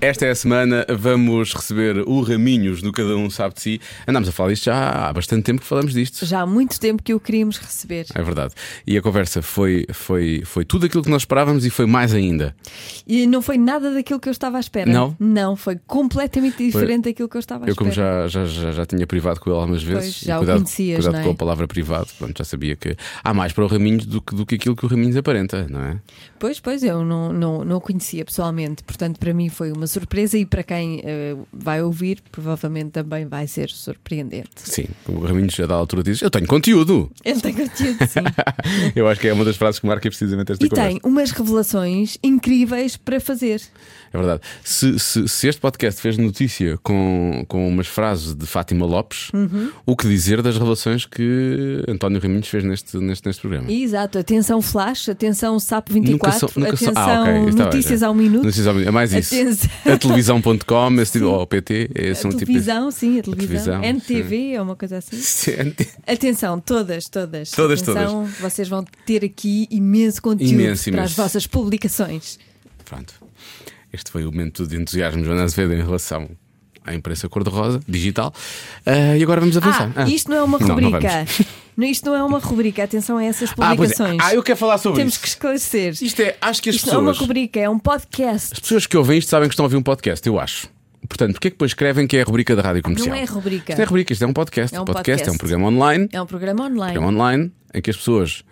Esta é a semana, vamos receber o Raminhos do Cada Um Sabe de Si. Andámos a falar disto já há bastante tempo que falamos disto. Já há muito tempo que o queríamos receber. É verdade. E a conversa foi, foi, foi tudo aquilo que nós esperávamos e foi mais ainda. E não foi nada daquilo que eu estava à espera. Não? Não, foi completamente diferente daquilo que eu estava à Eu, como espera. já, já, já, já tinha privado com ele algumas vezes, já e o cuidado, conhecias, cuidado não é? com a palavra privado, portanto já sabia que há mais para o Raminhos do que, do que aquilo que o Raminhos aparenta, não é? Pois, pois, eu não, não, não o conhecia pessoalmente, portanto, para mim foi uma surpresa e para quem eh, vai ouvir, provavelmente também vai ser surpreendente. Sim, o Raminhos já da altura diz: Eu tenho conteúdo. Ele tem conteúdo, sim. Eu acho que é uma das frases que marca precisamente esta e conversa. tem umas revelações incríveis para fazer. É verdade. Se, se- se este podcast fez notícia com, com umas frases de Fátima Lopes, o que dizer das relações que António Raminhos fez neste, neste, neste programa? Exato, atenção Flash, atenção SAP 24, são- nunca são- atenção ah, ok, está bem, Notícias já. ao Minuto. Notícias ao minuto. É mais isso. Atenção. A televisão.com, esse tipo, ou o PT, é, são a tipo. televisão, sim, a televisão, televisão. NTV é uma coisa assim. Atenção, todas, todas. Todas, Atenção, Vocês vão ter aqui imenso conteúdo Imenso, para imenso. as vossas publicações. Pronto. Este foi o momento de entusiasmo de Joana Azevedo em relação à imprensa cor-de-rosa, digital. Ah, e agora vamos avançar. Ah, isto não é uma Não, não rubrica. vamos. Não, isto não é uma rubrica. Atenção a essas Ah, pois é. publicações. Ah, eu quero falar sobre Temos isso. que esclarecer. Isto é, acho que as Isto não é uma pessoas. rubrica, é um podcast. As pessoas que ouvem isto sabem que estão a ouvir um podcast, eu acho. Portanto, porque é que depois escrevem que é a rubrica da rádio comercial? Não é rubrica. Isto não é rubrica, isto é um podcast. É um O podcast, é um podcast. programa online, É um programa online. é online, em que as pessoas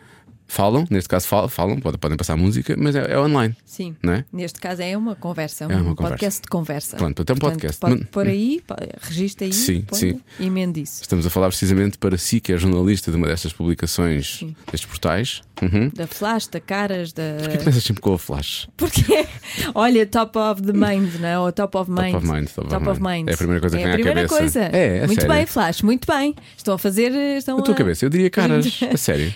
falam, neste caso fal- falam, pode- podem passar música, mas é, é online. Sim. Não é? Neste caso é uma conversa, uma um podcast de conversa. Pronto, portanto, é um podcast. Pode Não- pôr aí, pá, registra aí, Sim, põe, sim. emende isso. Estamos a falar precisamente para si, que é jornalista de uma destas publicações, destes portais. Uhum. Da Flash, da Caras, da. Porquê que começas sempre com a flash? Porque, olha, top of the mind, não é? Ou top of mind. of mind, top of mind. É a primeira coisa que É a vem à primeira cabeça. coisa. É, é muito sério. bem, Flash, muito bem. Estão a fazer. Estão Na tua a- cabeça, eu diria caras, a sério.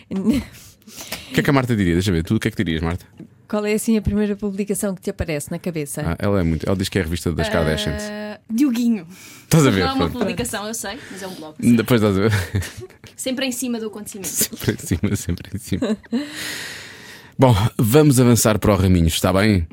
O que é que a Marta diria? Deixa eu ver, tu o que é que dirias, Marta? Qual é assim a primeira publicação que te aparece na cabeça? Ah, ela é muito. Ela diz que é a revista das Kardashians. Ah, Dioguinho. Estás a ver? Não é uma Pronto. publicação, eu sei, mas é um blog. Depois estás a ver. Sempre em cima do acontecimento. sempre em cima, sempre em cima. Bom, vamos avançar para o Raminhos, está bem?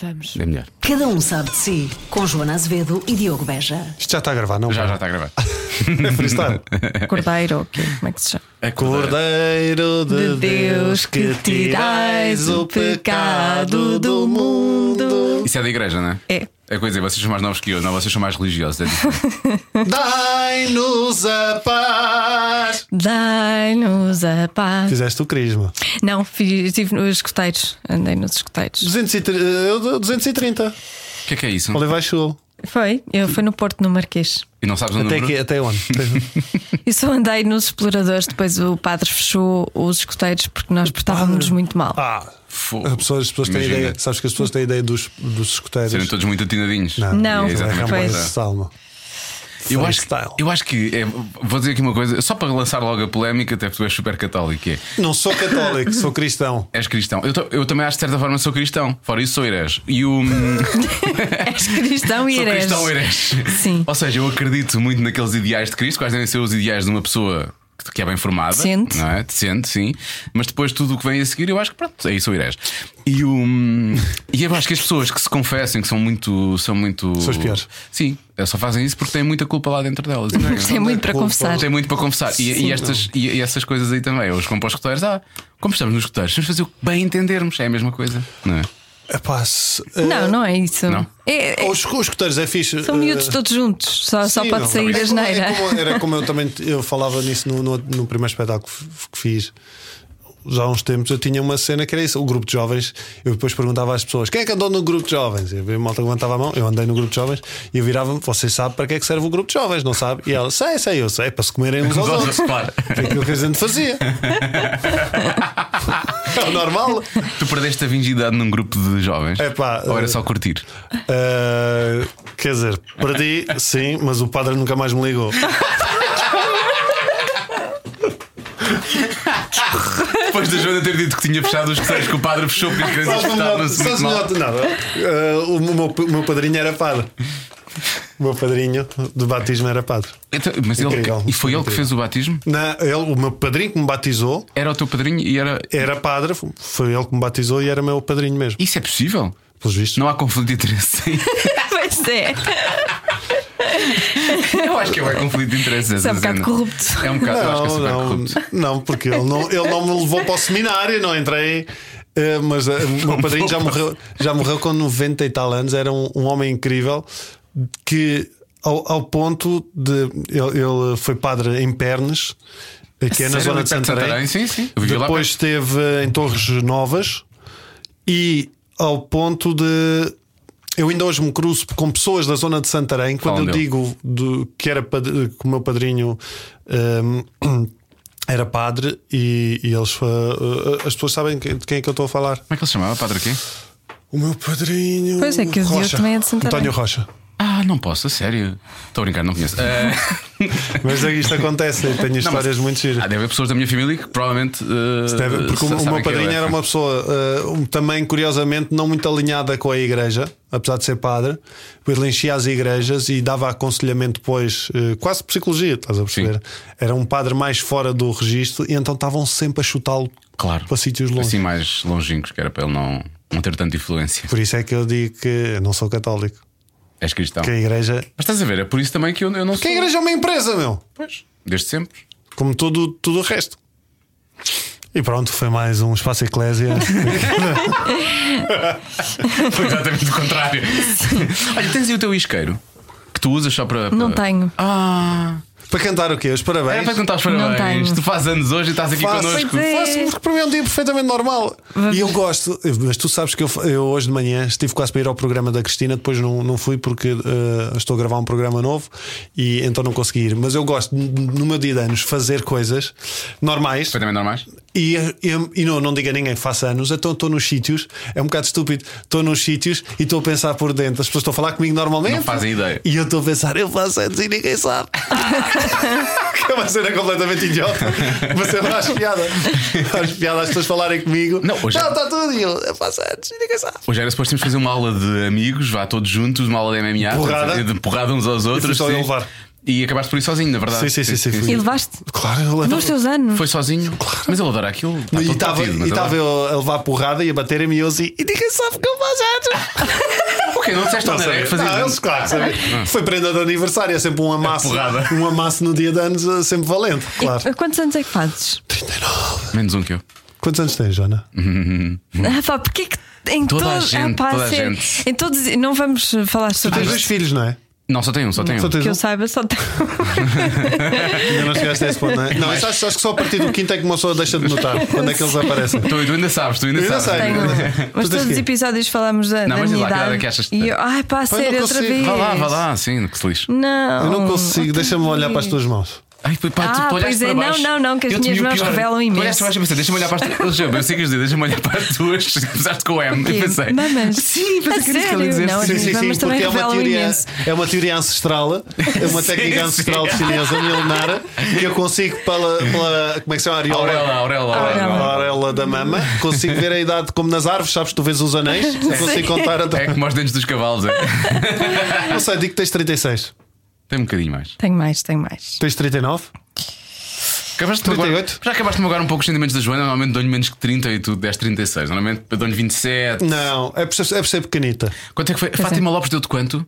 Vamos. É melhor. Cada um sabe de si. Com Joana Azevedo e Diogo Beja. Isto já está a gravar, não? Já, já está a gravar. É freestyle. Cordeiro, ok. Como é que se chama? Cordeiro de Deus que tirais o pecado do mundo. Isso é da igreja, não é? É. É coisa, vocês são mais novos que eu, não, vocês são mais religiosos. É diferente. Dai-nos a paz. Dai-nos a paz. Fizeste o crisma. Não, fiz, estive nos escuteiros. Andei nos escuteiros. 230. eh, eu dou 230. O que é que é isso? Olivai Chul. Foi? Eu fui no Porto, no Marquês. E não sabes o Até, é- número? aqui, até onde? Eu só andei nos exploradores. Depois o padre fechou os escuteiros porque nós portávamos-nos muito mal. Ah, Fogo. as pessoas, as pessoas têm Imagina. ideia. Sabes que as pessoas têm ideia dos, dos escuteiros. Serem todos muito atinadinhos. Não, É É exatamente Ramon pois. o que é. Salmo. Eu acho, que, Freestyle. eu acho que é, vou dizer aqui uma coisa, só para lançar logo a polémica, até porque tu és super católico, que é, Não sou católico, sou cristão. és cristão. Eu, to- eu também acho que de certa forma sou cristão, fora isso sou herege. E o. És cristão e Sou eres. cristão herege. Sim. Ou seja, eu acredito muito naqueles ideais de Cristo, quais devem ser os ideais de uma pessoa que- que é bem formada. Decente. Não é? Decente, sim. Mas depois tudo o que vem a seguir, eu acho que pronto, aí sou herege. E, o, hum, e eu acho que as pessoas que se confessam que são muito. São, muito, São as piores. Sim, elas só fazem isso porque têm muita culpa lá dentro delas. Não é? Tem muito para Culpa. confessar. Tem muito para confessar. E, e Sim. estas, e, e essas coisas aí também. Os compões escuteiros, ah, como estamos nos escuteiros, vamos fazer o que bem entendermos. É a mesma coisa, não é? Epá, se- eh, Não, não é isso. Não? É- é- Os, os escuteiros é fixe. são miúdos Eh, todos juntos. Só, só Sim, pode não, sair a é como- é geneira. como- Era como eu também eu falava nisso no, no- no primeiro espetáculo f- que fiz. Já há uns tempos eu tinha uma cena que era isso, o grupo de jovens. Eu depois perguntava às pessoas quem é que andou no grupo de jovens? E a malta levantava a mão, eu andei no grupo de jovens e eu virava-me, vocês sabem para que é que serve o grupo de jovens, não sabe? E ela, sei, sei, eu sei, é para se comerem uns aos outros. Claro. Que é aquilo que a gente fazia. é o normal. Tu perdeste a vingidade num grupo de jovens? Epá, Ou era eh, só curtir? Uh, quer dizer, perdi, sim, mas o padre nunca mais me ligou. Depois da Joana ter dito que tinha fechado os escuteiros, que o padre fechou porque as crianças Sabes melhor- estavam-se sabes muito mal. melhor- não, uh, o meu, o meu padrinho era padre. O meu padrinho de batismo era padre. Então, mas ele, Incrível. e foi ele que fez o batismo? Na, ele, o meu padrinho que me batizou Era o teu padrinho e era. era padre, foi ele que me batizou e era meu padrinho mesmo. Isso é possível? Pelos vistos. Não há conflito de interesse. Pois é. Eu acho que é um conflito de interesse. Isso é essa um bocado cena. corrupto. É um bocado, eu acho que é super não, corrupto. não, porque ele não, ele não me levou para o seminário, não entrei. eh, Mas eh, o meu padrinho já morreu, já morreu com 90 e tal anos, era um, um homem incrível que ao, ao ponto de ele, ele foi padre em Pernes, eh, que é na Sério, zona ali de perto de Santarém, Santarém. sim, sim. Eu vivi lá Depois esteve eh, em Torres Novas e ao ponto de eu ainda hoje me cruzo com pessoas da zona de Santarém. Quando Falam eu dele. digo do- que, era pad- que o meu padrinho hum, era padre, e, e eles fa- eh, as pessoas sabem que- de quem é que eu estou a falar. Como é que ele se chamava? Padre quê? O meu padrinho. Pois é, que o Diogo Rocha. também é de Santarém. António Rocha. Ah, não posso, a sério. Estou a brincar, não conheço. Eh, Mas é que isto acontece, eu tenho não, mas- histórias muito giras. Ah, deve haver pessoas da minha família que provavelmente. eh, Deve- é porque o, sa- o sabem meu quem ele padrinho é. era uma pessoa eh, um, também, curiosamente, não muito alinhada com a igreja, apesar de ser padre. Ele enchia as igrejas e dava aconselhamento depois, eh, quase psicologia, estás a perceber? Sim. Era um padre mais fora do registro e então estavam sempre a chutá-lo Claro. para sítios longe. Assim mais longínquos, que era para ele não, não ter tanta influência. Por isso é que eu digo que eu não sou católico. És cristão. Que a igreja. Mas estás a ver, é por isso também que eu, eu não Que sou. a igreja é uma empresa, meu! Pois, desde sempre. Como tudo, tudo o resto. E pronto, foi mais um espaço eclésia. Foi exatamente o contrário. Olha, tens aí o teu isqueiro que tu usas só para. Não para- tenho. Ah, para cantar o quê? Os parabéns. era para cantar os Não parabéns. tenho. Tu fazes anos hoje e estás aqui Faço. connosco. Pois é. Faço porque para mim é um dia perfeitamente normal. E eu gosto, mas tu sabes que eu, eu hoje de manhã estive quase para ir ao programa da Cristina, depois não, não fui porque eh, estou a gravar um programa novo e então não consegui ir. Mas eu gosto, n- no meu dia de anos, fazer coisas normais Perfeitamente normais. e, e, e não, não diga a ninguém que faça anos, então estou nos sítios, é um bocado estúpido, estou nos sítios e estou a pensar por dentro. As pessoas estão a falar comigo normalmente. Não fazem ideia. E eu estou a pensar, eu faço anos e ninguém sabe. que é uma cena completamente idiota. Mas eu não acho piada. Acho piada as pessoas falarem comigo. Não, hoje- é- não está tudo. E eu, eu faço anos e ninguém sabe. Hoje era suposto termos fazer uma aula de amigos, vá todos juntos, uma aula de MMA, Porrada. de porrada uns aos outros. só sim. eu levar. E acabaste por ir sozinho, na verdade. Sim, sim, sim, sim, fui. E levaste Claro, eu levo. nos teus anos. Foi sozinho, mas ele adora aquilo. Está E todo estava partido, e mas estava adora. eu a levar porrada e a baterem-me e eu assim, e ninguém sabe que eu faço anos. Ok, não disseste Não, onde era, é sabia. que fazias Não, anos. eles, claro, sabia. Foi prenda de aniversário, é sempre um amasso. porrada. Um amasso no dia de anos, eh, sempre valente, claro. E Quantos anos é que fazes? 39. Menos um que eu. Quantos anos tens, Joana? Ah, pá, porquê que em Uhum. Toda a todos- gente, pá, toda a sério, gente. Em todos. Não vamos falar Tu sobre tens isto. dois filhos, não é? Não, só tem um, só tem Só um. tens Que um? eu saiba, só tenho. Ainda não chegaste a esse ponto, não é? Não, isso acho, acho que só a partir do quinto é que uma pessoa deixa de notar quando é que eles aparecem. Tu, tu ainda sabes, tu ainda Eu ainda sabes. sei. Tenho. Mas Tu tens todos os quê? episódios falamos da, Não, da mas diz minha lá, que idade idade. é que achas que e tens? eu, ai, pá, a sério, outra consigo. vez. Vá lá, vá lá, sim, que se lixe. Não. Eu não consigo, outra deixa-me olhar para as vez. tuas mãos. Ai, pá, tu, Ah, tu olhaste pois é, para não, baixo. não, não, que as Eu te minhas vi o mãos pior. revelam Tu imenso. olhaste para baixo e pensei, deixa-me olhar para as tuas. Eu sei que eu dizer, deixa-me olhar para as tuas. Começaste com o M. E Quê? pensei, Mamas. Sim, A pensei que era isso que ele ia sério? dizer. Não, Sim, as sim. minhas mamas também porque é uma, revelam teoria, imenso. é uma teoria ancestral, é uma Sim, técnica sim. ancestral chinesa milenar que eu consigo pela, pela como é que se chama? Areola. Aurela, Aurela, A Aurela. orelha da mama, consigo ver a idade como nas árvores, sabes? Tu vês os anéis, eu consigo contar É até. como aos dentes dos cavalos. é. Não sei, digo que tens 36. Tem um bocadinho mais. Tenho mais, tenho mais. Tens 39? Acabaste de me 38? agora- já acabaste de me agora um pouco os sentimentos da Joana. Normalmente dou-lhe menos que 30 e tu 10, 36. Normalmente eu dou-lhe 27. Não, é por ser, é por ser pequenita. Quanto é que foi? Fátima Lopes deu-te quanto?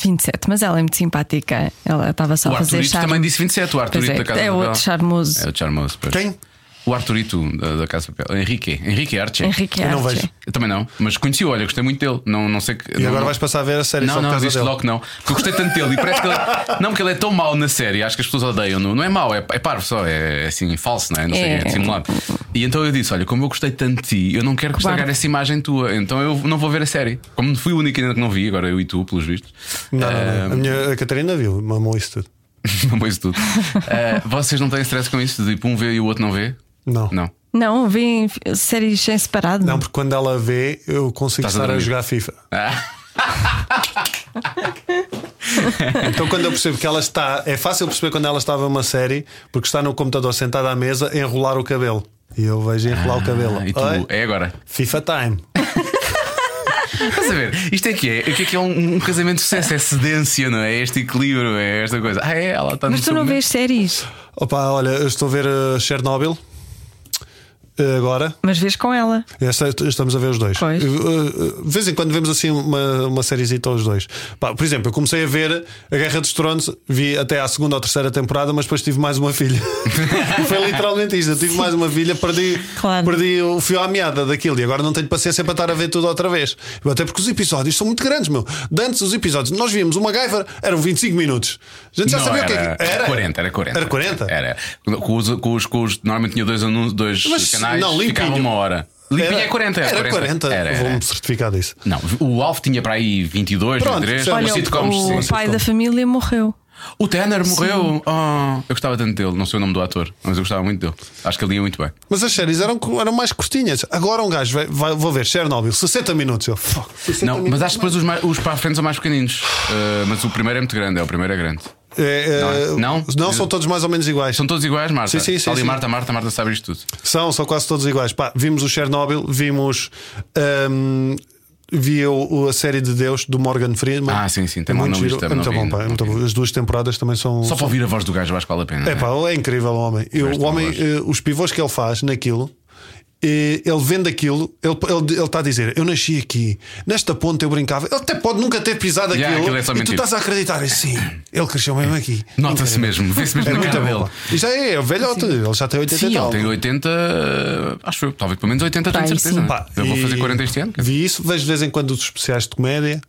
27, mas ela é muito simpática. Ela estava só o a fazer Arturito charme. também disse 27. O Pois Arturito é, da Casa é do outro Papel. charmoso. É o charmoso. pois. Quem? O Arturito da, da Casa de Papel. Henrique. Henrique Arce. Henrique Eu não Arce. vejo. Eu também não, mas conheci-o, olha, gostei muito dele. Não, não sei que. E não- agora vais passar a ver a série só Não, por não, causa disse dele. logo que não. Porque eu gostei tanto dele e parece que ele. Não, porque ele é tão mau na série, acho que as pessoas odeiam-no. Não é mau, é, é parvo só, é, é assim, falso, não é? Não sei, É. é simulado. E então eu disse: Olha, como eu gostei tanto de ti, eu não quero estragar essa imagem tua, então eu não vou ver a série. Como fui o único ainda que não vi, agora eu e tu, pelos vistos. Não, Eh, não, não. A, minha, a Catarina viu, mamou isso tudo. Não isso tudo. Eh, vocês não têm stress com isso? Tipo, um vê e o outro não vê? Não. Não. Não, vem séries sem separado. Não, porque quando ela vê, eu consigo Estás a estar a, dormir. jogar FIFA. Ah. Então, quando eu percebo que ela está, é fácil perceber quando ela estava numa série, porque está no computador sentada à mesa a enrolar o Ah, É cabelo. E eu vejo enrolar o cabelo. e tu, Oi, é agora. FIFA time. Estás a ver? Isto é que é. O que é que é um, um casamento de sucesso? É cedência, não é? Este equilíbrio, é esta coisa. Ah, é, ela está no Mas tu seu não momento. vês séries, Opa, olha, eu estou a ver eh, Chernobyl eh, agora. mas vês com ela. Esta- Estamos a ver os dois. Pois. Eh, eh, De vez em quando vemos assim uma, uma sériezita aos dois. Pá, por exemplo, eu comecei a ver A Guerra dos Tronos, vi até à segunda ou terceira temporada, mas depois tive mais uma filha. Foi literalmente isto. Eu tive mais uma filha, perdi, Claro. perdi o fio à meada daquilo e agora não tenho paciência para estar a ver tudo outra vez. Até porque os episódios são muito grandes, meu. De antes, os episódios, nós víamos uma gaiva, eram 25 minutos. A gente já Não, sabia o que era, é que era 40, era 40. Era 40? Era. Com os, com os, com os- normalmente tinha dois, anúncios, dois Mas, canais, não, limpinho. ficava uma hora. Limpinho Era- é 40, Era 40, Era, era. vou-me certificar disso. Não, o Alf tinha para aí 22, Pronto, 23. percebe. Olha, Olha, sitcoms, o sim. pai da família morreu. O Tanner morreu. Oh, eu gostava tanto dele, não sei o nome do ator, mas eu gostava muito dele. Acho que ele ia muito bem. Mas as séries eram, eram mais curtinhas. Agora um gajo vai, vai- vou ver Chernobyl, 60 minutos. Eu, fuck, 60 Não, mas é acho que depois os, mais, os para a frente são mais pequeninos. Uh, mas o primeiro é muito grande, é o primeiro é grande. É, é, Não é? Não? são todos mais ou menos iguais. São todos iguais, Marta? Sim, sim, sim, Ali, sim. Marta, Marta, Marta, sabe isto tudo. São, são quase todos iguais. Pá, vimos o Chernobyl, vimos. hum, vi eu o- a série de Deus do Morgan Freeman. Ah, sim, sim, É também muito não giro. vi, É também muito não bom, vi, pá, é não muito vi. bom. As duas temporadas também são. Só para são- ouvir a voz do gajo, acho que vale a pena. É, pá, é incrível o homem. Eu- Gosto o homem, da voz. eh, os pivôs que ele faz naquilo, eh, ele vende aquilo, ele está ele, ele está a dizer: Eu nasci aqui, nesta ponte eu brincava. Ele até pode nunca ter pisado Yeah, aquilo. aquilo é só e tu mentira. estás a acreditar assim. Ele cresceu mesmo aqui. Nota-se Incrível. mesmo, vê-se mesmo É na muito cara bom. dele. pá. E já é, é o velhote, ele já tem 80 Sim, e ele tal. tem 80, uh, acho eu, talvez pelo menos 80, tenho Pai, certeza. sim. né? Pá, eu vou e fazer 40 este ano. cara. Vi isso, vejo de vez em quando os especiais de comédia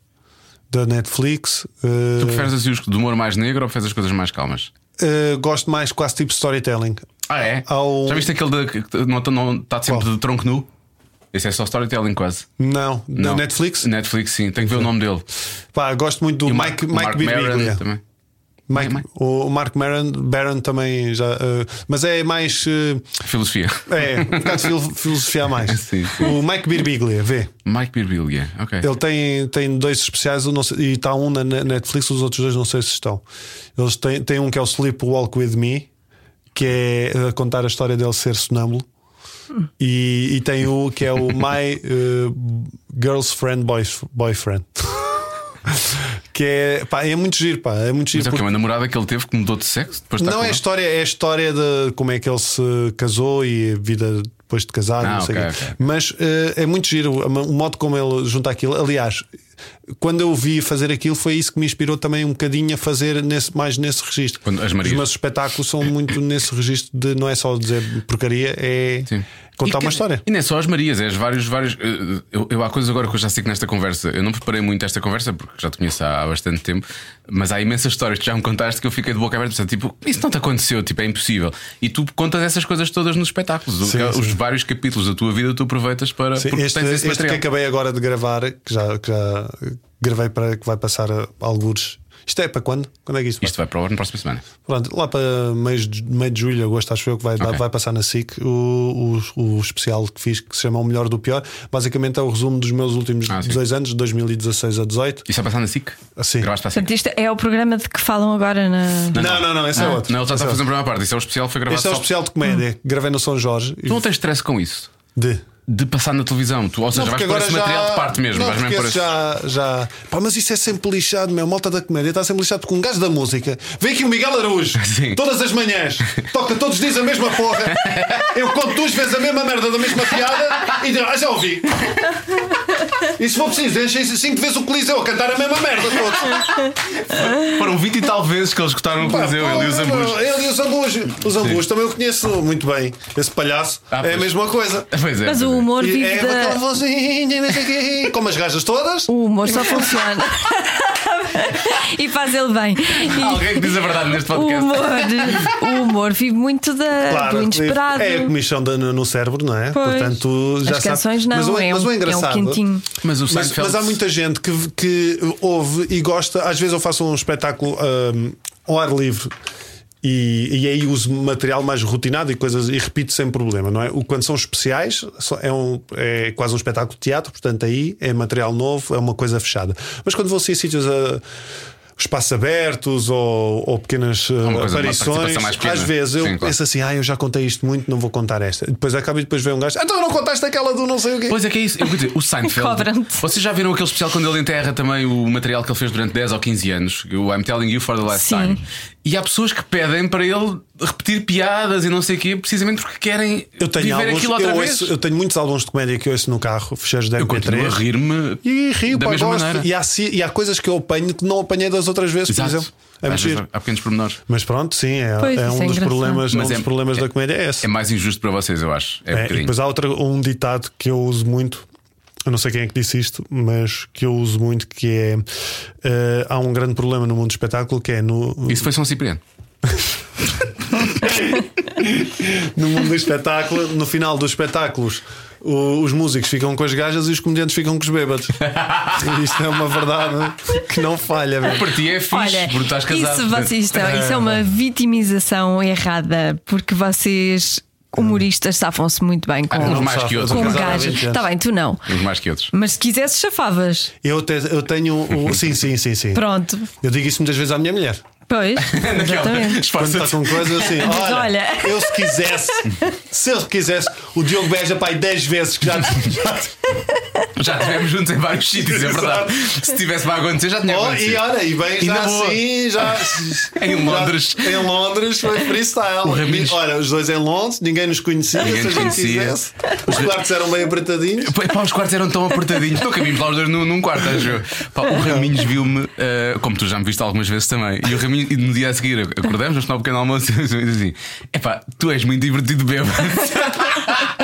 da Netflix. eh, Tu preferes assim os de humor mais negro ou preferes as coisas mais calmas? eh, gosto mais quase tipo storytelling. Ah, é? Há um- Já viste aquele da- que que não, não está sempre Qual? de tronco nu? Esse é só storytelling quase. Não, da Não. Netflix. Netflix, sim, tenho que ver o nome dele. Pá, gosto muito do E o Mike, Mike Mark Maron Birbiglia. também. Mike- É, Mike- o Mark Maron, Baron também já. eh, mas é mais. eh, Filosofia. é, um bocado de fil- filosofia a mais. Sim, sim. O Mike Birbiglia, vê. Mike Birbiglia, ok. é Ele tem, tem dois especiais eu não sei- e está um na na Netflix, os outros dois não sei se estão. Eles têm, têm um que é o Sleep Walk With Me, que é a contar a história dele ser sonâmbulo. E, e tem o que é o My eh, Girl's Friend Boys- Boyfriend. que é, pá, é muito giro, pá, é muito Mas giro. é o que porque- uma namorada que ele teve que mudou de sexo depois de estar não com é a ele? história, é a história de como é que ele se casou e a vida depois de casado, Ah, não sei o ok, quê. ok. Mas eh, é muito giro o o modo como ele junta aquilo. Aliás, quando eu o vi fazer aquilo, foi isso que me inspirou também um bocadinho a fazer nesse, mais nesse registro. Quando as Marias. Os meus espetáculos são muito nesse registro de não é só dizer porcaria, é Sim. contar E que- uma história. E não é só as Marias, é as vários, vários. eh, Eu, eu há coisas agora que eu já sei que nesta conversa, eu não preparei muito esta conversa porque já te conheço há, há bastante tempo, mas há imensas histórias que já me contaste que eu fiquei de boca aberta, pensando, tipo, isso não te aconteceu, tipo, é impossível. E tu contas essas coisas todas nos espetáculos, O- Sim, os sim. vários capítulos da tua vida tu aproveitas para Sim, porque este, é tens esse este que material. acabei agora de gravar, que já, que já gravei para que vai passar a algures. Isto é para quando? Quando é que isso vai? Isto vai para o ar na próxima semana. Pronto, lá para meio de, meio de julho, agosto, acho eu que vai, dar- Ok. vai passar na SIC o, o, o especial que fiz que se chama O Melhor do Pior. Basicamente é o resumo dos meus últimos Ah, sim. dois anos, de 2016 a 18. Isso vai passar na SIC? Ah, sim. Gravaste para a SIC. Portanto, isto é o programa de que falam agora na. Não, não, não, esse é outro. Não, ele já está Esse é a fazer outro. uma primeira parte. Isso é o especial que foi gravado Este é um só- especial de comédia que gravei no São Jorge. Tu não tens stress com isso? De. De passar na televisão, tu, ou seja, vais pôr esse material de parte mesmo, não, vais mesmo porque pôr esse esse- já, já. Pá, mas isso é sempre lixado, meu. A Malta da comédia está sempre lixado porque um gajo da música. Vem aqui o Miguel Araújo, Sim. todas as manhãs, toca todos os dias a mesma porra. Eu conto duas vezes a mesma merda da mesma piada e digo, ah, já ouvi. E se for preciso, enchem cinco vezes o Coliseu a cantar a mesma merda todos. Foram 20 e tal vezes que eles escutaram o Pá, Coliseu, pô, ele e os ambos. Ele e os Zambujo. Os Zambujo também eu conheço muito bem. Esse palhaço Ah, é a pois. mesma coisa. Pois é. Mas pois é. o humor E vive é aquela da. vozinha, não sei o quê, como as gajas todas. O humor só funciona. e faz ele bem. E- Alguém que diz a verdade neste o podcast. humor, o humor vive muito da, Claro, do inesperado. É a comissão da- no cérebro, não é? Pois. Portanto, já As sabe- canções não, mas o, é, mas um, o é um engraçado. quentinho. Mas o mas, Seinfeld. mas há muita gente que, que ouve e gosta. Às vezes eu faço um espetáculo hum, ao ar livre. E, e aí uso material mais rotinado e coisas e repito sem problema, não é? O, quando são especiais, só- é, um- é quase um espetáculo de teatro, portanto aí é material novo, é uma coisa fechada. Mas quando vou assim a sítios a, espaços abertos ou, ou pequenas eh, É Uma coisa, uma aparições. participação mais pequena. Às vezes eu Sim, claro. penso assim, ah, eu já contei isto muito, não vou contar esta. Depois acaba e depois vem um gajo, então não contaste aquela do não sei o quê. Pois é que é isso. Eu vou dizer, o Seinfeld. Cobram-te. Vocês já viram aquele especial quando ele enterra também o material que ele fez durante 10 ou 15 anos, o I'm telling you for the last Sim. time. E há pessoas que pedem para ele repetir piadas e não sei o quê, precisamente porque querem eu tenho viver alguns, aquilo outra eu, vez. ouço- eu tenho muitos álbuns de comédia que eu ouço no carro, fecheiros de Eu continuo a MP3. rir-me E rio, da pá, mesma gosto. maneira. E há, si- e há coisas que eu apanho que não apanhei das outras vezes, por exemplo. Exato. É Às vezes mexer. há pequenos pormenores. Mas pronto, sim, é, Pois, isso é é um dos engraçado. problemas, Mas um é- dos problemas é- da comédia é esse. É mais injusto para vocês, eu acho. É, um É, e bocadinho. depois há outra, um ditado que eu uso muito. Eu não sei quem é que disse isto, mas que eu uso muito, que é eh, há um grande problema no mundo do espetáculo que é no, Isso foi São Cipriano. no mundo do espetáculo, no final dos espetáculos, o- os músicos ficam com as gajas e os comediantes ficam com os bêbados. Isto é uma verdade que não falha, velho. Para ti é fixe, Olha, porque estás casado. isso, vocês estão- isso é uma vitimização errada, porque vocês, humoristas, safam-se muito bem com, Ah, Eu uns não mais safo, que eu outros, É. sou com casado há gajas. 20 anos. Está bem, tu não. Uns mais que outros. Mas se quisesse, chafavas. Eu, te- eu tenho. o- sim, sim, sim, sim. Pronto. Eu digo isso muitas vezes à minha mulher. Pois, exatamente. Quando está Esforça-te. com coisas assim, olha, olha. eu se quisesse, se eu quisesse, o Diogo beija pai 10 vezes que já, Já estivemos juntos em vários sítios, é verdade. Se tivesse para acontecer, já tinha Oh, e acontecido. olha, e bem já Ainda boa. assim, já. Em já- Londres. em Londres foi freestyle. O Ramires- Olha, os dois em Londres, ninguém nos conhecia, Ninguém se a nos gente conhecia. quisesse. Os quartos eram bem apertadinhos. Pá, Pá, os quartos eram tão apertadinhos. Não cabíamos lá os dois num, num quarto, acho eu. Pá, o Raminhos viu-me, eh, como tu já me viste algumas vezes também. E o Raminhos, e no dia a seguir, acordamos, vamos tomar um pequeno almoço e ele diz assim: Epá, tu és muito divertido, bêbado.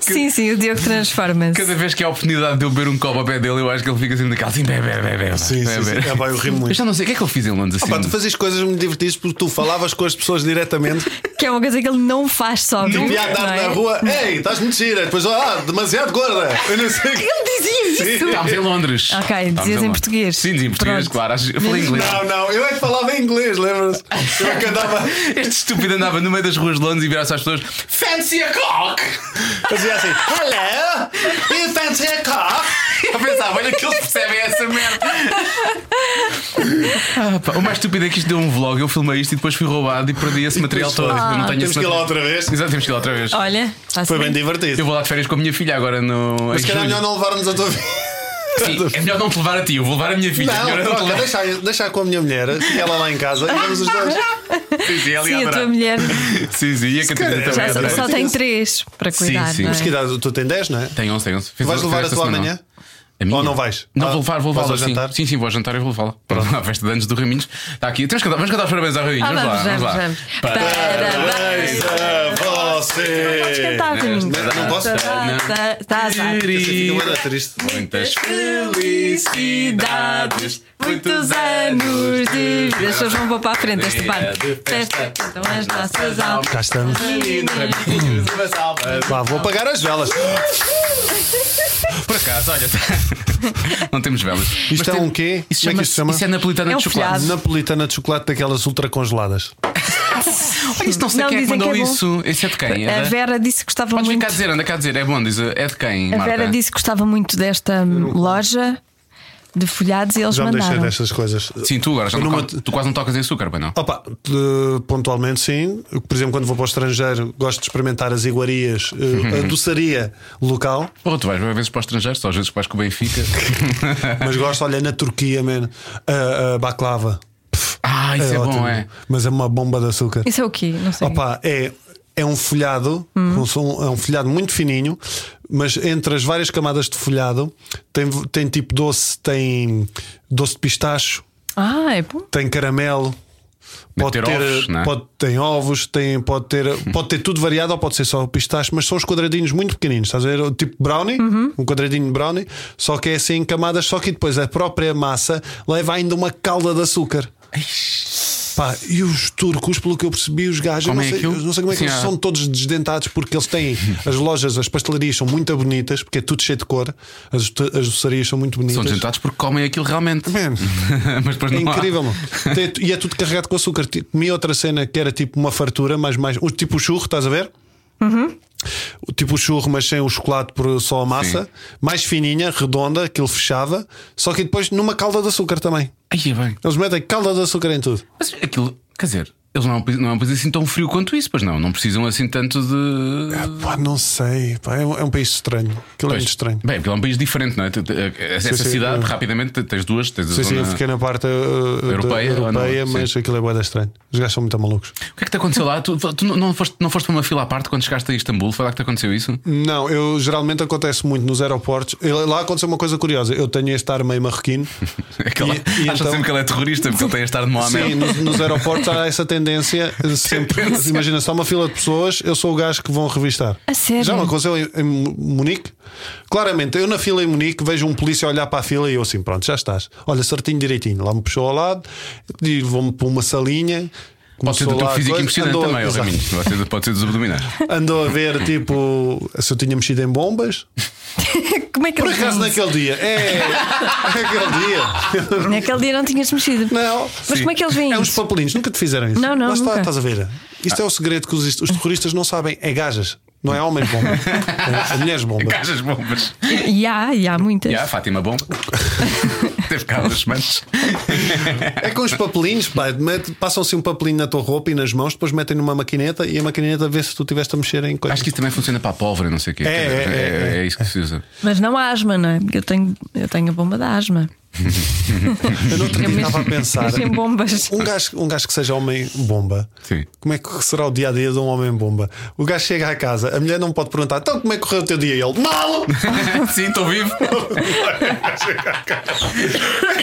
Sim, sim, o Diogo transforma-se. Cada vez que há a oportunidade de eu beber um copo a pé dele, eu acho que ele fica assim daquela assim: bebe, bebe, bebe. bebe, Sim, sim, sim. bebe. É, pá, eu ri muito. Eu já não sei o que é que eu fiz em Londres Ah, assim. pá, tu fazias coisas muito divertidas porque tu falavas com as pessoas diretamente. Que é uma coisa que ele não faz sóbrio. Devia andar não é? na rua, ei, estás muito gira. Depois, ah, demasiado gorda. Eu não sei. Ele dizia isso. Estávamos em Londres. Ok, Estávamos dizias em Londres. português. Sim, dizia em português, Pronto. claro. acho- Eu falei inglês. Não, não, eu é que falava inglês, lembra-se? Eu é que andava. Este estúpido andava no meio das ruas de Londres e virava-se às pessoas: Fancy a cock! Fazia assim: Hello, you fancy a car? Eu pensava, ah, olha que eles percebem essa merda. Ah, pá, o mais estúpido é que isto deu um vlog, eu filmei isto e depois fui roubado e perdi esse material todo. eu não tenho Temos esse que ir lá material. outra vez. Ah. Exato, temos que ir lá outra vez. Olha, faz Foi bem. bem divertido. Eu vou lá de férias com a minha filha agora no. Mas em se calhar é julho. melhor não levarmos a tua vida. Sim, é melhor não te levar a ti, eu vou levar a minha filha. é Não, melhor eu te troca, levar. deixa, deixa com a minha mulher, fica ela lá em casa e vamos os dois. Sim, sim, ela ia Sim, a adorar. tua mulher Sim, sim, e a Catarina calhar é também. já ia adorar. só, só tem três para cuidar. sim. não é? Mas que idade? Tu tens 10, não é? Tem 11, tem 11. Fiz Vais esta levar a tua semana. amanhã? A minha? Ou não vais? Não, Ah, vou levar, vou vais levar. ao Sim. jantar? sim, sim, vou ao jantar e vou levá-la. Pronto, à festa de anos do Raminhos. Está aqui. Temos que cantar- vamos cantar os parabéns ao Raminhos. Ah, vamos, vamos, lá, vamos, lá. vamos. Parabéns. Parabéns. a você! Cantar, Raminhos. Não, não posso? é Tá, tá, tá. Fica bué é da triste. Muitas felicidades, Muitos anos de vida. As pessoas vão pôr para a frente este Dia parte. de festa, Então as nossas almas. Cá estamos. Raminhos, uma salva. Lá, vou apagar as velas. Por acaso, olha. Não temos velas. Mas tá. Isto é tem- um quê? Isso, Como chama é que isto se chama? isso é napolitana É um de chocolate. folhado. Napolitana de chocolate daquelas ultra congeladas. Olha, isto não sei Não, quem é que dizem que mandou é bom. isso. Isso é de quem? É A da- Vera disse que gostava Podes vir muito. cá dizer, anda cá dizer, é bom, diz, é de quem? A Vera Marta? disse que gostava muito desta hum, loja de folhados e eles Já me deixei mandaram. destas coisas. Sim, tu agora, já Eu não numa- co- tu quase não tocas em açúcar, pois não? Opa, de- pontualmente sim. Por exemplo, quando vou para o estrangeiro, gosto de experimentar as iguarias, eh, a doçaria local. Ou Oh, tu vais às vezes para o estrangeiro, só às vezes vais com o Benfica. Mas gosto, olha, na Turquia, man, a, a baklava. Pff, Ah, isso é, bom, ótimo. é. Mas é uma bomba de açúcar. Isso é o quê? Não sei. Hum. Opa, é, é um folhado, um som- é um folhado muito fininho, mas entre as várias camadas de folhado tem, tem tipo doce, tem doce de pistacho, Ah, é bom. tem caramelo. Pode ter ovos, não é? pode, tem ovos, tem, pode, ter, pode ter tudo variado ou pode ser só pistache, mas são os quadradinhos muito pequeninos, estás a ver? O Tipo brownie, um quadradinho de brownie, só que é assim em camadas, só que depois a própria massa leva ainda uma calda de açúcar. Pá, e os turcos, pelo que eu percebi, os gajos, eu não, Comem sei, aquilo? eu não sei como é que Sim, eles há- são todos desdentados, porque eles têm as lojas, as pastelarias são muito bonitas, porque é tudo cheio de cor, as, do- as doçarias são muito bonitas. São desentados porque comem aquilo realmente. Man, Mas depois é não há. incrível, mano. Tem- E é tudo carregado com açúcar. Ti- Comi outra cena que era tipo uma fartura, mas mais. o- Tipo o churro, estás a ver? Tipo o churro, mas sem o chocolate por só a massa, Sim. mais fininha, redonda, aquilo fechava, só que depois numa calda de açúcar também. Aí é bem. Eles metem calda de açúcar em tudo. Mas aquilo, quer dizer, eles não é um país- não é um país assim tão frio quanto isso, pois não? Não precisam assim tanto de. Pá, não sei, pá, é, um, é um país estranho. Aquilo é Pois. muito estranho. Bem, porque é um país diferente, não é? Tu- tu- Essa sim, cidade, é. rapidamente, tens duas, tens a Sim, sim, zona- eu fiquei na parte uh, da- é. Europeia europeia, ou não? mas aquilo é boeda estranho. Os gajos são muito malucos. O que é que te aconteceu lá? Tu, tu não- não, foste, não foste para uma fila à parte quando chegaste a Istambul? Foi lá que te aconteceu isso? Não, eu geralmente acontece muito nos aeroportos. Eu- Lá aconteceu uma coisa curiosa. Eu tenho este ar meio marroquino. Aquela, E- e achas então- sempre que ele é terrorista porque ele tem a estar de Sim, Mohamed. nos, nos aeroportos há essa tendência. eh, Sempre, Tendência. imagina, só uma fila de pessoas, eu sou o gajo que vão revistar. A sério? Já me aconteceu em, em Mu- Munique? Claramente, eu na fila em Munique vejo um polícia olhar para a fila e eu assim, pronto, já estás. Olha, certinho direitinho. Lá me puxou ao lado e vou-me para uma salinha. Pode ser começou do teu lá a físico coisa, impressionante andou- também, ó Exato. Raminhos. Pode ser- Pode ser dos abdominais. Andou a ver tipo se eu tinha mexido em bombas. Como é que Por eles acaso veem isso? naquele dia. É. naquele dia. Naquele dia não tinhas mexido. Não. Mas como é que eles veem É uns isso? papelinhos, nunca te fizeram isso. Não, não, Lá está, nunca. estás a ver. Isto é o segredo que os, os terroristas não sabem. É gajas, não é homens bomba. É, é mulheres bomba. Cajas bombas. E há, e há muitas. E a Fátima Bomba. Teve cá umas semanas. É com os papelinhos, pá, mete- passam-se um papelinho na tua roupa e nas mãos, depois metem numa maquineta e a maquineta vê se tu estiveste a mexer em coisas. Acho que isso também funciona para a pólvora, não sei o quê. É, é, é, é isso que se usa. Mas não há asma, não é? Porque eu tenho, eu tenho a bomba da asma. Eu não estava a pensar. Sem bombas. Um gajo, um gajo que seja homem bomba, Sim. como é que será o dia a dia de um homem bomba? O gajo chega à casa, a mulher não pode perguntar, então como é que correu o teu dia? E ele, mal! Sim, estou vivo.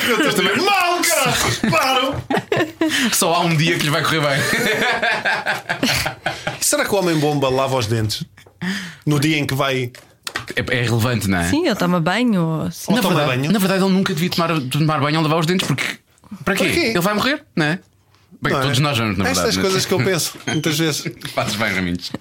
Eu também, mal, caralho, paro! Só há um dia que lhe vai correr bem. Será que o homem bomba lava os dentes? No dia em que vai É, é relevante, não é? Sim, ele toma banho. ou assim. Ou Na toma verdade, banho? na verdade, ele nunca devia tomar, tomar banho ou lavar os dentes, porque. Para quê? Para quê? Ele vai morrer, não é? Bem, Não é? todos nós vamos, na verdade. Estas não é? coisas que eu penso, muitas vezes. Fazes bem, Raminhos.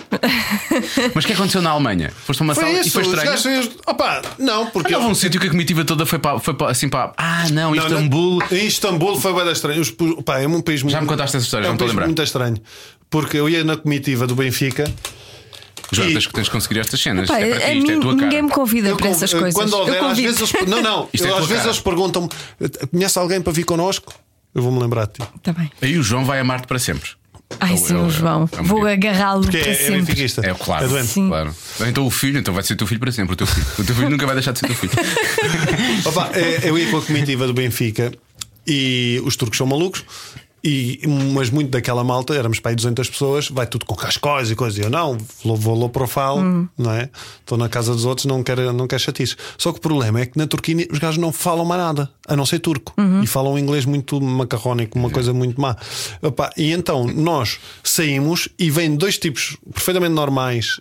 Mas o que aconteceu na Alemanha? Foste a uma Foi sala e isso, foi os estranho. gajos. eles- Opa, não, Ah, porque. não, houve um eles- sítio que a comitiva toda foi para, foi para assim para. Ah, não, Não, não- Istambul. Em Istambul foi bem estranho. Os pu- pá, é um país muito. Já me contaste essa história, é já um me estou a país lembrar. muito estranho. Porque eu ia na comitiva do Benfica. João, E- tens, tens de conseguir estas cenas. Pá, é para ti, a isto é mim, a tua cara. ninguém me convida Eu para con- essas coisas. Quando houver, eu às convido. vezes eles. Não, não. Isto é eu- a às tua vezes cara. eles perguntam-me: conhece alguém para vir connosco? Eu vou-me lembrar de ti. Tá bem. Aí o João vai a Marte para sempre. É Ai, Eu- sim, eu- o João. eu- eu- Vou agarrá-lo Porque para é, é sempre. benfiquista. É claro. É doente. Sim. claro. Então o filho, então vai ser teu filho para sempre. O teu filho, o teu filho nunca vai deixar de ser teu filho. Opa, eh, eu ia com a comitiva do Benfica e os turcos são malucos. E, mas muito daquela malta, éramos para aí 200 pessoas, vai tudo com cascóis e coisa. E eu não, vou, vou low profile, não é? Estou na casa dos outros, não quero, não quero chatice. Só que o problema é que na Turquia os gajos não falam mais nada, a não ser turco. E falam inglês muito macarrónico, uma coisa muito má. Opa, e então nós saímos e vêm dois tipos perfeitamente normais,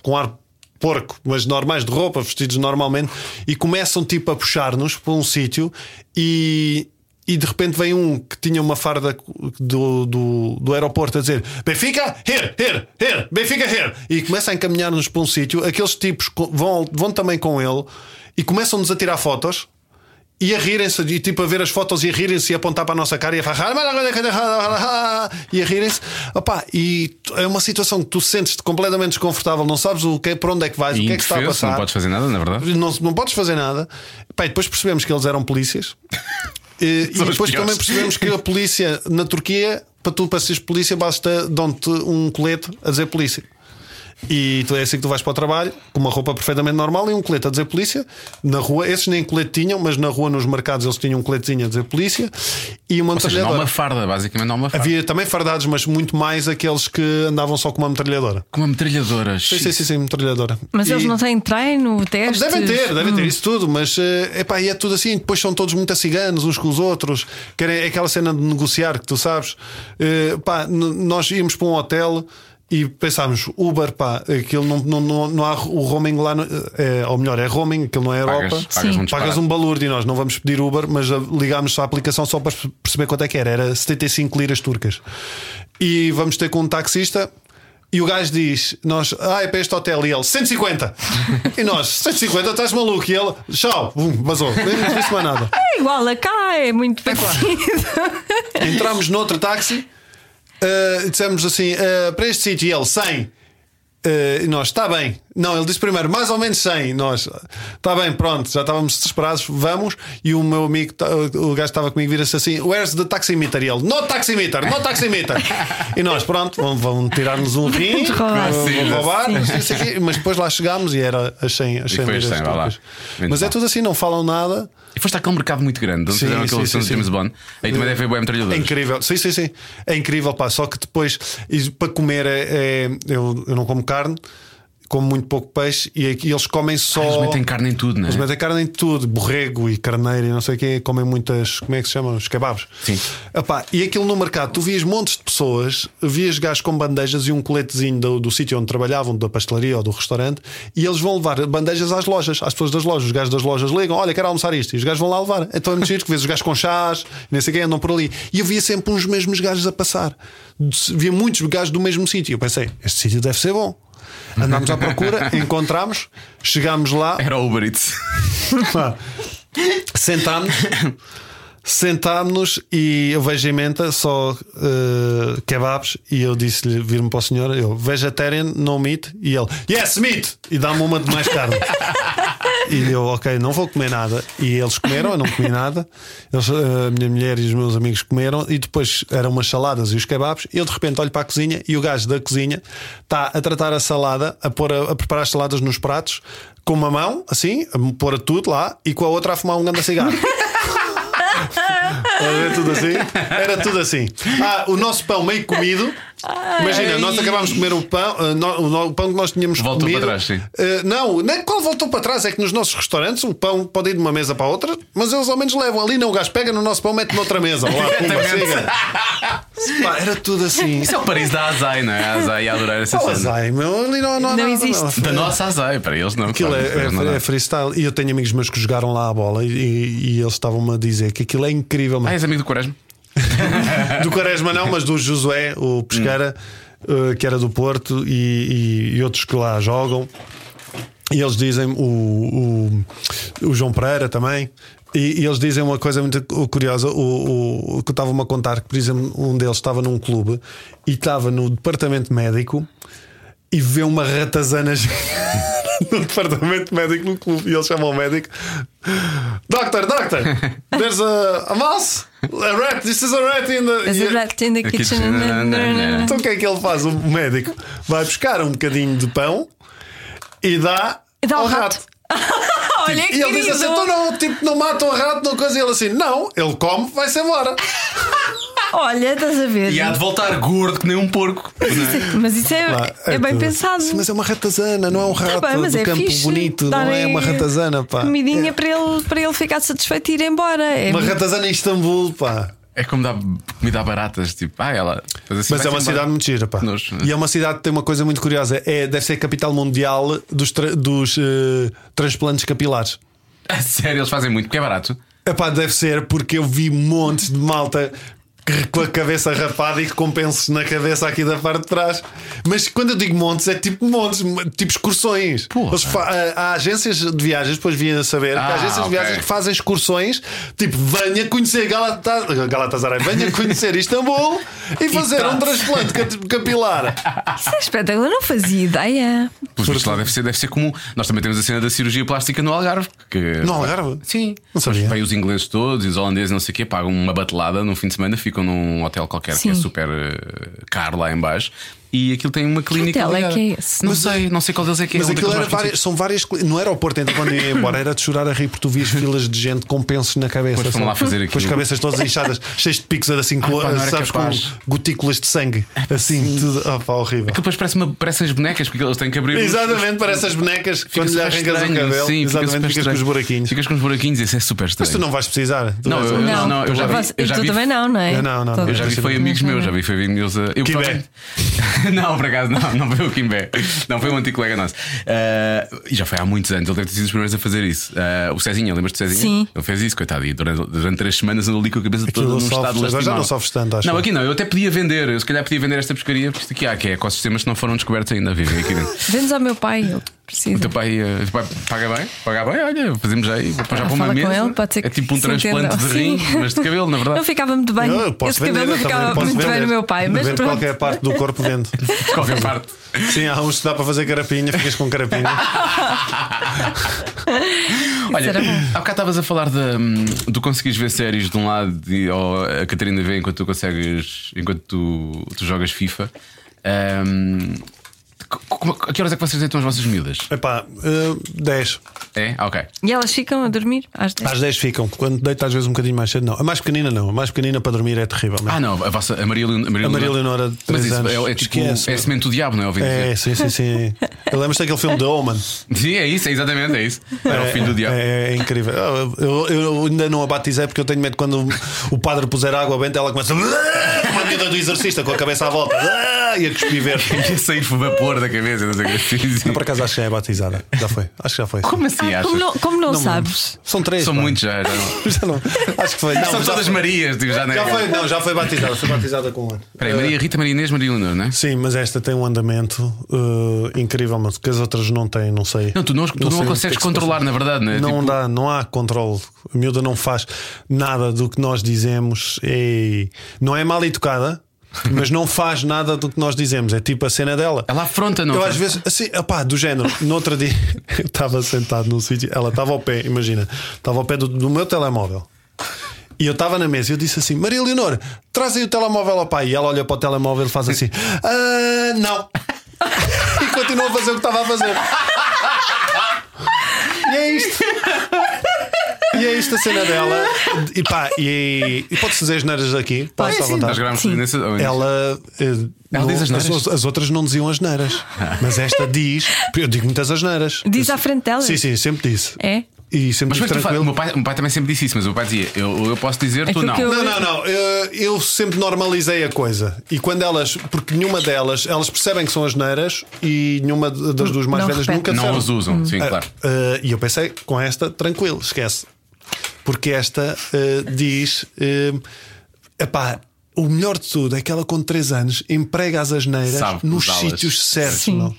com ar porco, mas normais de roupa, vestidos normalmente, e começam tipo a puxar-nos para um sítio e. E de repente vem um que tinha uma farda do, do, do aeroporto a dizer Benfica, here, here, here, Benfica, here. E começa a encaminhar-nos para um sítio. Aqueles tipos co- vão, vão também com ele e começam-nos a tirar fotos e a rirem-se, e tipo a ver as fotos e a rirem-se e a apontar para a nossa cara e a falar e a rirem-se. Opá, e tu- é uma situação que tu sentes-te completamente desconfortável, não sabes o que, para onde é que vais, E o que é que está a indefeso, passar. não podes fazer nada, na verdade. não, não podes fazer nada. Pá, e depois percebemos que eles eram polícias. E, e São os depois também piores. percebemos que a polícia na Turquia, para tu para seres polícia, basta dão-te um colete a dizer polícia. E tu, é assim que tu vais para o trabalho, com uma roupa perfeitamente normal e um colete a dizer polícia. Na rua, esses nem colete tinham, mas na rua, nos mercados, eles tinham um coletezinho a dizer polícia e uma Ou seja, não há metralhadora. uma farda, basicamente não há uma farda. Havia também fardados, mas muito mais aqueles que andavam só com uma metralhadora. Com uma metralhadora. Sim, é assim, sim, sim, sim metralhadora. Mas E- eles não têm treino, testes. Devem ter, devem Hum. ter isso tudo, mas eh, epá, e é tudo assim. Depois são todos muito ciganos uns com os outros. Querem é aquela cena de negociar que tu sabes. Eh, pá, n- nós íamos para um hotel e pensámos, Uber, pá, aquilo não, não, não, não há o roaming lá, no- eh, ou melhor, é roaming, aquilo não é Europa. Pagas, pagas Sim. um Pagas disparate. um balúrdio e nós não vamos pedir Uber, mas ah, ligámos à aplicação só para perceber quanto é que era. Era 75 liras turcas. E vamos ter com um taxista. E o gajo diz: Nós, ah, é para este hotel. E ele, 150. e nós, 150, estás maluco. E ele, tchau, bum, vazou. Nem nos disse mais nada. É igual a cá, é muito parecido. eh, Entramos noutro táxi, ah, dissemos assim: ah, para este sítio. E ele, 100. Ah, Eh, e nós, está bem. Não, ele disse primeiro, mais ou menos 100. E Nós, está bem, pronto, já estávamos desesperados, vamos. E o meu amigo, tá- o gajo que estava comigo, vira-se assim: Where's the taximeter? E ele, No taximeter, no taximeter. e nós, pronto, vão, vão tirar-nos um rim, roubar. vão- Sim. vão roubar. não sei o quê. Mas depois lá chegámos e era as 100, as 100 foi as liras 100, vá lá. turcas. Menos Mas é mal. tudo assim, não falam nada. E foste àquele mercado muito grande, onde Sim, fizeram sim, aquela versão sim, de James sim. Bond. Aí também deve haver boa É metralhadores. incrível, sim, sim, sim. É incrível, pá. Só que depois, e para comer, é, é- eu, eu não como carne, como muito pouco peixe e, aqui eles comem só. Eles metem carne em tudo, não é? Eles metem carne em tudo, borrego e carneiro e não sei o quê, comem muitas, como é que se chamam? Os kebabs. Sim. Epá, e aquilo no mercado, tu vias montes de pessoas, vias gajos com bandejas e um coletezinho do, do sítio onde trabalhavam, da pastelaria ou do restaurante, e eles vão levar bandejas às lojas, às pessoas das lojas. Os gajos das lojas ligam, olha, quero almoçar isto, e os gajos vão lá levar. Então é muito giro que vês os gajos com chás, nem sei quem andam por ali. E eu via sempre uns mesmos gajos a passar. Via muitos gajos do mesmo sítio. Eu pensei, este sítio deve ser bom. Andámos à procura, encontramos, chegámos lá, Era o Uber Eats. Pá. Sentámos-nos Sentámos-nos e eu vejo em menta só eh, kebabs e eu disse-lhe, vir-me para o senhor, eu vegetarian, no meat, e ele, yes, meat! E dá-me uma de mais carne. e eu, ok, não vou comer nada. E eles comeram, eu não comi nada. Eles, eh, a minha mulher e os meus amigos comeram, e depois eram umas saladas e os kebabs. E eu de repente olho para a cozinha e o gajo da cozinha está a tratar a salada, a, pôr a, a preparar as saladas nos pratos, com uma mão, assim, a pôr tudo lá, e com a outra a fumar um grande cigarro. Estás a ver tudo assim? Era tudo assim. Ah, o nosso pão meio comido. Imagina, nós acabámos de comer o pão, ah, no- o no- o pão que nós tínhamos Voltou comido. para trás, sim. Ah, não, nem qual voltou para trás é que nos nossos restaurantes o pão pode ir de uma mesa para outra, mas eles ao menos levam ali, não. O gajo pega no nosso pão, mete noutra mesa. Lá, pumba, Exatamente. siga. Pá, era tudo assim. Isso é o Paris da Azai, não é? A Azai ia adorar essa Qual cena. azai, um meu? Ali não, não, Não há nada, existe. Da nossa Azai, para eles não. Aquilo claro, é, não dá. é- é freestyle. E eu tenho amigos meus que jogaram lá a bola e, e eles estavam-me a dizer que aquilo é incrível. Ah, Mas és amigo do Quaresma? É. do Quaresma não, mas do Josué, o Pescara, Hum. eh, que era do Porto, e, e- e outros que lá jogam. E eles dizem, o, o, o João Pereira também. E, e eles dizem uma coisa muito curiosa, o, o- o que estava-me a contar, que por exemplo, um deles estava num clube e estava no departamento médico e vê uma ratazana no departamento médico no clube. E ele chama o médico: Doctor, doctor, there's a, a mouse, a rat, this is a rat in the. As a rat in the Aqui- kitchen. na- na- na- Então o que é que ele faz? O médico vai buscar um bocadinho de pão e dá, Dá ao ao rato. Olha, E ele diz assim: então não, tipo, não mata o rato, não coisa. E ele assim: não, ele come, vai-se embora. Olha, estás a ver? E há de voltar gordo que nem um porco. Mas isso é, Pá, é, bem tudo. pensado. Sim, mas é uma ratazana, não é um rato Tá bem, mas do é campo fixe bonito, não é darem uma ratazana, pá. É. Comidinha para, ele, para ele ficar satisfeito e ir embora. É Uma muito- ratazana em Istambul, pá. É como dar comida a baratas, tipo, ah, ela. faz assim, Mas vai-se é uma embora. cidade muito gira, pá. Nojo. E é uma cidade que tem uma coisa muito curiosa: é, deve ser a capital mundial dos, tra- dos eh, transplantes capilares. A sério, eles fazem muito, porque é barato. Epá, deve ser porque eu vi montes de malta que- com a cabeça rapada e que com pensos na cabeça aqui da parte de trás. Mas quando eu digo montes, é tipo montes, m- tipo excursões. Porra. Eles fa- há- há agências de viagens, depois vim a saber, que há Ah, agências de ok. viagens que fazem excursões, tipo, venha conhecer Galata- Galatasaray, venha conhecer Istambul e fazer um transplante cap- capilar. Isso é espetáculo, eu não fazia ideia. Pelos vistos lá deve ser, deve ser comum. Nós também temos a cena da cirurgia plástica no Algarve. Que... No Algarve? Sim. Não sabia. É. Vêm os ingleses todos e os holandeses, não sei o quê, pagam uma batelada num fim de semana, ficam num hotel qualquer que é Sim. super eh, caro lá em baixo. E aquilo tem uma clínica. hotel é ligada. que é esse? Não sei, não sei qual deles é que é. Mas um aquilo daqueles era mais conhecidos. várias, são várias. cli- No aeroporto, então, quando eu ia embora, era de chorar a rir porque tu vias filas de gente com pensos na cabeça. Pois foram lá sabe? fazer Com as aquilo. Ah, cabeças todas inchadas, cheias de picos, assim, com, pá, não era sabes, com capaz. gotículas de sangue. Assim, tudo. Ah, pá, horrível. Aquilo depois parece, uma, parece as bonecas, porque eles têm que abrir. os- Exatamente, para essas bonecas, quando lhe super arrancas estranho, o sim, cabelo, fica exatamente, super ficas com estranho. os buraquinhos. Ficas com os buraquinhos, isso é super Mas estranho. tu não vais precisar. Tu Não, vais- eu- Não, não, eu já vi- eu já tu vi- também não, não é? Uhum. Eu não, não, não. Eu já vi foi amigos meus, já vi foi amigos meus. eh, Eu, Kimbé. não, por acaso não, não foi o Kimbé. Não, foi um antigo colega nosso. Ah, e já foi há muitos anos, ele deve ter sido os primeiros a fazer isso. Ah, o Cezinha, lembras-te do Cezinha? Sim. Ele fez isso, coitado. E durante, durante três semanas andou ali com a cabeça Aquilo toda num sofres, estado agora já lastimável. não sofres tanto, acho Não, eu. aqui não, eu até podia vender. Eu se calhar podia vender esta pescaria, porque isto aqui há que é ecossistemas que não foram descobertos ainda, vivem aqui dentro. Vendes ao meu pai. ele- O precisa. Então, teu pai, eh, o teu pai paga bem? Paga bem, olha, fazemos aí, vou já para uma Fala com mesa. ele, pode ser é tipo um que se entendam. transplante de rim, Sim. mas de cabelo, na Eu verdade. ficava muito bem. Eu posso Esse cabelo vender, eu também ficava posso muito bem vender. no meu pai, mas Vendo pronto. qualquer parte do corpo vendo. De qualquer parte. Sim, há uns que dá para fazer carapinha, ficas com carapinha. Olha, era bom. há bocado estavas a falar de, hum, do conseguires ver séries de um lado e, ou a Catarina vê enquanto tu consegues, enquanto tu, tu jogas FIFA. Hum, co- como- a que horas é que vocês deitam as vossas miúdas? Epá, eh, 10. É? Ah, Ok. E elas ficam a dormir às É. 10. Às 10 ficam. Quando deita às vezes um bocadinho mais cedo, não. A mais pequenina não. A mais pequenina para dormir é terrível. Ah, mesmo. não, a vossa a Maria, Leon- a Maria, A Maria Leonor- Leonora de Mas 3 isso é, anos. é tipo. Esquece, é meu. semente do diabo, não é? Ouvi É, dizer. sim, sim, sim. Eu lembro-me daquele filme The Omen. Sim, é isso, é exatamente, é isso. Era o filho do diabo. É, é incrível. Eu, eu- eu ainda não a batizei porque eu tenho medo quando o padre puser água benta, ela começa. Uma miúda do exorcista com a cabeça à volta e a cuspir verde. Ia sair vapor da cabeça, não sei o que. Sim, sim. Por acaso acho que já é batizada. Já foi. Acho que já foi. Como assim, Ah, achas? como não, como não Não me sabes? São três. São pá. muitos já. já não. Já não. Acho que foi. Não, São já todas foi. Marias, tipo, já não é. Já foi, não, já foi batizada. Foi batizada com um ano. Peraí, Maria Rita, Maria Inês, Maria Leonor, não é? Sim, mas esta tem um andamento eh, incrível, mas que as outras não têm, não sei. Não, tu não, tu não sei a o que consegues é que se controlar, passa. na verdade, não é? Não Tipo, dá, não há controle. A miúda não faz nada do que nós dizemos. E não é mal educada, mas não faz nada do que nós dizemos. É tipo a cena dela. Ela afronta, não Eu afronta? às vezes, assim, opá, do género, no outro dia eu estava sentado num sítio, ela estava ao pé, imagina, estava ao pé do, do meu telemóvel. E eu estava na mesa e eu disse assim: Maria Leonor, traz aí o telemóvel ao pai. E ela olha para o telemóvel e faz assim: "Ah, não. e continua a fazer o que estava a fazer. E é isto. E é isto a cena dela. E pá, e, e pode-se dizer as neiras aqui? Posso à sim, vontade? Nós gravámos Sim. nesse- ou nesse- Ela, eh, é Ela diz as neiras? as, as outras não diziam as neiras, mas esta diz. Eu digo muitas asneiras. Diz Eu- à frente dela? Sim, sim, sempre disse. É? E Mas sempre depois tu disse fazes. O tranquilo. meu pai, o meu pai também sempre disse isso, mas o meu pai dizia: Eu, eu posso dizer, tu Aquilo não. É que eu- Não, não, não. Eu, eu sempre normalizei a coisa. E quando elas, porque nenhuma delas, elas percebem que são asneiras e nenhuma de- das duas mais Não velhas repete. nunca Não disseram. os usam, sim, Ah, claro. ah, e eu pensei, com esta, tranquilo, esquece. Porque esta ah, diz: ah, epá, o melhor de tudo é que ela com 3 anos emprega as asneiras Sabe nos usá-las. sítios certos. Sim. Não?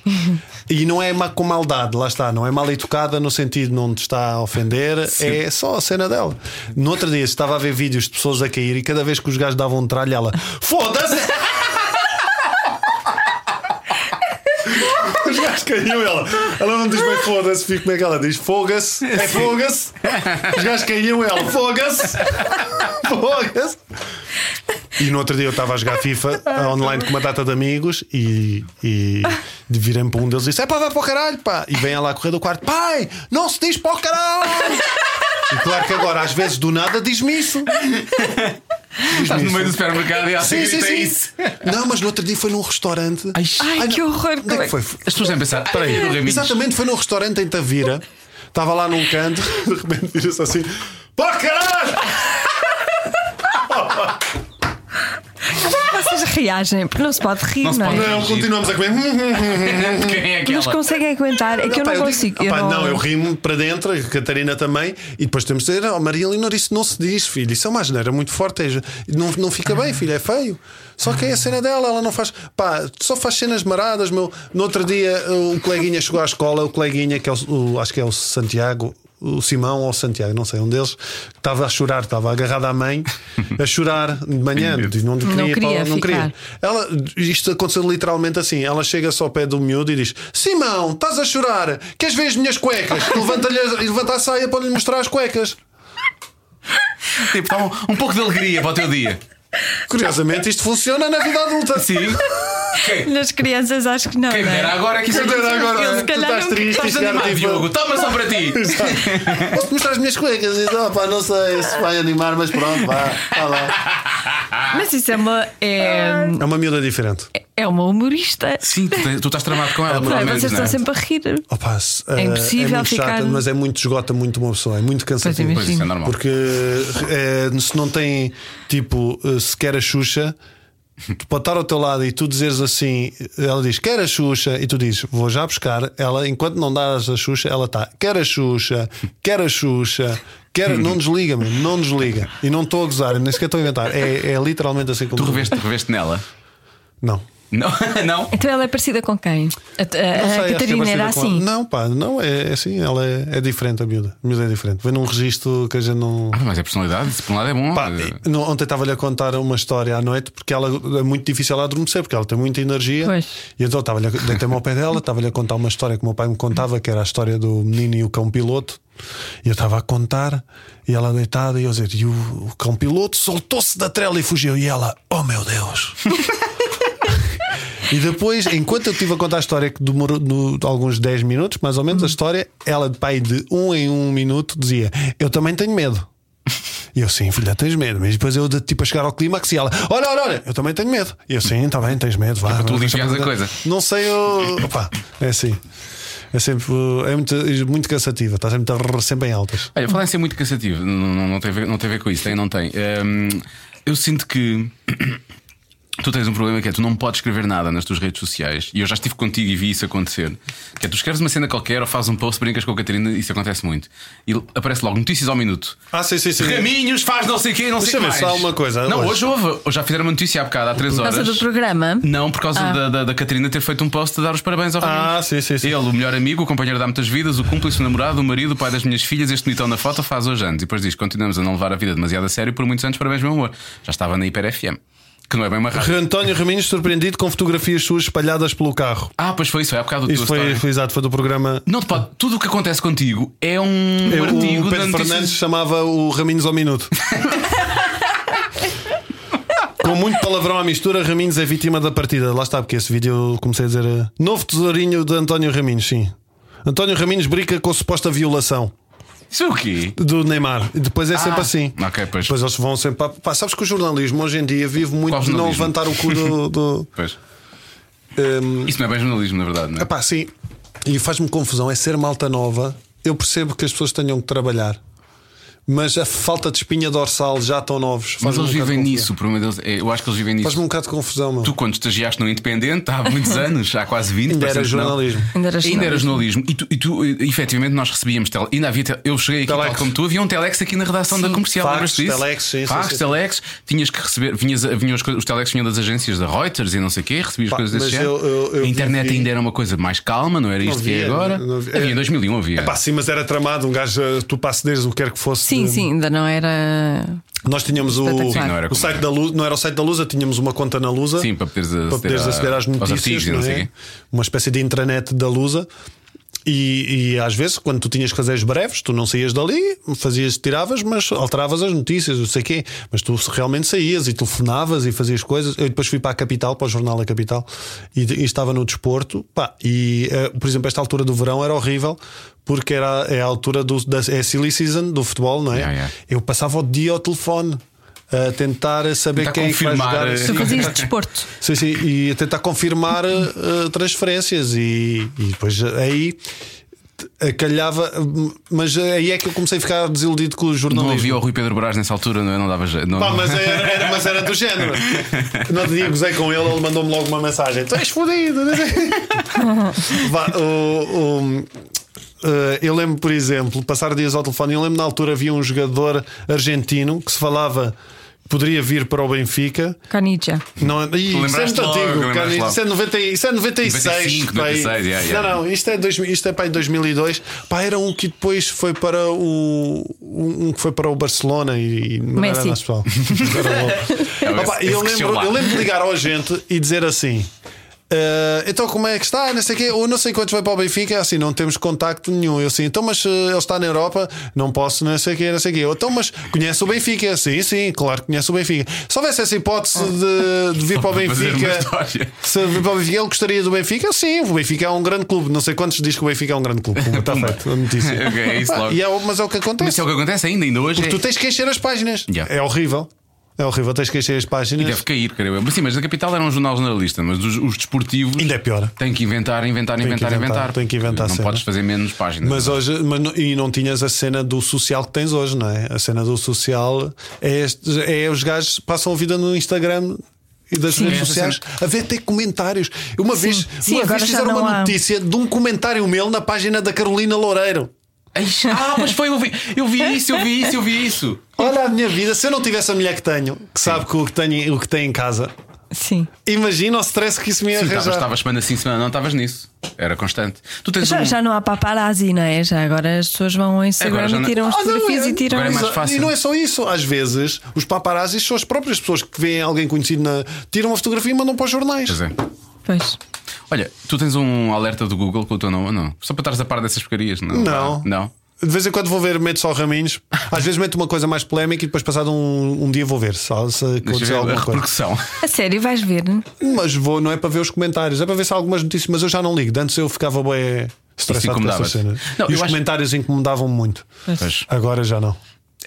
E não é má, com maldade, lá está, não é mal educada no sentido de não te está a ofender, é só a cena dela. No outro dia estava a ver vídeos de pessoas a cair e cada vez que os gajos davam um tralho, ela foda-se! Os gajos caíam ela. Ela não diz bem foda-se, fico como é que ela diz? Foga-se, é foga-se. Os gajos caíam ela, foga-se, foga-se. E no outro dia eu estava a jogar FIFA online com uma data de amigos e, e virei-me para um deles e disse: É pá, vai para o caralho, pá. E vem ela a correr do quarto: Pai, não se diz para o caralho. E claro que agora, às vezes, do nada, diz-me isso. Estás no meio do supermercado e ela Sim, sim, grita sim. isso. Não, mas no outro dia foi num restaurante. Ai, Ai, que horror! Onde é Como que é que- foi? As pessoas devem pensar: Peraí, o Raminhos. Exatamente, foi num restaurante em Tavira. Estava lá num canto, de repente vira-se assim: Pá, caralho! Vocês reagem, porque não se pode rir, Não não, se pode é? Não, continuamos a comer. Quem é Mas aquela? conseguem aguentar. É que eu Pá, não digo, consigo. Eu "Pá, não- não, eu rimo para dentro, a Catarina também, e depois temos de dizer: oh, Maria Leonor, isso não se diz, filho, isso é uma geneira muito forte, é- não, não fica bem, filho, é feio. Só que é a cena dela, ela não faz. Pá, só faz cenas maradas, meu. No outro dia, um coleguinha chegou à escola, o coleguinha, que é o, o- acho que é o Santiago. O Simão ou o Santiago, não sei, um deles estava a chorar, estava agarrado à mãe, a chorar de manhã, de- não, queria, ir para queria lá, não queria. ficar. Ela, isto aconteceu literalmente assim. Ela chega-se ao pé do miúdo e diz: Simão, estás a chorar? Queres ver as minhas cuecas? Levanta-lhe a- levanta a saia para lhe mostrar as cuecas. Tipo, dá um, um pouco de alegria para o teu dia. Curiosamente, isto funciona na vida adulta. Sim. Quem, Nas crianças acho que não. quem não me é? dera agora que isso Quer dizer, agora Ele se tu calhar estás não triste e Estás chegar animado, Diogo. tipo. Toma só para ti. Posso mostrar as minhas cuecas? E, "Oh, pá, não sei se vai animar, mas pronto, vá, vá lá. Mas isso é uma. É, É uma miúda diferente. é uma humorista. Sim, tu, tens- tu estás tramado com ela, Não é? provavelmente. Vocês não estão é? sempre a rir. Opa, se- eh, É impossível muito ficar- chata, mas é muito esgota muito uma pessoa, é muito cansativo. Pois assim. isso é normal. Porque eh, se não tem tipo eh, sequer a Xuxa, tu pode estar ao teu lado e tu dizeres assim, ela diz quer a Xuxa, e tu dizes vou já buscar. Ela, enquanto não dás a Xuxa, ela está quer a Xuxa, quer a Xuxa. Quer, não desliga, meu, não desliga. E não estou a gozar, nem sequer estou a inventar. É, é literalmente assim como. Tu reveste, reveste nela. Não. Não, não. Então ela é parecida com quem? A, a- a Não sei, acho que é Catarina parecida era com ela. assim. Não, pá, não, é, é assim, ela é, é diferente, a miúda. A miúda é diferente. Vem num registro que a gente não. Ah, mas a personalidade, isso por um lado é bom. Pá, e- no- ontem estava-lhe a contar uma história à noite porque ela é muito difícil ela adormecer, porque ela tem muita energia. Pois. E então estava-lhe a- deitei-me ao pé dela, estava-lhe a contar uma história que o meu pai me contava, que era a história do menino e o cão piloto. E eu estava a contar, e ela deitada, e eu a dizer, e o, o cão piloto soltou-se da trela e fugiu. E ela, oh meu Deus! E depois, enquanto eu estive a contar a história, que demorou no- alguns 10 minutos, mais ou menos, a Uhum. história, ela de pai de um em um minuto dizia: Eu também tenho medo. E eu, sim, filha, tens medo. Mas depois eu, de, tipo, a chegar ao clímax e ela: Olha, olha, olha, eu também tenho medo. E eu, sim, também tens medo. Vá, É para tu vá, aliviares deixa-me a fazer." coisa. Não sei, eu. Opa, é assim. É sempre. É muito, é muito cansativa. Está sempre, tá sempre em altas. Olha, falar em ser muito cansativo, não, não, não tem a ver, não tem a ver com isso, tem não tem. Hum, eu sinto que tu tens um problema que é tu não podes escrever nada nas tuas redes sociais, e eu já estive contigo e vi isso acontecer. Que é tu escreves uma cena qualquer ou fazes um post, brincas com a Catarina, isso acontece muito. E aparece logo notícias ao minuto. Ah, sim, sim, sim. Raminhos faz não sei o quê, não sei Deixa o que eu ver mais. só uma coisa, Não, hoje, hoje. houve. Hoje já fizeram uma notícia há bocado, há três Por horas. causa do Ah. programa. Não, por causa da, da, da Catarina ter feito um post a dar os parabéns ao Raminhos. Ah, sim, sim, sim. Ele, o melhor amigo, o companheiro de há muitas vidas, o cúmplice, o namorado, o marido, o pai das minhas filhas, este bonitão na foto faz hoje anos. E depois diz: continuamos a não levar a vida demasiado a sério por muitos anos, parabéns, meu amor. Já estava na Hiper FM, que não é bem uma rádio. António Raminhos surpreendido com fotografias suas espalhadas pelo carro. Ah, pois foi isso, é há bocado a tua Isso foi, história. foi, exato, foi do programa Não, pá, tudo o que acontece contigo é um Eu, artigo da o Pedro notícia- Fernandes chamava o Raminhos ao minuto. Com muito palavrão à mistura, Raminhos é vítima da partida. Lá está, porque esse vídeo eu comecei a dizer. eh, Novo tesourinho de António Raminhos, sim. António Raminhos brinca com suposta violação Isso é o quê? do Neymar. E depois é sempre assim. Ok, pois. Depois eles vão sempre. Pá, pá, sabes que o jornalismo hoje em dia vive muito Qual de não jornalismo? levantar o cu do. do Pois. ehm, Isso não é bem jornalismo, na verdade, não é? Epá, sim. E faz-me confusão, é ser malta nova. Eu percebo que as pessoas tenham que trabalhar, mas a falta de espinha dorsal já estão novos. Mas eles faz-me um bocado de vivem confusão. nisso, o problema deles é- eu acho que eles vivem nisso. Faz-me um bocado de confusão, meu. Tu, quando estagiaste no Independente, há muitos anos, há quase 20, Ainda era parece que não. jornalismo. Ainda era Ainda era jornalismo. E tu, e tu, eh, efetivamente, nós recebíamos. Tele... Ainda havia. tele- Eu cheguei aqui, Telex. tal como tu, havia um telex aqui na redação da comercial. fax, lembras-te disso? telex, sim, sim, fax, sim. telex. Tinhas que receber. Vinhas, a- vinham as coisas- os telex vinham das agências da Reuters e não sei o quê, recebias Pá, coisas desse mas género. eu- eu- eu a internet vivi- ainda era uma coisa mais calma, não era isto que é havia, agora. não havia- É Havia em 2001, havia. Epá, sim, mas era tramado. Um gajo, eh, tu passes desde o que quer que Sim, fosse. Eh, sim, ainda não era. Nós tínhamos o, Espetacular. Sim, não era o como site era. da Lusa, não era o site da Lusa, tínhamos uma conta na Lusa Sim, para poderes para aceder poderes a- aceder às aos notícias, artigos e não não sei é? quê. uma espécie de intranet da Lusa. E, e às vezes, quando tu tinhas que fazer as breves, tu não saías dali, fazias, tiravas, mas alteravas as notícias, não sei quê. Mas tu realmente saías e telefonavas e fazias coisas. Eu depois fui para a capital, para o jornal da capital, e, e estava no desporto. Pá, e, eh, por exemplo, esta altura do verão era horrível, porque era, é a altura do, da, é a silly season do futebol, não é? Yeah, yeah. Eu passava o dia ao telefone a tentar saber Tentar quem é que vai confirmar, jogar. eh, Tu Sim. fazias desporto. Sim, sim, e a tentar confirmar eh, transferências e, e depois aí t- calhava, mas aí é que eu comecei a ficar desiludido com o Não havia jornalismo. o Rui Pedro Brás nessa altura, não, é? não dava jeito. Não... Pá, mas, era, era- mas era do género. No outro dia gozei com ele, ele mandou-me logo uma mensagem: Tu és fodido. Vá, o- o- eh, eu lembro, por exemplo, passar dias ao telefone. Eu lembro na altura havia um jogador argentino que se falava que poderia vir para o Benfica. Canidia. Não, ih, isso é Lembraste muito logo, antigo, lembraste cara, logo. isso, é 90, e- isso é 96. 95, pá, 96, yeah, yeah. Não, não, isto é, dois, isto é pá, em 2002. Pá, era um que depois foi para o. Um um que foi para o Barcelona e. e não Messi. Era nosso pessoal. Era um louco. É, Ah, pá, esse- eu, esse cresceu lembro, lá. eu lembro de ligar ao agente e dizer assim. "Ah, então como é que está? Não sei quê. Ou não sei quantos vai para o Benfica. Assim, não temos contacto nenhum. Eu assim, então, mas ah, ele está na Europa, não posso, não sei quê, não sei quê. Eu, então, mas conhece o Benfica? Sim, sim, claro que conhece o Benfica. Se houvesse essa hipótese de, de vir para o Ah. Fazer uma Benfica, história. se vir para o Benfica, ele gostaria do Benfica? Sim, o Benfica é um grande clube. Não sei quantos diz que o Benfica é um grande clube. Pumba, Está feito, a notícia. Ok, é isso Pá, logo. e é o- mas é o que acontece. Mas isso é o que acontece ainda, ainda hoje. Porque é- tu tens que encher as páginas. Yeah. É horrível. É horrível, tens que encher as páginas. Deve cair, creio eu. Mas sim, mas a capital era um jornal jornalista, mas os, os desportivos. Ainda é pior. Têm que inventar, inventar, que inventar, inventar, inventar. tem que inventar Não cena. podes fazer menos páginas. Mas hoje, mas não- e não tinhas a cena do social que tens hoje, não é? A cena do social é, este- é os gajos que passam a vida no Instagram e das redes essa sociais a ver até comentários. Eu Uma vez, Sim, uma agora vez já fizeram não uma há. notícia de um comentário meu na página da Carolina Loureiro. Ai, ah, mas foi, eu vi, eu vi isso, eu vi isso, eu vi isso. Olha a minha vida, se eu não tivesse a mulher que tenho, que sabe que o que, tenho, o que tem em casa, Sim. Imagina o stress que isso me ia Sim, tá, arranjar. estavas semana sim, assim semana não, estavas nisso. Era constante. Tu tens Já, um- já não há paparazzi, não é? Já agora as pessoas vão ao Instagram Agora já e não- tiram os Ah, não, fotografias é- um e tiram. agora é mais Mas, fácil. E não é só isso. Às vezes, os paparazzis são as próprias pessoas que veem alguém conhecido na. tiram a fotografia e mandam para os jornais. Pois é. Pois. Olha, tu tens um alerta do Google com o teu nome ou não? Só para estares a par dessas porcarias, não? Não. Não. De vez em quando vou ver, meto só raminhos. Às vezes meto uma coisa mais polémica e depois, passado um, um dia, vou ver se, se Deixa eu aconteceu ver a alguma coisa. repercussão. A sério, vais ver? Mas vou, não é para ver os comentários, é para ver se há algumas notícias. Mas eu já não ligo. De Antes eu ficava bem estressado com essas incomodava-te. cenas. Não, e eu os acho- comentários incomodavam-me muito. Pois. Agora já não.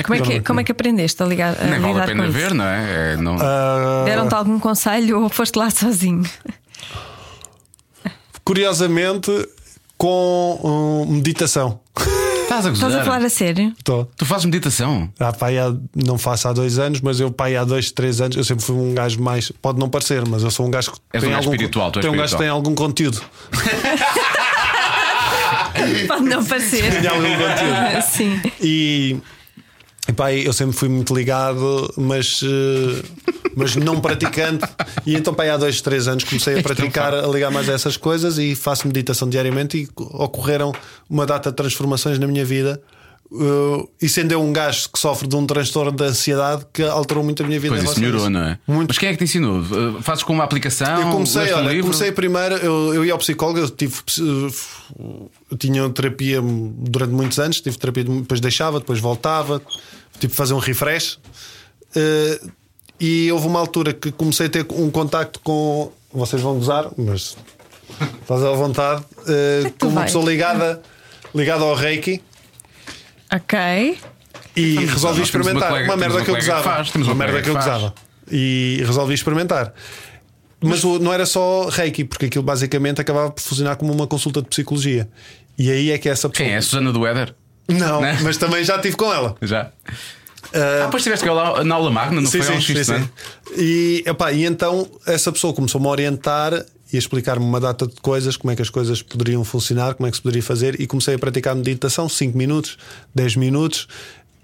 Como é Já que, não como é que aprendeste a ligar? A Nem vale a lidar pena com isso? ver, não é? É, não... Ah, Deram-te algum conselho ou foste lá sozinho? curiosamente, com hum, meditação. Estás a gozar. Estás a falar a sério? Estou. Tu fazes meditação? Ah, pá, há- não faço há dois anos, mas eu pai há dois, três anos, eu sempre fui um gajo mais. Pode não parecer, mas eu sou um gajo que És tem um gajo algum espiritual, tu és tem um gajo que espiritual. tem algum conteúdo. Pode não parecer. Tem um algum conteúdo. Sim. E, e pá, eu sempre fui muito ligado, mas, eh, mas não praticante. E então, pá, há dois, três anos comecei Então, a praticar, a ligar mais a essas coisas e faço meditação diariamente. E ocorreram uma data de transformações na minha vida. Eh, e sendo eu um gajo que sofre de um transtorno de ansiedade que alterou muito a minha vida. em Pois isso relação a melhorou, isso. não é? Muito. Mas quem é que te ensinou? Uh, Fazes com uma aplicação? Eu comecei, leste um olha, livro? comecei primeiro, eu, eu ia ao psicólogo, eu tive. eh, Eu tinha terapia durante muitos anos, tive terapia, depois deixava, depois voltava, tive que fazer um refresh. Eh, e houve uma altura que comecei a ter um contacto com. Vocês vão gozar, mas estás à vontade. eh, que com uma vai? pessoa ligada, ligada ao Reiki. Ok. E Vamos lá, resolvi nós temos experimentar uma uma, colega- temos merda uma que eu colega que gozava. faz, temos uma merda colega que eu que faz. gozava. E resolvi experimentar. Mas o- não era só reiki, porque aquilo basicamente acabava por funcionar como uma consulta de psicologia. E aí é que essa pessoa. Quem é? A Susana do Éder? Não, Né? mas também já estive com ela. Já. Eh, Ah, pois tiveste que ir lá na aula magna, não foi? Há uns X, não é? E, epá, e então essa pessoa começou-me a orientar e a explicar-me uma data de coisas, como é que as coisas poderiam funcionar, como é que se poderia fazer, e comecei a praticar meditação 5 minutos, 10 minutos.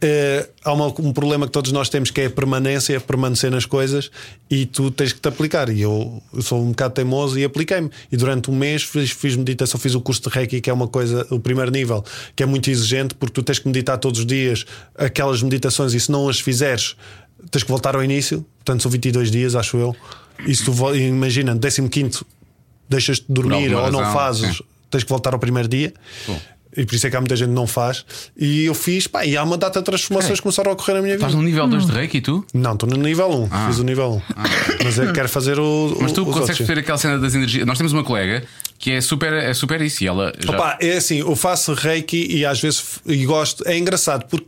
Eh, há uma- um problema que todos nós temos que é a permanência, permanecer nas coisas e tu tens que te aplicar. E eu, eu sou um bocado teimoso e apliquei-me. E durante um mês fiz, fiz meditação, fiz o curso de Reiki, que é uma coisa, o primeiro nível, que é muito exigente porque tu tens que meditar todos os dias aquelas meditações e se não as fizeres, tens que voltar ao início, portanto são 22 dias, acho eu. E se tu vo- imagina, 15, deixas-te dormir alguma ou não razão, fazes, sim. tens que voltar ao primeiro dia. Bom. E por isso é que há muita gente que não faz. E eu fiz, pá, e há uma data de transformações que começaram a ocorrer na minha vida. Estás no nível Hum. 2 de Reiki e tu? Não, estou no nível 1, fiz o nível 1. Mas eu quero fazer o. Ah. Mas tu os consegues outros, sim. ter aquela cena das energias. Nós temos uma colega que é super, é super isso e ela já. Opa, é assim, eu faço reiki e às vezes f- e gosto. É engraçado porque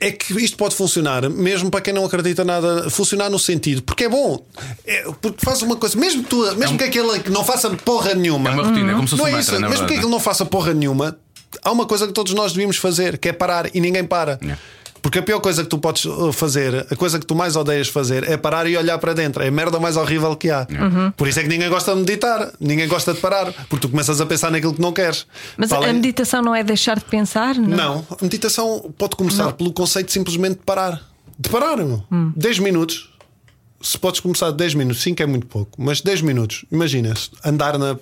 é que isto pode funcionar, mesmo para quem não acredita nada, funcionar no sentido, porque é bom, É, porque faz uma coisa, mesmo, tu, mesmo que aquele que não faça porra nenhuma, um É uma rotina, é como se fosse não um é mantra, isso, na mesmo verdade, que aquele não faça porra nenhuma, há uma coisa que todos nós devíamos fazer, que é parar e ninguém para. Yeah. Porque a pior coisa que tu podes uh, fazer, a coisa que tu mais odeias fazer, é parar e olhar para dentro. É a merda mais horrível que há. Uhum. Por isso é que ninguém gosta de meditar, ninguém gosta de parar, porque tu começas a pensar naquilo que não queres. Mas Para a além- meditação não é deixar de pensar? Não. Não, a meditação pode começar pelo conceito de simplesmente de parar. De parar, meu. 10 minutos. Se podes começar de 10 minutos, 5 é muito pouco, mas 10 minutos, imagina, se andar na,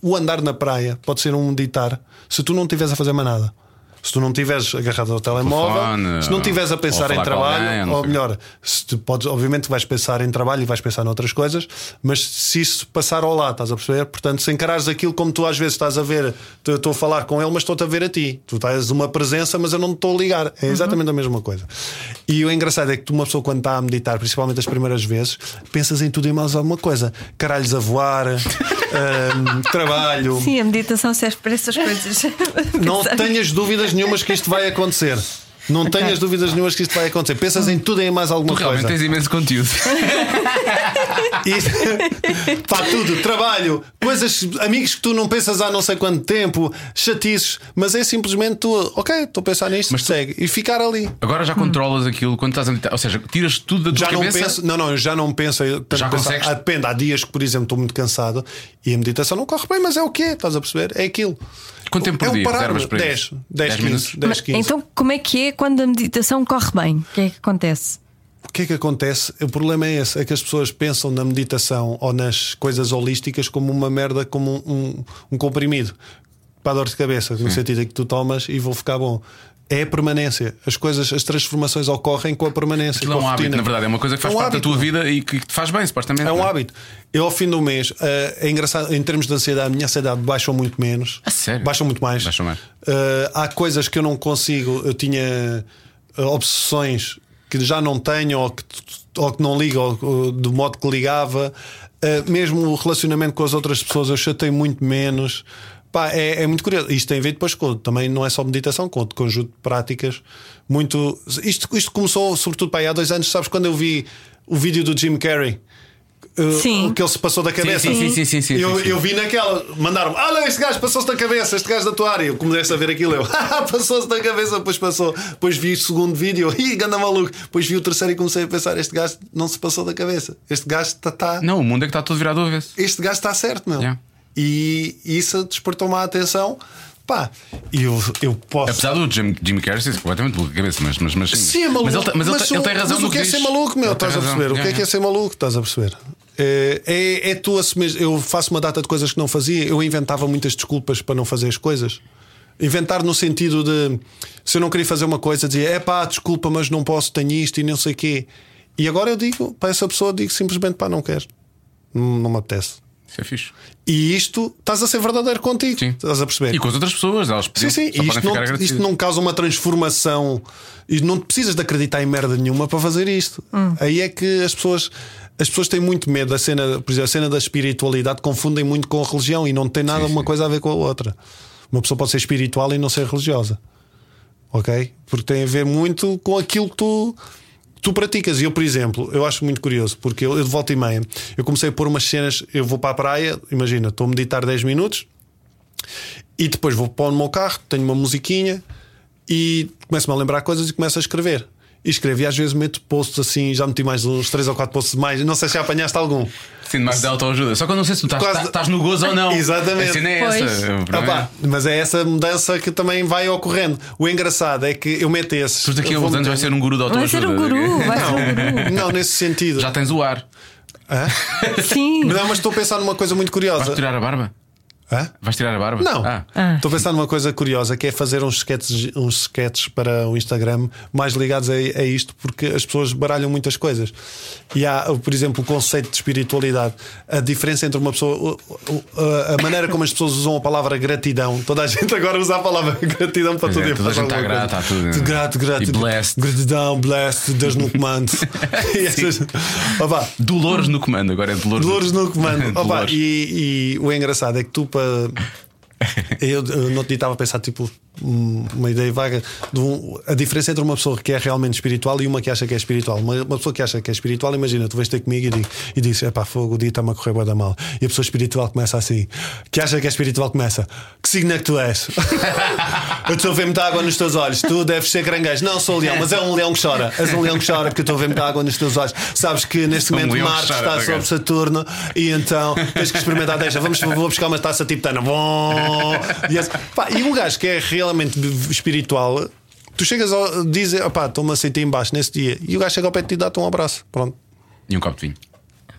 o andar na praia pode ser um meditar se tu não estiveres a fazer mais nada. Se tu não estiveres agarrado ao telemóvel, telefone, se não estiveres a ou pensar em falar com trabalho, alguém, ou não sei ou o quê. melhor, se tu podes, obviamente vais pensar em trabalho e vais pensar noutras coisas, mas se isso passar ao lado, estás a perceber? Portanto, se encarares aquilo como tu às vezes estás a ver, eu estou a falar com ele, mas estou-te a ver a ti. Tu estás uma presença, mas eu não te estou a ligar. É exatamente a mesma coisa. E o engraçado é que tu, uma pessoa, quando está a meditar, principalmente as primeiras vezes, pensas em tudo e mais alguma coisa. Caralhos a voar, hum, trabalho. Sim, a meditação serve para essas coisas. Não Pensar. tenhas dúvidas nenhumas que isto vai acontecer. Não tenhas dúvidas nenhumas que isto vai acontecer. Pensas em tudo e em mais Tu alguma realmente coisa. tens imenso conteúdo. E, pá, tudo, trabalho, coisas, amigos que tu não pensas há não sei quanto tempo, chatices, mas é simplesmente tu, ok, estou a pensar nisto, Mas tu- segue, e ficar ali. Agora já controlas aquilo quando estás a meditar. Ou seja, tiras tudo da tua Já não cabeça. penso, não, não, eu já não penso. eu tenho Já que pensar- consegues? ah, depende, há dias que, por exemplo, estou muito cansado e a meditação não corre bem, mas é o quê? Estás a perceber? É aquilo. Quanto tempo por é um dia parar, reservas para 10, isso? 10, 10 15, minutos? 10, 15. Então, como é que é quando a meditação corre bem? O que é que acontece? o que é que acontece? O problema é esse: é que as pessoas pensam na meditação ou nas coisas holísticas como uma merda, como um, um, um comprimido para a dor de cabeça, no sentido em que tu tomas e vou ficar bom. É a permanência. As coisas, as transformações ocorrem com a permanência. Aquilo é com a um hábito, rotina. na verdade, é uma coisa que faz É um parte hábito. da tua vida e que que te faz bem, supostamente. É um não hábito. Eu, ao fim do mês, eh, é engraçado, em termos de ansiedade, a minha ansiedade baixou muito menos. A sério? Baixou muito mais. Baixou mais. Eh, há coisas que eu não consigo, eu tinha eh, obsessões que já não tenho ou que, ou que não ligo, ou, ou do modo que ligava. Eh, mesmo o relacionamento com as outras pessoas, eu chatei muito menos. Pá, é, é muito curioso. Isto tem a ver depois com também não é só meditação, com outro conjunto de práticas. Muito. Isto, isto começou, sobretudo, pá, aí há dois anos, sabes, quando eu vi o vídeo do Jim Carrey. eh, Sim. O que ele se passou da cabeça. sim, sim, sim, sim, sim, eu, sim, sim. eu vi naquela, mandaram-me, olha, este gajo passou-se da cabeça, este gajo da tua área. Eu comecei a ver aquilo, eu, "Ah, passou-se da cabeça, depois passou. Depois vi o segundo vídeo, ih, ganda maluco. Depois vi o terceiro e comecei a pensar, este gajo não se passou da cabeça. Este gajo está. Tá, Não, o mundo é que está todo virado ao avesso. este gajo está certo, meu. Yeah. E isso despertou-me a atenção. Pá, e eu, eu posso. Apesar do Jim, Jim Carrey ser completamente maluco de cabeça, mas, mas, mas Sim, é maluco. Mas ele, tem- mas ele tem- o- ele tem razão mas no o que é diz. ser maluco, meu? Ele tem Estás a razão. perceber? o que é Yeah, que é yeah. ser maluco? Estás a perceber? É, é, é tu assumir. Eu faço uma data de coisas que não fazia. Eu inventava muitas desculpas para não fazer as coisas. Inventar no sentido de se eu não queria fazer uma coisa, dizia é pá, desculpa, mas não posso, tenho isto e não sei quê. E agora eu digo para essa pessoa, digo simplesmente pá, não quero, não, não me apetece. Isso é fixe. E isto estás a ser verdadeiro contigo, Sim. estás a perceber? E com as outras pessoas, elas Sim, podiam, só sim, e podem isto não, ficar te- isto agradecidas. não causa uma transformação e não te precisas de acreditar em merda nenhuma para fazer isto. Aí é que as pessoas as pessoas têm muito medo da cena, por exemplo, a cena da espiritualidade confundem muito com a religião e não tem nada uma coisa a ver com a outra. Uma pessoa pode ser espiritual e não ser religiosa. Ok? Porque tem a ver muito com aquilo que tu que tu praticas. E eu, por exemplo, eu acho muito curioso, porque eu, eu de volta e meia, eu comecei a pôr umas cenas, eu vou para a praia, imagina, estou a meditar 10 minutos, e depois vou para o meu carro, tenho uma musiquinha e começo-me a lembrar coisas e começo a escrever. E escrevo, e às vezes meto posts assim, já meti mais uns 3 ou 4 posts de mais, não sei se já apanhaste algum. Sim, mais de autoajuda. Só que eu não sei se tu estás, Quase- tá- estás no gozo ou não. Exatamente. A cena é Pois. essa. O Ah, problema pá, mas é essa mudança que também vai ocorrendo. O engraçado é que eu meto esses. Tu daqui a eu vou uns anos vais metendo- ser um guru de Vai autoajuda. ser um guru, vai ser um guru. Não, nesse sentido. Já tens o ar. Sim. Não, mas estou a pensar numa coisa muito Vais curiosa. tirar a barba? Hã? Vais tirar a barba? Não. Ah. Estou a pensar numa coisa curiosa que é fazer uns sketches, uns sketches para o Instagram mais ligados a, a isto, porque as pessoas baralham muitas coisas. E há, por exemplo, o conceito de espiritualidade. A diferença entre uma pessoa. o- o- A a maneira como as pessoas usam a palavra gratidão. Toda a gente agora usa a palavra gratidão para Pois tudo. é, e toda a faz gente alguma está grata coisa. a tudo, né? Grato, grato. E blessed. Gratidão, blessed, Deus no comando. e essas. Opa, Dolores no comando, agora é Dolores. Dolores no comando. Opa, Dolores. e, e o engraçado é que tu para. Eu, eu não te estava a pensar tipo um- uma ideia vaga de um- a diferença entre uma pessoa que é realmente espiritual e uma que acha que é espiritual. Uma, uma pessoa que acha que é espiritual, imagina, tu vais ter comigo e, digo, e diz: é pá, fogo, o dia está-me a correr bué da mal. E a pessoa espiritual começa assim: que acha que é espiritual começa: que signo é que tu és? eu estou a ver muita água nos teus olhos, tu deves ser caranguejo. Não, sou leão, mas é um leão que chora. És um leão que chora porque eu estou a ver muita água nos teus olhos. Sabes que neste Um momento leão que Marte chora, está por sobre acaso. Saturno e então tens que experimentar deixa Vamos, vou buscar uma taça tibetana. Bom. E, esse- pá, e um gajo que é realmente espiritual, tu chegas a dizer, opá, estou-me a sentir em baixo nesse dia. E o gajo chega ao pé de ti e dá-te um abraço. Pronto. E um copo de vinho.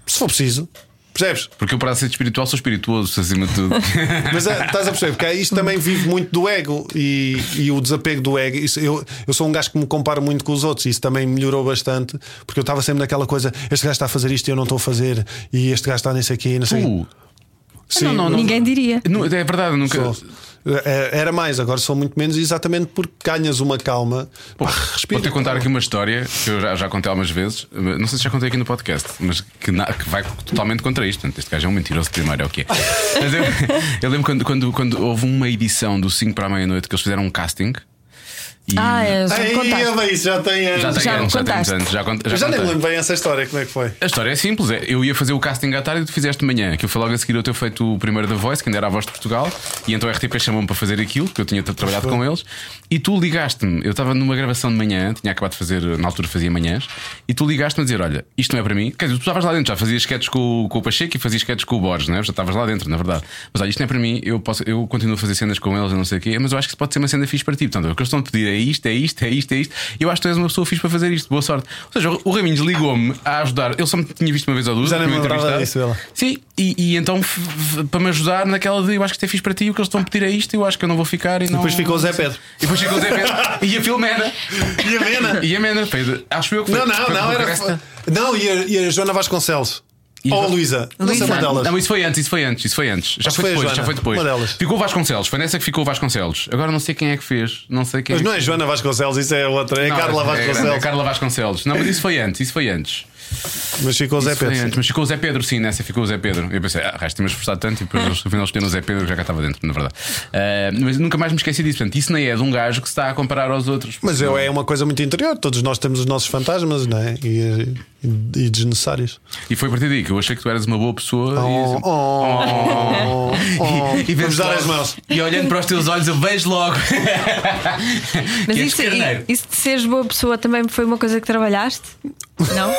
Se for preciso. Percebes? Porque eu, para ser espiritual, sou espirituoso, acima de tudo. Mas é, estás a perceber? Porque é, isto também vive muito do ego e, e o desapego do ego. Isso, eu, eu sou um gajo que me comparo muito com os outros e isso também melhorou bastante porque eu estava sempre naquela coisa: este gajo está a fazer isto e eu não estou a fazer, e este gajo está nisso aqui, não sei. tu. Sim, não, não, não. Ninguém diria. Não, é verdade, nunca. Sou- é- Era mais, agora sou muito menos, exatamente porque ganhas uma calma. Pô, Pá, respira. Vou-te contar aqui uma história que eu já, já contei algumas vezes, não sei se já contei aqui no podcast, mas que, na- que vai totalmente contra isto. Portanto, este gajo é um mentiroso primeiro, é o que é. Mas eu, eu lembro quando, quando, quando houve uma edição do 5 para a meia-noite que eles fizeram um casting. E Ah, é, já me Ei, contaste. ama isso, já tem anos. já tem já anos, já tem contaste. uns anos. Já, cont- já Eu já nem contei. me lembro bem essa história, como é que foi? A história é simples, é, eu ia fazer o casting à tarde e tu fizeste de manhã, que eu fui logo a seguir eu ter feito o primeiro da Voice, que ainda era a voz de Portugal, e então a RTP chamou-me para fazer aquilo, que eu tinha tra- trabalhado com eles, e tu ligaste-me, eu estava numa gravação de manhã, tinha acabado de fazer, na altura fazia manhãs, e tu ligaste-me a dizer: Olha, isto não é para mim, quer dizer, tu estavas lá dentro, já fazias sketches com, o- com o Pacheco e fazias sketches com o Borges, né? já estavas lá dentro, na verdade, mas olha, isto não é para mim, eu, posso, eu continuo a fazer cenas com eles, eu não sei o quê, mas eu acho que isso pode ser uma cena fixe para ti, portanto, o que eles estão a pedir é isto, é isto, é isto, é isto. E eu acho que tu és uma pessoa fixe para fazer isto. Boa sorte. Ou seja, o- o Raminhos ligou-me a ajudar. Ele só me tinha visto uma vez ou duas. Já nem tinha me lembrava entrevistado. disso, Bela. Sim, e, e então f- f- para me ajudar naquela de eu acho que isto é fixe para ti, o que eles estão a pedir é isto, eu acho que eu não vou ficar. E, não... depois ficou o Zé Pedro. E depois ficou o Zé Pedro. e a Filomena. E a Mena? E a Mena. Foi de- Acho eu que foi. Não, não, foi não, com era. Cresta. Não, e a, e a Joana Vasconcelos. E a Ou a Jo- Luísa. Não sei Luísa. uma delas. Não, isso foi antes, isso foi antes, isso foi antes. Já Acho foi, que foi a depois, Joana, já foi depois. uma delas. Ficou o Vasconcelos, foi nessa que ficou o Vasconcelos. Agora não sei quem é que fez, não sei quem Mas é não que- é Joana Vasconcelos, isso é outra. É Não, Carla É, Vasconcelos. Carla Vasconcelos. Não, mas isso foi antes, isso foi antes. Mas ficou o Zé Isso foi Pedro. antes, Mas ficou o Zé Pedro, sim, nessa ficou o Zé Pedro. Eu pensei, ah, resto temos esforçado tanto e depois eles, afinal escolheram o Zé Pedro que já cá estava dentro, na verdade. Ah, mas nunca mais me esqueci disso. Portanto, isso nem é de um gajo que se está a comparar aos outros. Mas eu, é uma coisa muito interior. Todos nós temos os nossos fantasmas, não é? E, e- e desnecessários. E foi a partir daí que eu achei que tu eras uma boa pessoa. Oh, e... oh, oh. E, e Vamos vemos dar logo. as mãos. E olhando para os teus olhos, eu vejo logo. Mas é Que és isso, é- carneiro. isso de seres boa pessoa também foi uma coisa que trabalhaste? Não?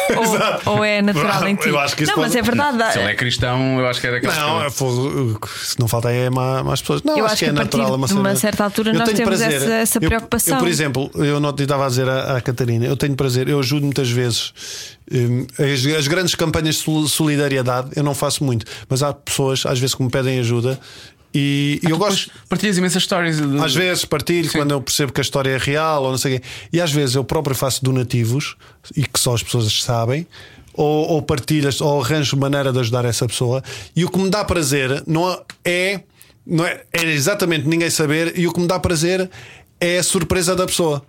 ou, ou é natural em ti? Eu acho que isso não, pode- mas é verdade. Se ele é cristão, eu acho que era aquela Não, é fogo, se não falta é má- más pessoas. Não, Eu acho, acho que é que a partir natural. é uma de uma cena- certa altura Eu nós tenho temos prazer. essa- essa Eu- preocupação. Eu, por exemplo, eu não te estava a dizer à, à Catarina, eu tenho prazer, eu ajudo muitas vezes. Hum, As, as grandes campanhas de sol- solidariedade eu não faço muito, mas há pessoas às vezes que me pedem ajuda e, e Ah, eu gosto. Pois, Partilhas imensas histórias. de- Às vezes partilho quando eu percebo que a história é real ou não sei o quê. E às vezes eu próprio faço donativos e que só as pessoas sabem. Ou, ou partilhas, ou arranjo maneira de ajudar essa pessoa. E o que me dá prazer não é, não é, é exatamente ninguém saber, e o que me dá prazer é a surpresa da pessoa.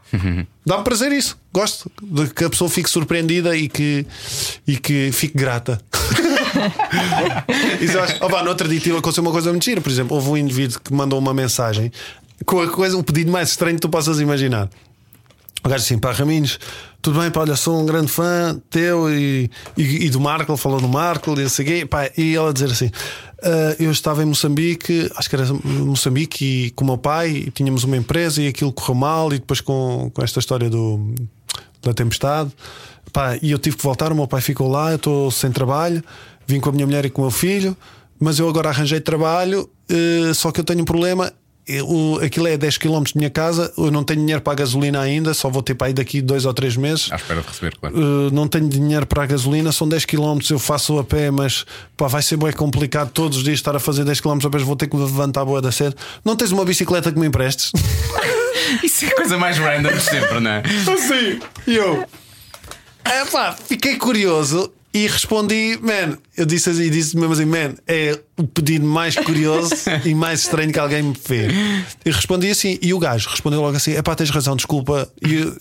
Dá-me prazer isso. Gosto de que a pessoa fique surpreendida e que, e que fique grata. Isso eu acho- Opa, no outro dia tive- aconteceu uma coisa muito gira. Por exemplo, houve um indivíduo que mandou uma mensagem com a coisa, o pedido mais estranho que tu possas imaginar. O gajo assim, pá, Raminhos, tudo bem, pá, olha, sou um grande fã teu e, e, e do Marco, ele falou do Marco, e não sei o quê, pá, e ela dizer assim: "Ah, eu estava em Moçambique, acho que era Moçambique, e com o meu pai, e tínhamos uma empresa e aquilo correu mal, e depois com, com esta história do, da tempestade, pá, e eu tive que voltar, o meu pai ficou lá, eu estou sem trabalho, vim com a minha mulher e com o meu filho, mas eu agora arranjei trabalho, eh, só que eu tenho um problema. Eu- o- aquilo é 10 km de minha casa, eu não tenho dinheiro para a gasolina ainda, só vou ter para ir daqui dois ou três meses. À Ah, espera de receber, claro. Eh, não tenho dinheiro para a gasolina, são 10 km, eu faço a pé, mas pá, vai ser bem complicado todos os dias estar a fazer 10 km a pé, vou ter que me levantar a boa da sede. Não tens uma bicicleta que me emprestes? Isso é a coisa mais random de sempre, não é? Assim, e eu. É pá, fiquei curioso e respondi, man, eu disse assim, disse mesmo assim, man, é o pedido mais curioso e mais estranho que alguém me fez. E respondi assim, e o gajo respondeu logo assim: é pá, tens razão, desculpa, e,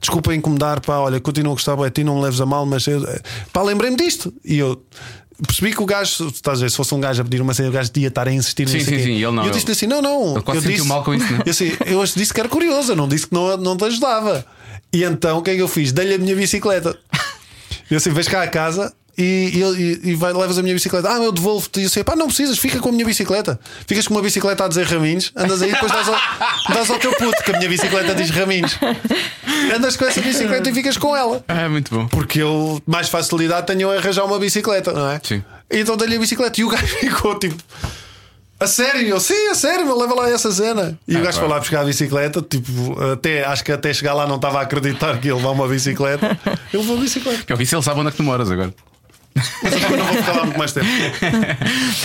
desculpa incomodar, pá, olha, continuo a gostar bem de ti, não me leves a mal, mas eu, pá, lembrei-me disto. E eu. Percebi que o gajo, estás a ver, se fosse um gajo a pedir uma cena, o gajo ia estar a insistir Sim, nisso. sim, sim, ele não, E eu ele- disse-lhe assim: não, não. Ele quase eu sentiu disse, mal com isso, não é? eu assim, eu hoje disse que era curioso, eu não disse que não, não te ajudava. E então o que é que eu fiz? Dei-lhe a minha bicicleta. Eu assim, vais cá a casa e, e, e- e vai, levas a minha bicicleta. Ah, eu devolvo-te. E eu assim, pá, não precisas, fica com a minha bicicleta. Ficas com uma bicicleta a dizer Raminhos, andas aí e depois dás ao, dás ao teu puto, que a minha bicicleta diz Raminhos. Andas com essa bicicleta e ficas com ela. Ah, muito bom. Porque eu, mais facilidade, tenho a arranjar uma bicicleta, não é? Sim. Então dei-lhe a bicicleta e o gajo ficou tipo. A sério, eu sim, a sério, meu, leva lá essa cena. E Ah, o gajo foi claro. lá buscar a bicicleta, tipo, até, acho que até chegar lá não estava a acreditar que ia levar uma bicicleta. Ele levou a bicicleta. Que eu vi se ele sabe onde é que tu moras agora. Mas eu também não vou ficar lá muito mais tempo.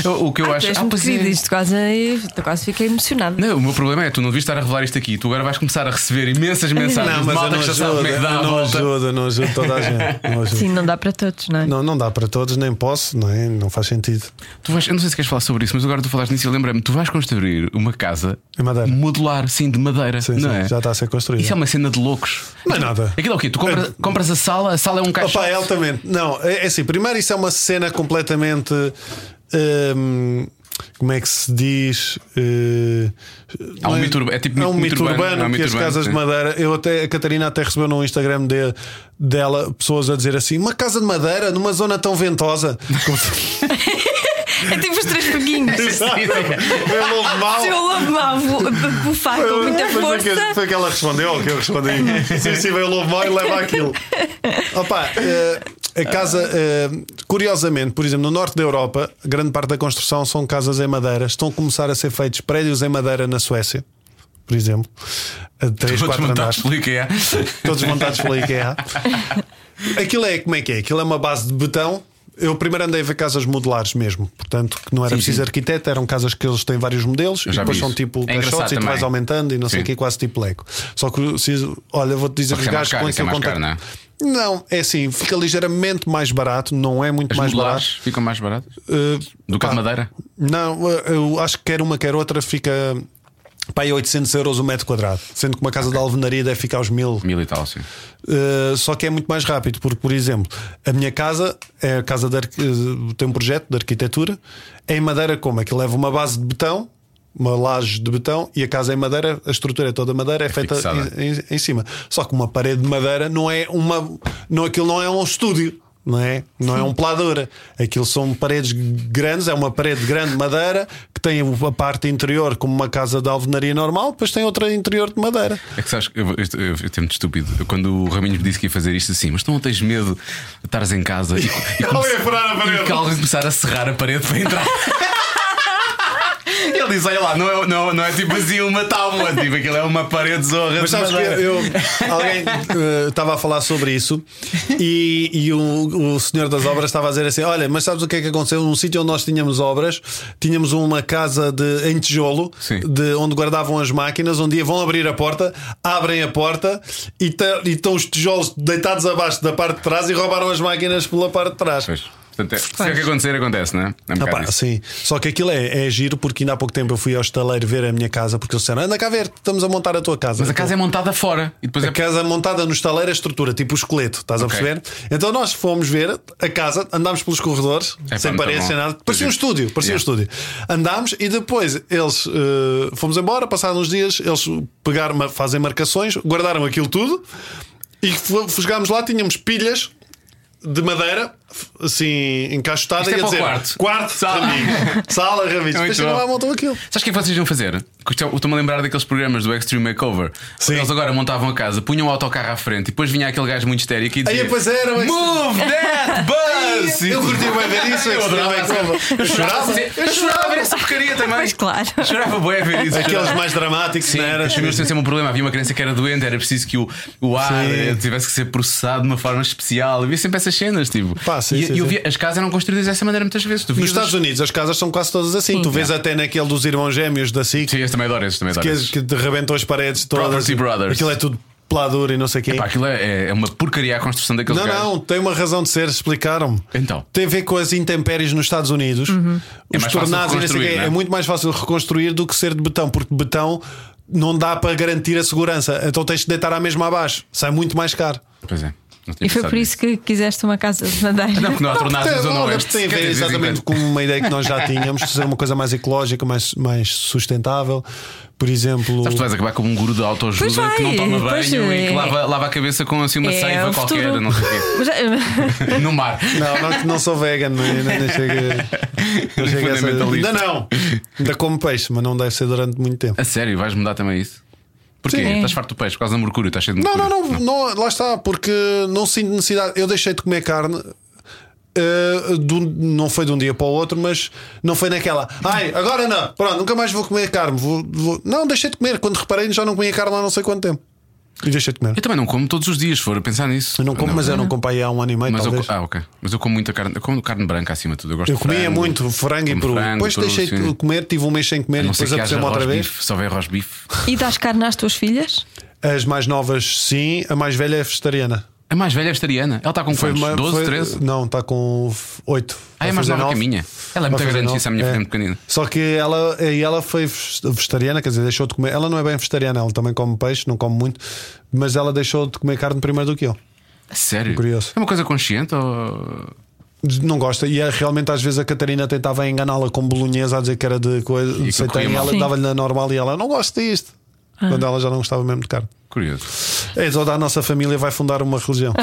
O o que eu acho. Tens Ah, pois é. isto quase, é- eu quase fiquei emocionada. Não, o meu problema é tu não devias estar a revelar isto aqui. Tu agora vais começar a receber imensas mensagens Não, de mas Tá, eu malta não que já sabe como é que ajudo, eu dá a não volta. ajudo, não ajudo toda a gente. Não, ajudo. Sim, não dá para todos, não é? não, não dá para todos, nem posso, não é? Não faz sentido. Tu vais, eu não sei se queres falar sobre isso, mas agora tu falaste nisso e lembra-me, tu vais construir uma casa Em madeira. modular, sim, de madeira. Sim, não sim, é? já está a ser construído. Isso é uma cena de loucos. Não é nada. Aquilo é o quê? Tu compras, compras a sala, a sala é um caixote. Opa, é altamente. Não, é, é assim, primeiro isso é uma cena completamente. hum, como é que se diz? Eh, Há um não é- mito urba- é tipo Há um mito mito urbano, urbano há um que mito as urbano, casas de sim. madeira. Eu até, a Catarina até recebeu no Instagram de- dela pessoas a dizer assim: uma casa de madeira numa zona tão ventosa. Como se- É tipo os três peguinhos. Eu louvo um mal. Se eu louvo mal, vou- bufar com muita Foi- foi que- força. Foi que ela respondeu, ou que eu respondi. Sim, sim, vem o lobo mau e leva aquilo. Opa, eh, a casa, eh, curiosamente, por exemplo, no norte da Europa, grande parte da construção são casas em madeira. Estão a começar a ser feitos prédios em madeira na Suécia. por exemplo, a 3, Vou 4 desmontar, andares. explica. é. Todos montados pela IKEA. Aquilo é como é que é? Aquilo é uma base de betão. Eu primeiro andei a ver casas modulares mesmo, portanto, que não era Sim, preciso sim. arquiteto, eram casas que eles têm vários modelos Eu e já vi depois são isso. tipo É caixotes engraçado e tu vais também. aumentando e não sei o Sim. que, quase tipo Lego. Só que se, olha, vou-te dizer Porque os é mais gajos caro, com isso é aquele mais caro, contato- Não, é assim, fica ligeiramente mais barato, não é muito As mais modulares barato. ficam mais baratas Uh, do que a pá, de madeira. Não, eu- eu acho que quer uma, quer outra, fica pá, aí 800 euros o metro quadrado. Sendo que uma casa de alvenaria deve ficar aos 1000, Mil e tal, sim. Uh, só que é muito mais rápido, porque, por exemplo, a minha casa é a casa de arqui- uh, tem um projeto de arquitetura é em madeira como? Aquilo leva uma base de betão, uma laje de betão, e a casa é em madeira, a estrutura é toda madeira, é feita fixada. em, em- em cima. Só que uma parede de madeira não é uma. Não, aquilo não é um estúdio. Não é? Não é um peladora. Aquilo são paredes grandes, é uma parede grande de madeira que tem a parte interior como uma casa de alvenaria normal, depois tem outra interior de madeira. É que sabes, que eu, eu, eu, eu tenho muito estúpido. Quando o Raminhos me disse que ia fazer isto assim, mas tu não tens medo de estares em casa e, e, Alguém a furar a parede. e que alguém começar a serrar a parede para entrar. Ele diz: olha lá, não é, não, não é tipo assim uma tábua, tipo aquilo é uma parede zorra. Mas de sabes que madeira. eu, alguém eh, estava a falar sobre isso e, e o, o senhor das obras estava a dizer assim: Olha, mas sabes o que é que aconteceu? Num sítio onde nós tínhamos obras, tínhamos uma casa de, em tijolo Sim. de, onde guardavam as máquinas. Um dia vão abrir a porta, abrem a porta e ta- e estão os tijolos deitados abaixo da parte de trás e roubaram as máquinas pela parte de trás. Pois. Portanto, é, se é que acontecer, acontece, não é? É um Ah, bocado pá, isso. sim. Só que aquilo é, é giro porque ainda há pouco tempo eu fui ao estaleiro ver a minha casa porque eles disseram: anda cá ver, estamos a montar a tua casa. Mas a casa é montada fora e depois A é. casa montada no estaleiro, a estrutura, tipo o esqueleto, estás Ok. a perceber? Então nós fomos ver a casa, andámos pelos corredores, É pá, sem muito parede, bom. sem nada, parecia um Pois é. estúdio, Yeah. parecia um estúdio. Andámos e depois eles eh, fomos embora, passaram uns dias, eles pegaram, ma- fazem marcações, guardaram aquilo tudo e fo- chegámos lá, tínhamos pilhas. De madeira, f- assim, encaixotada Isto é e a para o dizer quarto. Sala. sala, sala, Ramiro. É muito Depois chegam bom. lá, montam aquilo. Sabes o que é que vocês iam fazer? Que isto é- eu Estou-me a lembrar daqueles programas do Extreme Makeover. Sim. Eles agora montavam a casa, punham o autocarro à frente e depois vinha aquele gajo muito histérico e dizia: Aí, pois era, mas- Move that bus! Eu curti bem ver isso, Eu adorava Extreme essa- Makeover. Eu chorava, Eu eu chorava a ver essa porcaria também. Pois claro. Chorava bem a ver isso. Aqueles chorava. mais dramáticos, Sim, não era? os meus tinham sempre um problema. Havia uma criança que era doente, era preciso que o, o ar Sim. eh, tivesse que ser processado de uma forma especial. Havia sempre essas cenas, tipo. Pá, sim, e sim, e eu sim. via- as casas eram construídas dessa maneira muitas vezes. Tu Nos vias Estados Unidos as casas são quase todas assim. tu vês até naquele dos irmãos gêmeos da SIC Sim, este também adoro, este também adoro. que, esse. que te rebentam as paredes todas. Property Brothers. Aquilo é tudo peladura e não sei quem. Pá, aquilo é, é uma porcaria a construção daqueles Não, gajos. não, tem uma razão de ser, explicaram-me. Então. Tem a ver com as intempéries nos Estados Unidos. É Os mais fácil tornados e não sei reconstruir, quê. não é? É muito mais fácil reconstruir do que ser de betão, porque de betão não dá para garantir a segurança. Então tens de deitar à mesma abaixo. Sai muito mais caro. Pois é. Não tinha E foi pensado por isso que quiseste uma casa de madeira. nisso. Não, porque não há tornados na Tem- Zona olha, Oeste. Tem a Quer dizer, de ver vez em exatamente quando. com uma ideia que nós já tínhamos, de ser uma coisa mais ecológica, mais, mais sustentável. Por exemplo. Sabes, tu vais acabar como um guru de Pois autoajuda vai, que não toma banho pois e que é. lava, lava a cabeça com assim uma É seiva o qualquer, futuro. não sei o Mas, eh, quê. No mar. Não, não, não sou vegan, não, é? não, não chega, não chega a essa- Fundamentalista. Ainda não! Ainda como peixe, mas não deve ser durante muito tempo. A sério, vais mudar também isso? Porquê? Sim. Estás farto do peixe, por causa do mercúrio, estás cheio de Não, mercúrio. não, não, não, lá está, porque não sinto necessidade. Eu deixei de comer carne. eh, de um- não foi de um dia para o outro, mas não foi naquela. Ai, agora não, pronto, nunca mais vou comer carne. Vou, vou-" Não, deixei de comer. Quando reparei, já não comia carne há não sei quanto tempo. E deixei de comer. Eu também não como todos os dias, se for a pensar nisso. Eu não como, mas eu não como para aí há um ano e meio, é? Mas eu, talvez. ah, ok. Mas eu como muita carne, eu como carne branca acima de tudo. Eu gosto Eu de comia frango, muito frango e como peru. frango, depois peru, deixei sim. de comer, tive um mês sem comer A e não ser depois que haja apeteceu-me outra vez. rosbife, se houver rosbife. e dás carne às tuas filhas? As mais novas, sim. A mais velha é vegetariana. A mais velha é vegetariana. Ela está com quantos? uma- 12, foi- 13? Não, está com 8. Ah, é mais nova que a minha. Ela é muito grande, isso, a minha filha é muito pequenina. Só que ela, e ela foi ves- vegetariana, quer dizer, deixou de comer. Ela não é bem vegetariana, ela também come peixe, não come muito, mas ela deixou de comer carne primeiro do que eu. A Sério? Curioso. É uma coisa consciente ou. Não gosta. E é, realmente, às vezes, a Catarina tentava enganá-la com bolonhesa a dizer que era de coisa. que de seitan, corria E mal. ela Sim. dava-lhe na normal e ela não gosta disto. Quando ela já não gostava mesmo de carne. Curioso. É, toda a nossa família vai fundar uma religião.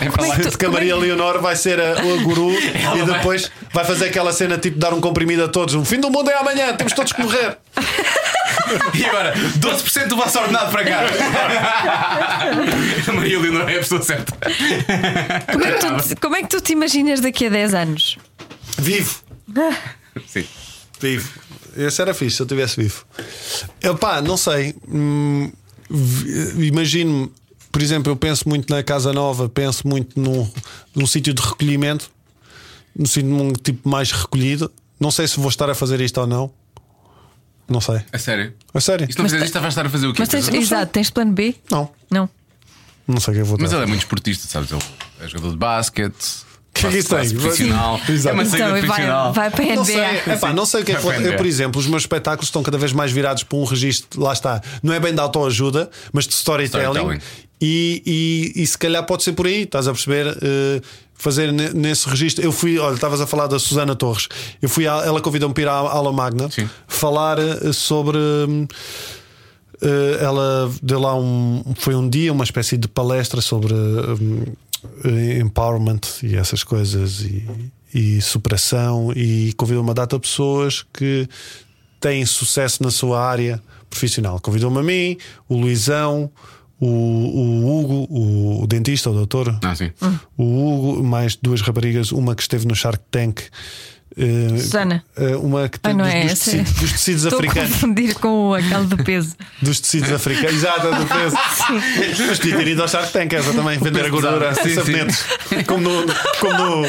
É para lá. De que a Maria Leonor vai ser a, a guru e depois vai fazer aquela cena tipo dar um comprimido a todos. O fim do mundo é amanhã, temos todos que morrer. E agora, 12% do vosso ordenado para cá. a Maria Leonor é a pessoa certa. Como é, que tu, te- como é que tu te imaginas daqui a 10 anos? Vivo. Sim. Vivo. Esse era fixe se eu estivesse vivo. Epá, não sei. Hum, vi- Imagino-me, por exemplo, eu penso muito na Casa Nova, penso muito num, num sítio de recolhimento, no sítio num tipo mais recolhido. Não sei se vou estar a fazer isto ou não. Não sei. A sério. A sério? E se não fizeres isto, vais estar a fazer o quê? Mas tens, exato, tens plano B? Não. Não. Não sei o que eu vou Mas dar. ele é muito esportista, sabes? Ele é jogador de basquete. Que é que isso tem? quase profissional. Sim. Exato. É uma saída Então, e vai, profissional. vai para a Não sei, NBA. epá, não sei o que é que vou- Depende, eu, é. Por exemplo, os meus espetáculos estão cada vez mais virados para um registro, lá está, não é bem de autoajuda, mas de storytelling. Storytelling. E, e, e se calhar pode ser por aí, estás a perceber? eh, fazer ne- nesse registro. Eu fui, olha, estavas a falar da Susana Torres. Eu fui, à- ela convidou-me para ir à aula magna Sim. falar eh, sobre. hum, eh, ela deu lá um. Foi um dia uma espécie de palestra sobre hum, eh, empowerment e essas coisas e, e superação e convidou uma data de pessoas que têm sucesso na sua área profissional. Convidou-me a mim, o Luizão, o, o Hugo, o, o dentista, o doutor. Ah, sim. O Hugo, mais duas raparigas, uma que esteve no Shark Tank. eh, Susana. eh, uma que Ah, não dos, é dos essa? tecidos- dos tecidos Estou a africanos confundir com aquele do peso. dos tecidos É. africanos. Exato, é do peso. Mas tinha ido ao Shark Tank essa também, vender a gordura, pesado. Sim, sabonetes. Como no. Como no.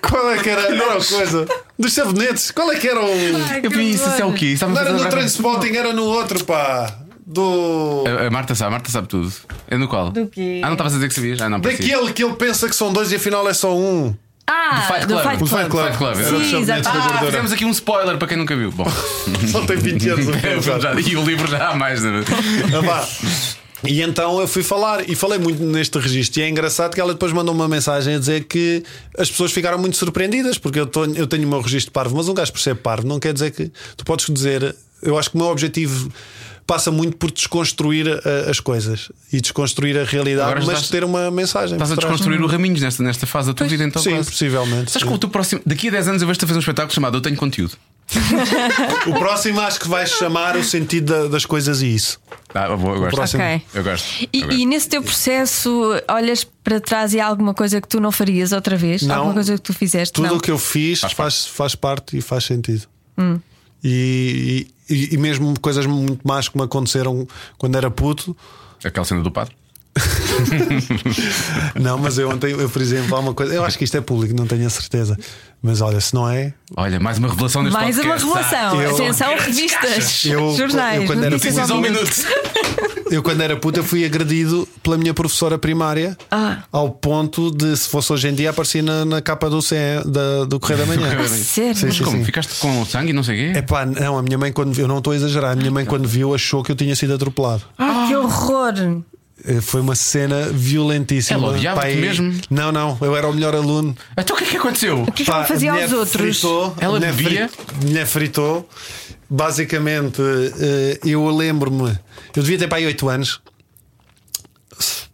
Qual é que era? Não era uma coisa. Dos sabonetes, qual é que era o. Eu vi isso, isso é o quê? Isso está-me Não a era fazer no lembrar- Transpotting, era no outro, pá. Do. A- a Marta sabe, a Marta sabe tudo. É no qual? Do quê? Ah, não estavas a dizer que sabias? Ah, não, parecia. Daquele que ele pensa que são dois e afinal é só um. Ah, Fight do Club. Fight O Club. Fight Club. Fight Club, Era dos Sim, sabonetes exato. da Ah, gordura. fizemos aqui um spoiler para quem nunca viu. Bom, Só tem 20 anos o é, o filme, filme sabe? já- e o livro já há mais, não é? Ah, pá. E então eu fui falar e falei muito neste registro. E é engraçado que ela depois mandou uma mensagem a dizer que as pessoas ficaram muito surpreendidas, porque eu, tô- eu tenho o meu registro parvo, mas um gajo por ser parvo não quer dizer que. Tu podes dizer. Eu acho que o meu objetivo passa muito por desconstruir a- as coisas e desconstruir a realidade, Agora mas estás- ter uma mensagem. Estás a por trás. desconstruir o Raminhos nesta, nesta fase da tua vida, então Sim, quase. possivelmente. Sabes que o teu próximo. Daqui a 10 anos eu vejo-te a fazer um espetáculo chamado Eu Tenho Conteúdo. O próximo acho que vai chamar o sentido da- das coisas e isso. Ah, eu vou- eu gosto. próximo. Ok. Eu gosto. E, eu gosto. e nesse teu processo, olhas para trás e há alguma coisa que tu não farias outra vez? Não. Alguma coisa que tu fizeste? Tudo não. o que eu fiz faz, faz, parte e faz sentido. E, e, e mesmo coisas muito más que me aconteceram quando era puto. Aquela cena do padre. Não, mas eu ontem, eu, por exemplo, há uma coisa. Eu acho que isto é público, não tenho a certeza. Mas olha, se não é. Olha, mais uma revelação neste Mais uma podcast. Ah, revelação. Eu- Atenção, revistas, Eu- eu jornais, quando era notícias Notícias ao ao minuto. um minuto. Eu, quando era puto, eu fui agredido pela minha professora primária Ah. ao ponto de, se fosse hoje em dia, aparecer na, na capa do, CE, da- do Correio da Manhã. A sério? Sim, sim, Como? sim. Ficaste com sangue e não sei o quê? É pá, não, a minha mãe, quando viu, eu não estou a exagerar, a minha mãe, quando viu, achou que eu tinha sido atropelado. Ah, que horror! Eh, Foi uma cena violentíssima. Ela odiava-te Pai- mesmo? Não, não, eu era o melhor aluno. Então o que é que aconteceu? O que é que ela fazia a mulher aos outros? fritou, a Ela mulher bebia? frit- Mulher fritou. Basicamente, eh, eu lembro-me, eu devia ter pai 8 anos,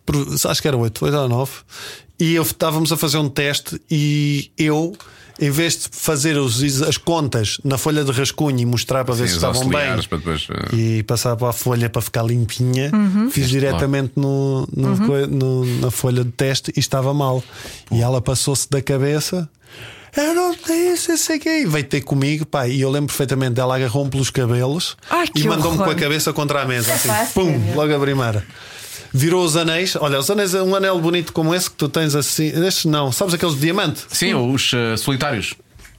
Por- acho que era 8, 8 ou 9, e eu estávamos a fazer um teste e eu. Em vez de fazer os ex- as contas na folha de rascunho e mostrar para ver Sim, se os estavam bem auxiliares para depois, eh, e passar para a folha para ficar limpinha, Uhum. fiz diretamente no, no coi- no- na folha de teste e estava mal. E ela passou-se da cabeça. Eu não disse, eu sei que é. E veio ter comigo, pá. E eu lembro perfeitamente dela, agarrou-me pelos cabelos Ai, e que mandou-me com horror. é a cabeça contra a mesa. Assim, Fácil, pum, logo a primeira. Virou os anéis. Olha, os anéis, um anel bonito como esse que tu tens assim. Estes não, sabes aqueles de diamante? Sim, os eh, solitários.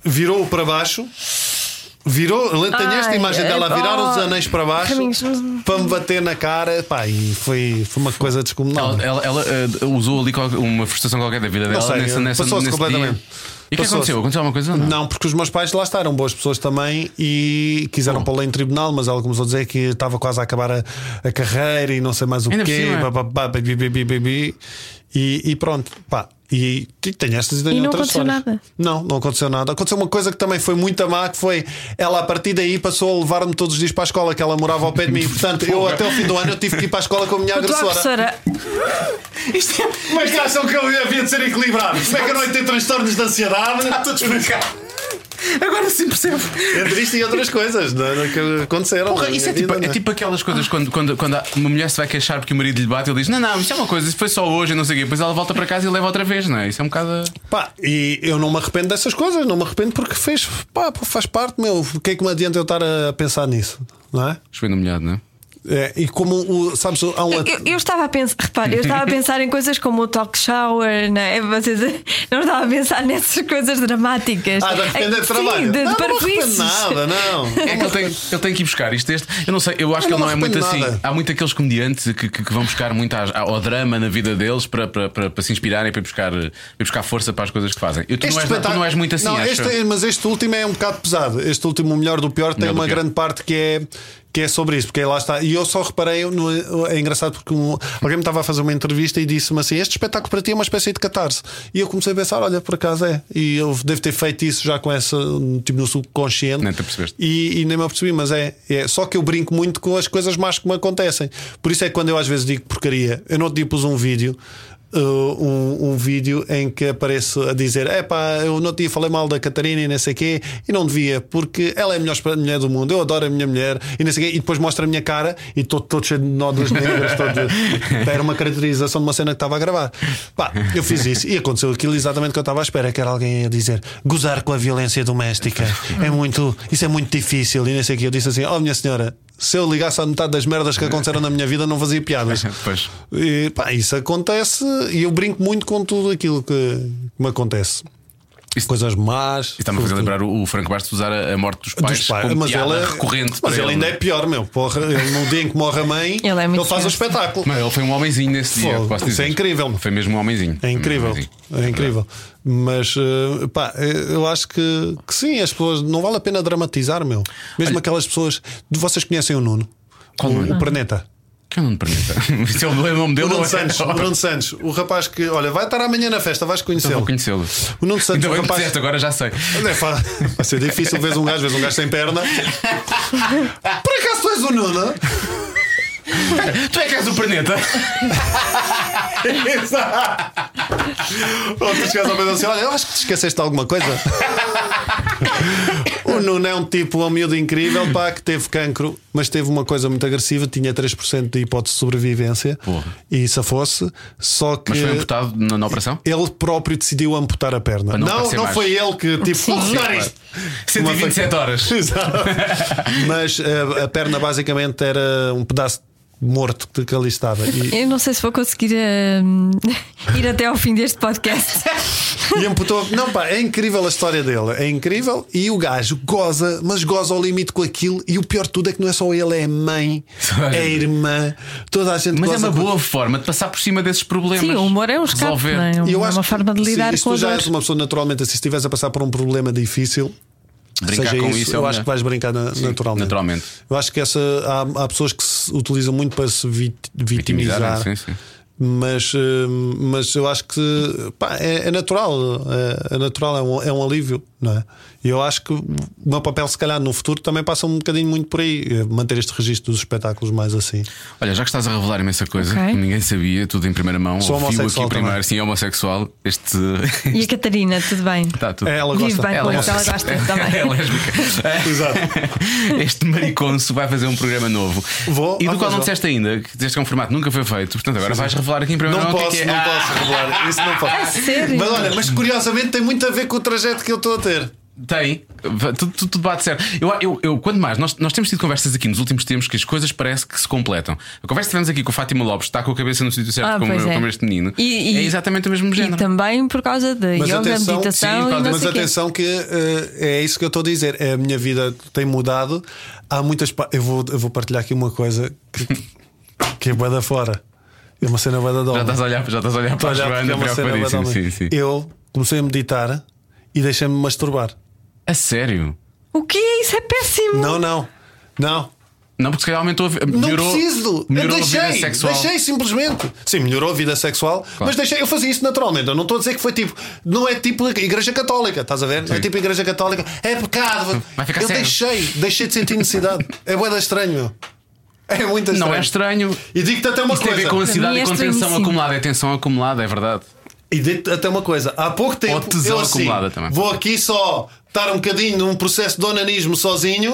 Virou-o para baixo. Virou, tenho esta Ai, imagem dela a virar oh, os anéis para baixo Raminhos, mas- para me bater na cara. Pá, e foi, foi uma coisa descomunal. Ela, ela- ela, eh, usou ali qual- uma frustração qualquer da vida dela sei, nessa, eh, nessa, passou-se nesse completamente. dia. E o que Passou-se. aconteceu? Aconteceu alguma coisa? ou Não. Não, porque os meus pais lá estavam boas pessoas também e quiseram pô-la em tribunal, mas ela começou a dizer que estava quase a acabar a, a carreira e não sei mais o Ainda por quê. cima. pá, pá, pá, bi, bi, bi, bi, bi. E, e pronto, pá. E t- tenho estas e tenho E não outras aconteceu histórias. nada? Não, não aconteceu nada. Aconteceu uma coisa que também foi muito má, que foi ela a partir daí passou a levar-me todos os dias para a escola, que ela morava ao pé de mim. Portanto, eu até o fim do ano eu tive que ir para a escola com a minha A tua agressora. professora. Como é que acham que eu havia de ser equilibrado? Como é que eu não ia ter transtornos de ansiedade? Agora sim percebo. Entre isto e outras coisas não é? que aconteceram. Porra, na isso é minha tipo, vida, é não tipo aquelas coisas quando, quando, quando há- uma mulher se vai queixar porque o marido lhe bate, ele diz: Não, não, isso é uma coisa, isso foi só hoje, e não sei o quê. Depois ela volta para casa e leva outra vez, não é? Isso é um bocado. Pá, e eu não me arrependo dessas coisas, não me arrependo porque fez, pá, faz parte, meu. O que é que me adianta eu estar a pensar nisso? não é? Chovendo molhado, não é? É, e como o, sabes, há um. Eu, at- eu estava a pensar, repare, eu estava a pensar em coisas como o talk shower, não é? Vocês- não estava a pensar nessas coisas dramáticas. Ah, de repente é de Sim, trabalho. de, de não, não me arrependo parvoíces. de nada, não. É que ele tem, ele tem que ir buscar isto. Este, eu não sei, eu acho Eu que ele não não é muito arrependo assim. nada. Há muito aqueles comediantes que, que- que vão buscar muito às- ao drama na vida deles para, para, para, para se inspirarem, para ir, buscar, para ir buscar força para as coisas que fazem. Eu, tu, não és, tu não és muito assim, Não, acho. este é- mas este último é um bocado pesado. Este último, o melhor do pior, tem Melhor do uma pior. grande parte que é, que é sobre isso, porque lá está. E eu só reparei, no- é engraçado porque um- alguém me estava a fazer uma entrevista e disse-me assim: Este espetáculo para ti é uma espécie de catarse. E eu comecei a pensar: Olha, por acaso é. E eu devo ter feito isso já com essa, tipo, no subconsciente. Nem te apercebeste. E, e nem me apercebi, mas é, é. Só que eu brinco muito com as coisas más que me acontecem. Por isso é que quando eu às vezes digo porcaria, eu não te pus um vídeo. uh, um, um vídeo em que apareço a dizer: é pá, eu no outro dia falei mal da Catarina e não sei quê, e não devia, porque ela é a melhor esp- mulher do mundo, eu adoro a minha mulher, e não sei quê, e depois mostra a minha cara e estou todo cheio de nódulas negras. todo- Era uma caracterização de uma cena que estava a gravar. Pá, eu fiz isso e aconteceu aquilo exatamente que eu estava à espera, que era alguém a dizer gozar com a violência doméstica é muito, isso é muito difícil e nem sei o que. Eu disse assim, oh minha senhora, se eu ligasse à metade das merdas que aconteceram na minha vida, não fazia piadas. Pois. E, pá, isso acontece e eu brinco muito com tudo aquilo que que me acontece. Isso- Coisas más. Isto está-me a fazer lembrar o, o Franco Bastos usar a, a morte dos pais, Dos pais, como mas piada ela, é- recorrente. para mas ele ainda é não pior, meu. Porra, ele, no dia em que morre a mãe, Ele é muito faz o pior. espetáculo. Não, ele foi um homenzinho nesse dia, Fogo, posso isso dizer. é incrível, meu. Foi mesmo um homenzinho. É Foi mesmo um incrível, homenzinho. é incrível. Mas eh, pá, eh, eu acho que, que sim, as pessoas não vale a pena dramatizar, meu. Mesmo aquelas pessoas. Vocês conhecem o Nuno? Qual o, Nuno? o Perneta. Que eu não me permita. Se ele lembra o nome O dele, Nuno é? não é? Santos, o Nuno Santos, o rapaz que, olha, vai estar amanhã na festa, vais Então vou conhecê-lo. conhecê-lo. O Nuno Santos, Ainda o bem que rapaz- disseste, agora já sei. É, pá, vai ser difícil, vês um gajo, vês um gajo sem perna. Por acaso tu és o Nuno? Tu é que és o planeta? Ou tu chegas ao pé dele assim, olha, eu acho que te esqueceste de alguma coisa. o Nuno é um tipo, um miúdo incrível, pá, que teve cancro, mas teve uma coisa muito agressiva, tinha 3% de hipótese de sobrevivência. Porra. E se fosse, só que. Mas foi amputado na, na operação? Ele próprio decidiu amputar a perna. Para não não, aparecer não mais. foi ele que tipo. "Vou cortar isto." 127 horas. Exato. Mas eh, a, perna basicamente era um pedaço morto que que ali estava. E, Eu não sei se vou conseguir hum, ir até ao fim deste podcast. e amputou. Não, pá, é incrível a história dele. É incrível. E o gajo goza, mas goza ao limite com aquilo. E o pior de tudo é que não é só ele, é a mãe, Toda a é a gente. irmã. Toda a gente Mas é goza uma com- boa forma de passar por cima desses problemas. Sim, o humor é um escape, Resolver. não é? E eu uma acho que- forma de sim, lidar se com tu a já dor. és uma pessoa naturalmente, assim, se estiveres a passar por um problema difícil, Brincar seja com isso, isso é eu uma- acho que vais brincar na- naturalmente. naturalmente. Eu acho que essa, há, há pessoas que se utilizam muito para se vit- vitimizar. Vitimizar, é? sim, sim. Mas, hum, mas eu acho que pá, é, é natural, é, é natural, é um, é um alívio, não é? E eu acho que o meu papel, se calhar, no futuro também passa um bocadinho muito por aí, é manter este registro dos espetáculos mais assim. Olha, já que estás a revelar imensa coisa Ok. que ninguém sabia, tudo em primeira mão, Sou ouviu aqui homossexual primeiro, também. sim, é homossexual, este. E a Catarina, tudo bem? Está tudo. É, ela Vive gosta. bem com Ela isso, ela gosta. gosta também. É lésbica. Exato. Este mariconso vai fazer um programa novo. Vou. E do Ah, qual mas não vou. disseste ainda, que disseste que é um formato que nunca foi feito, portanto agora vais revelar aqui em primeira Não mão o que é posso, que é. não Ah, posso revelar. Isso não posso. sério? Mas olha, mas curiosamente tem muito a ver com o trajeto que eu estou a ter. Ah, Tem, Va- tudo, tudo, tudo bate certo. Eu, eu, eu, quanto mais, nós, nós temos tido conversas aqui nos últimos tempos que as coisas parece que se completam. A conversa que tivemos aqui com o Fátima Lopes, que está com a cabeça no sítio certo, Ah, como, pois é. como este menino, E- e- é exatamente o mesmo E género. também por causa da Mas yoga, atenção, meditação sim, e não Mas sei o quê. atenção que eh, é isso que eu estou a dizer. A minha vida tem mudado. Há muitas. pa- Eu vou, eu vou partilhar aqui uma coisa que, que é bué da fora. É uma cena bué da Já dobra. estás a olhar, já estás a olhar Estou para a porque é Joana, uma cena bué da preocupadíssimo. Sim, dobra. sim. Eu comecei a meditar e deixei-me masturbar. A sério? O que é isso? É péssimo. Não, não. Não, Não, porque se calhar aumentou a vi- Não melhorou, preciso! Eu melhorou a vida deixei! sexual. Deixei simplesmente! Sim, melhorou a vida sexual, mas deixei. Eu fazia isso naturalmente. Eu não estou a dizer que foi tipo. Não é tipo Igreja Católica, estás a ver? Não é tipo Igreja Católica. É pecado! Vai ficar eu cego. deixei, deixei de sentir necessidade. É boeda estranho, meu. É muito estranho. Não é estranho. E digo-te até uma Isso tem a coisa. ver com ansiedade mim é e com tensão estranhíssimo. acumulada. É tensão acumulada, é verdade. E digo-te até uma coisa. Há pouco tempo. Ou tesão eu assim, acumulada também. Vou aqui só estar um bocadinho num processo de onanismo sozinho,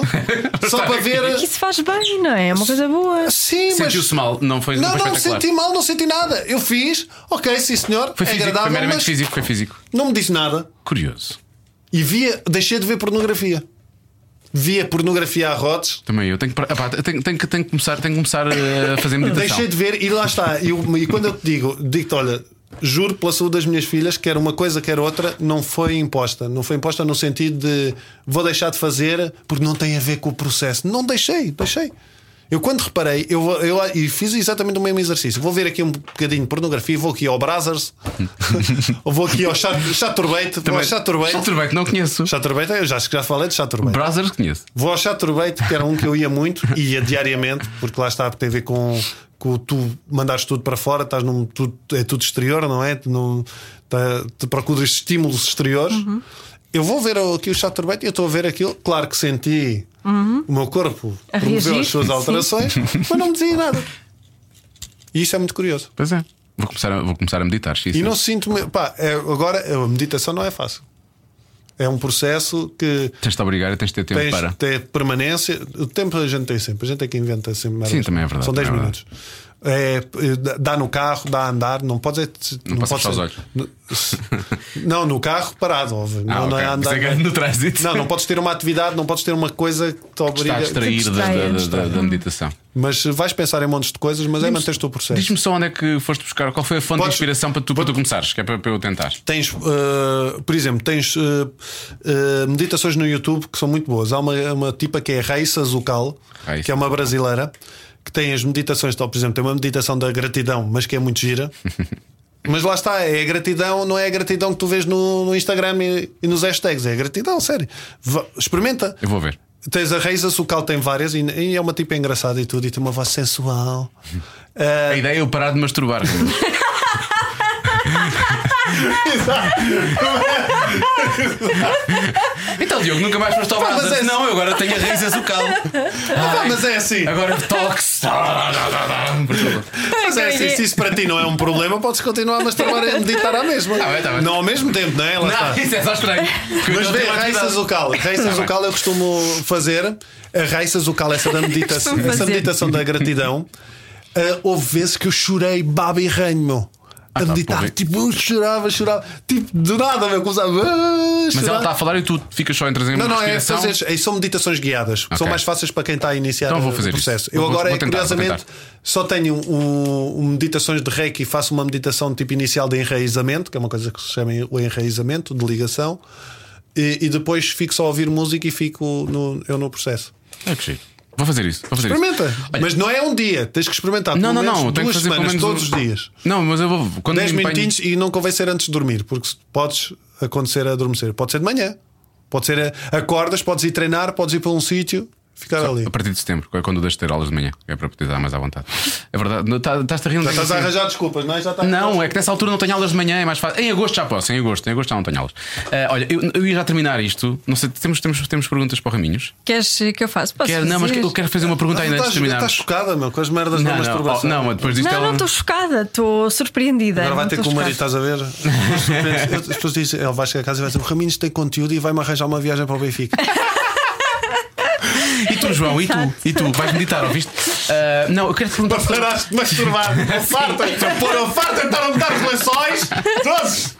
só para É que ver. isso faz bem, não é? É uma coisa boa. Sim, mas. Sentiu-se mal, não foi, Não, foi não, me espetacular. senti mal, não senti nada. Eu fiz, ok, sim senhor, Foi é físico, foi agradável, meramente mas físico, foi físico. não me disse nada. Curioso. E via, deixei de ver pornografia. via pornografia a rotes. Também eu tenho que, par- epá, tenho, tenho que, tenho que começar, tenho que começar eh, a fazer meditação. Deixei de ver e lá está. E, o- e quando eu te digo, digo-te, olha, juro pela saúde das minhas filhas, quer uma coisa, quer outra, não foi imposta. Não foi imposta no sentido de vou deixar de fazer porque não tem a ver com o processo. Não deixei, deixei. Eu quando reparei, eu, vou- eu e fiz exatamente o mesmo exercício. Vou ver aqui um bocadinho de pornografia, vou aqui ao Brazzers, ou vou aqui ao Chat- Chaturbate, vou ao Chaturbate. Chaturbate, não conheço. Chaturbate, eu já, acho que já falei de Chaturbate. Brothers conheço. Vou ao Chaturbate, que era um que eu ia muito e ia diariamente, porque lá está, tem a ver com, com tu mandares tudo para fora, estás num, tudo, é tudo exterior, não é? Tu não, tá- te procuras estímulos exteriores. Eu vou ver aqui o Chaturbate e eu estou a ver aquilo, claro que senti o meu corpo Uhum. A promoveu reagir, as suas sim. alterações, mas não me dizia nada. E isso é muito curioso. Pois é. Vou começar a, vou começar a meditar. Xis, E não sinto-me. Pá, é- agora a meditação não é fácil. É um processo que Tens de obrigar e tens de ter tempo tens para. de ter permanência. O tempo a gente tem sempre, a gente é que inventa sempre. merdas. Sim, também é verdade, São 10 também é minutos. É, eh, dá no carro, dá a andar, não pode é- Não posso pode fechar ser- Não, no carro parado, óbvio. Ah, não, não é ok. andar. Pensei que era no trânsito. Não, não podes ter uma atividade, não podes ter uma coisa que te Está a obriga. distrair da, da- da- da- da meditação. Mas vais pensar em montes de coisas, mas é manter o processo. Diz-me só onde é que foste buscar, qual foi a fonte Podes- de inspiração para tu, para tu começares, que é para, para eu tentar. Tens, eh, por exemplo, tens eh, eh, meditações no YouTube que são muito boas. Há uma, uma tipa que é Raíssa Zucal, Raíssa que é uma brasileira, que tem as meditações, tal, por exemplo, tem uma meditação da gratidão, mas que é muito gira. Mas lá está, é a gratidão, não é a gratidão que tu vês no, no Instagram e, e nos hashtags, é a gratidão, sério. Va- experimenta. Eu vou ver. Tens a Raíssa Zucal, tem várias, e, e é uma tipa engraçada e tudo, e tem uma voz sensual. Eh, A ideia é eu parar de masturbar. então, Diogo, nunca mais foste ao Pá, mas Brazzers? é- Não, eu agora tenho a raiz azucal. pá, mas é assim. Agora toques. Mas é assim, se isso para ti não é um problema, podes continuar a masturbar e a meditar à mesma. Tá bem, tá bem. Não ao mesmo tempo, não é? Lá está. Não, isso é só estranho. porque eu Mas não vê, tenho Tá Raíssa atividade. Zucal. Raíssa Zucal eu costumo fazer. A Raíssa Zucal, essa, da meditação, Costumo essa fazer. meditação da gratidão. ah, houve vezes que eu chorei baba e ranho, meu. A tá, meditar, porra. tipo, eu chorava, chorava. Tipo, do nada, meu. Começava. ah, Mas ela tá chorar. está a falar e tu ficas só em trazer Não, não, é respiração. fazer, é- são meditações guiadas. Ok. São mais fáceis para quem está a iniciar Então vou o fazer processo. isso. Eu Vou- agora, vou tentar, vou curiosamente, tentar. só tenho um, um- meditações de reiki e faço uma meditação tipo inicial de enraizamento, que é uma coisa que se chama o enraizamento, de ligação, e, e depois fico só a ouvir música e fico no, eu no processo. É que giro. Vou fazer isso. Vou fazer isso. Experimenta. Olha, Mas não é um dia, tens que experimentar. não, pelo não, menos não. Tenho que Duas fazer pelo semanas, menos todos os um- dias. Não, mas eu vou. Quando 10 me empenho- minutinhos e não convém ser antes de dormir, porque se- podes acontecer a adormecer. Pode ser de manhã, pode ser a, acordas, podes ir treinar, podes ir para um sítio, ficar ali. A partir de setembro, que é quando eu deixo de ter aulas de manhã, que é para poder dar mais à vontade. É verdade, não, tá- estás-te a rir? não Já tenho estás a assim- arranjar desculpas, não é? Já está Não, é que nessa altura não tenho aulas de manhã, é mais fácil. Em agosto já posso, em agosto, em agosto já não tenho aulas. Ah, olha, eu, eu ia já terminar isto. Não sei, temos, temos, temos perguntas para o Raminhos. Queres que eu faça? Posso Quero, não, mas fazer? eu quero fazer uma pergunta ainda antes Ah, Estás, de terminar. estás chocada, meu, com as merdas da Não, não, oh, masturbação. não, mas depois disto Não, ela. não estou chocada, estou surpreendida. então. Agora vai não ter com estou o marido, chocada. estás a ver? As pessoas dizem, ele vai chegar a casa e vai dizer: o Raminhos tem conteúdo e vai-me arranjar uma viagem para o Benfica. E tu, João, e tu? E tu? Vais meditar, ouviste? Ah, não, eu quero te perguntar. Paraste de masturbar, farta-te, pôr a farta, estar a mudar os lençóis, todos.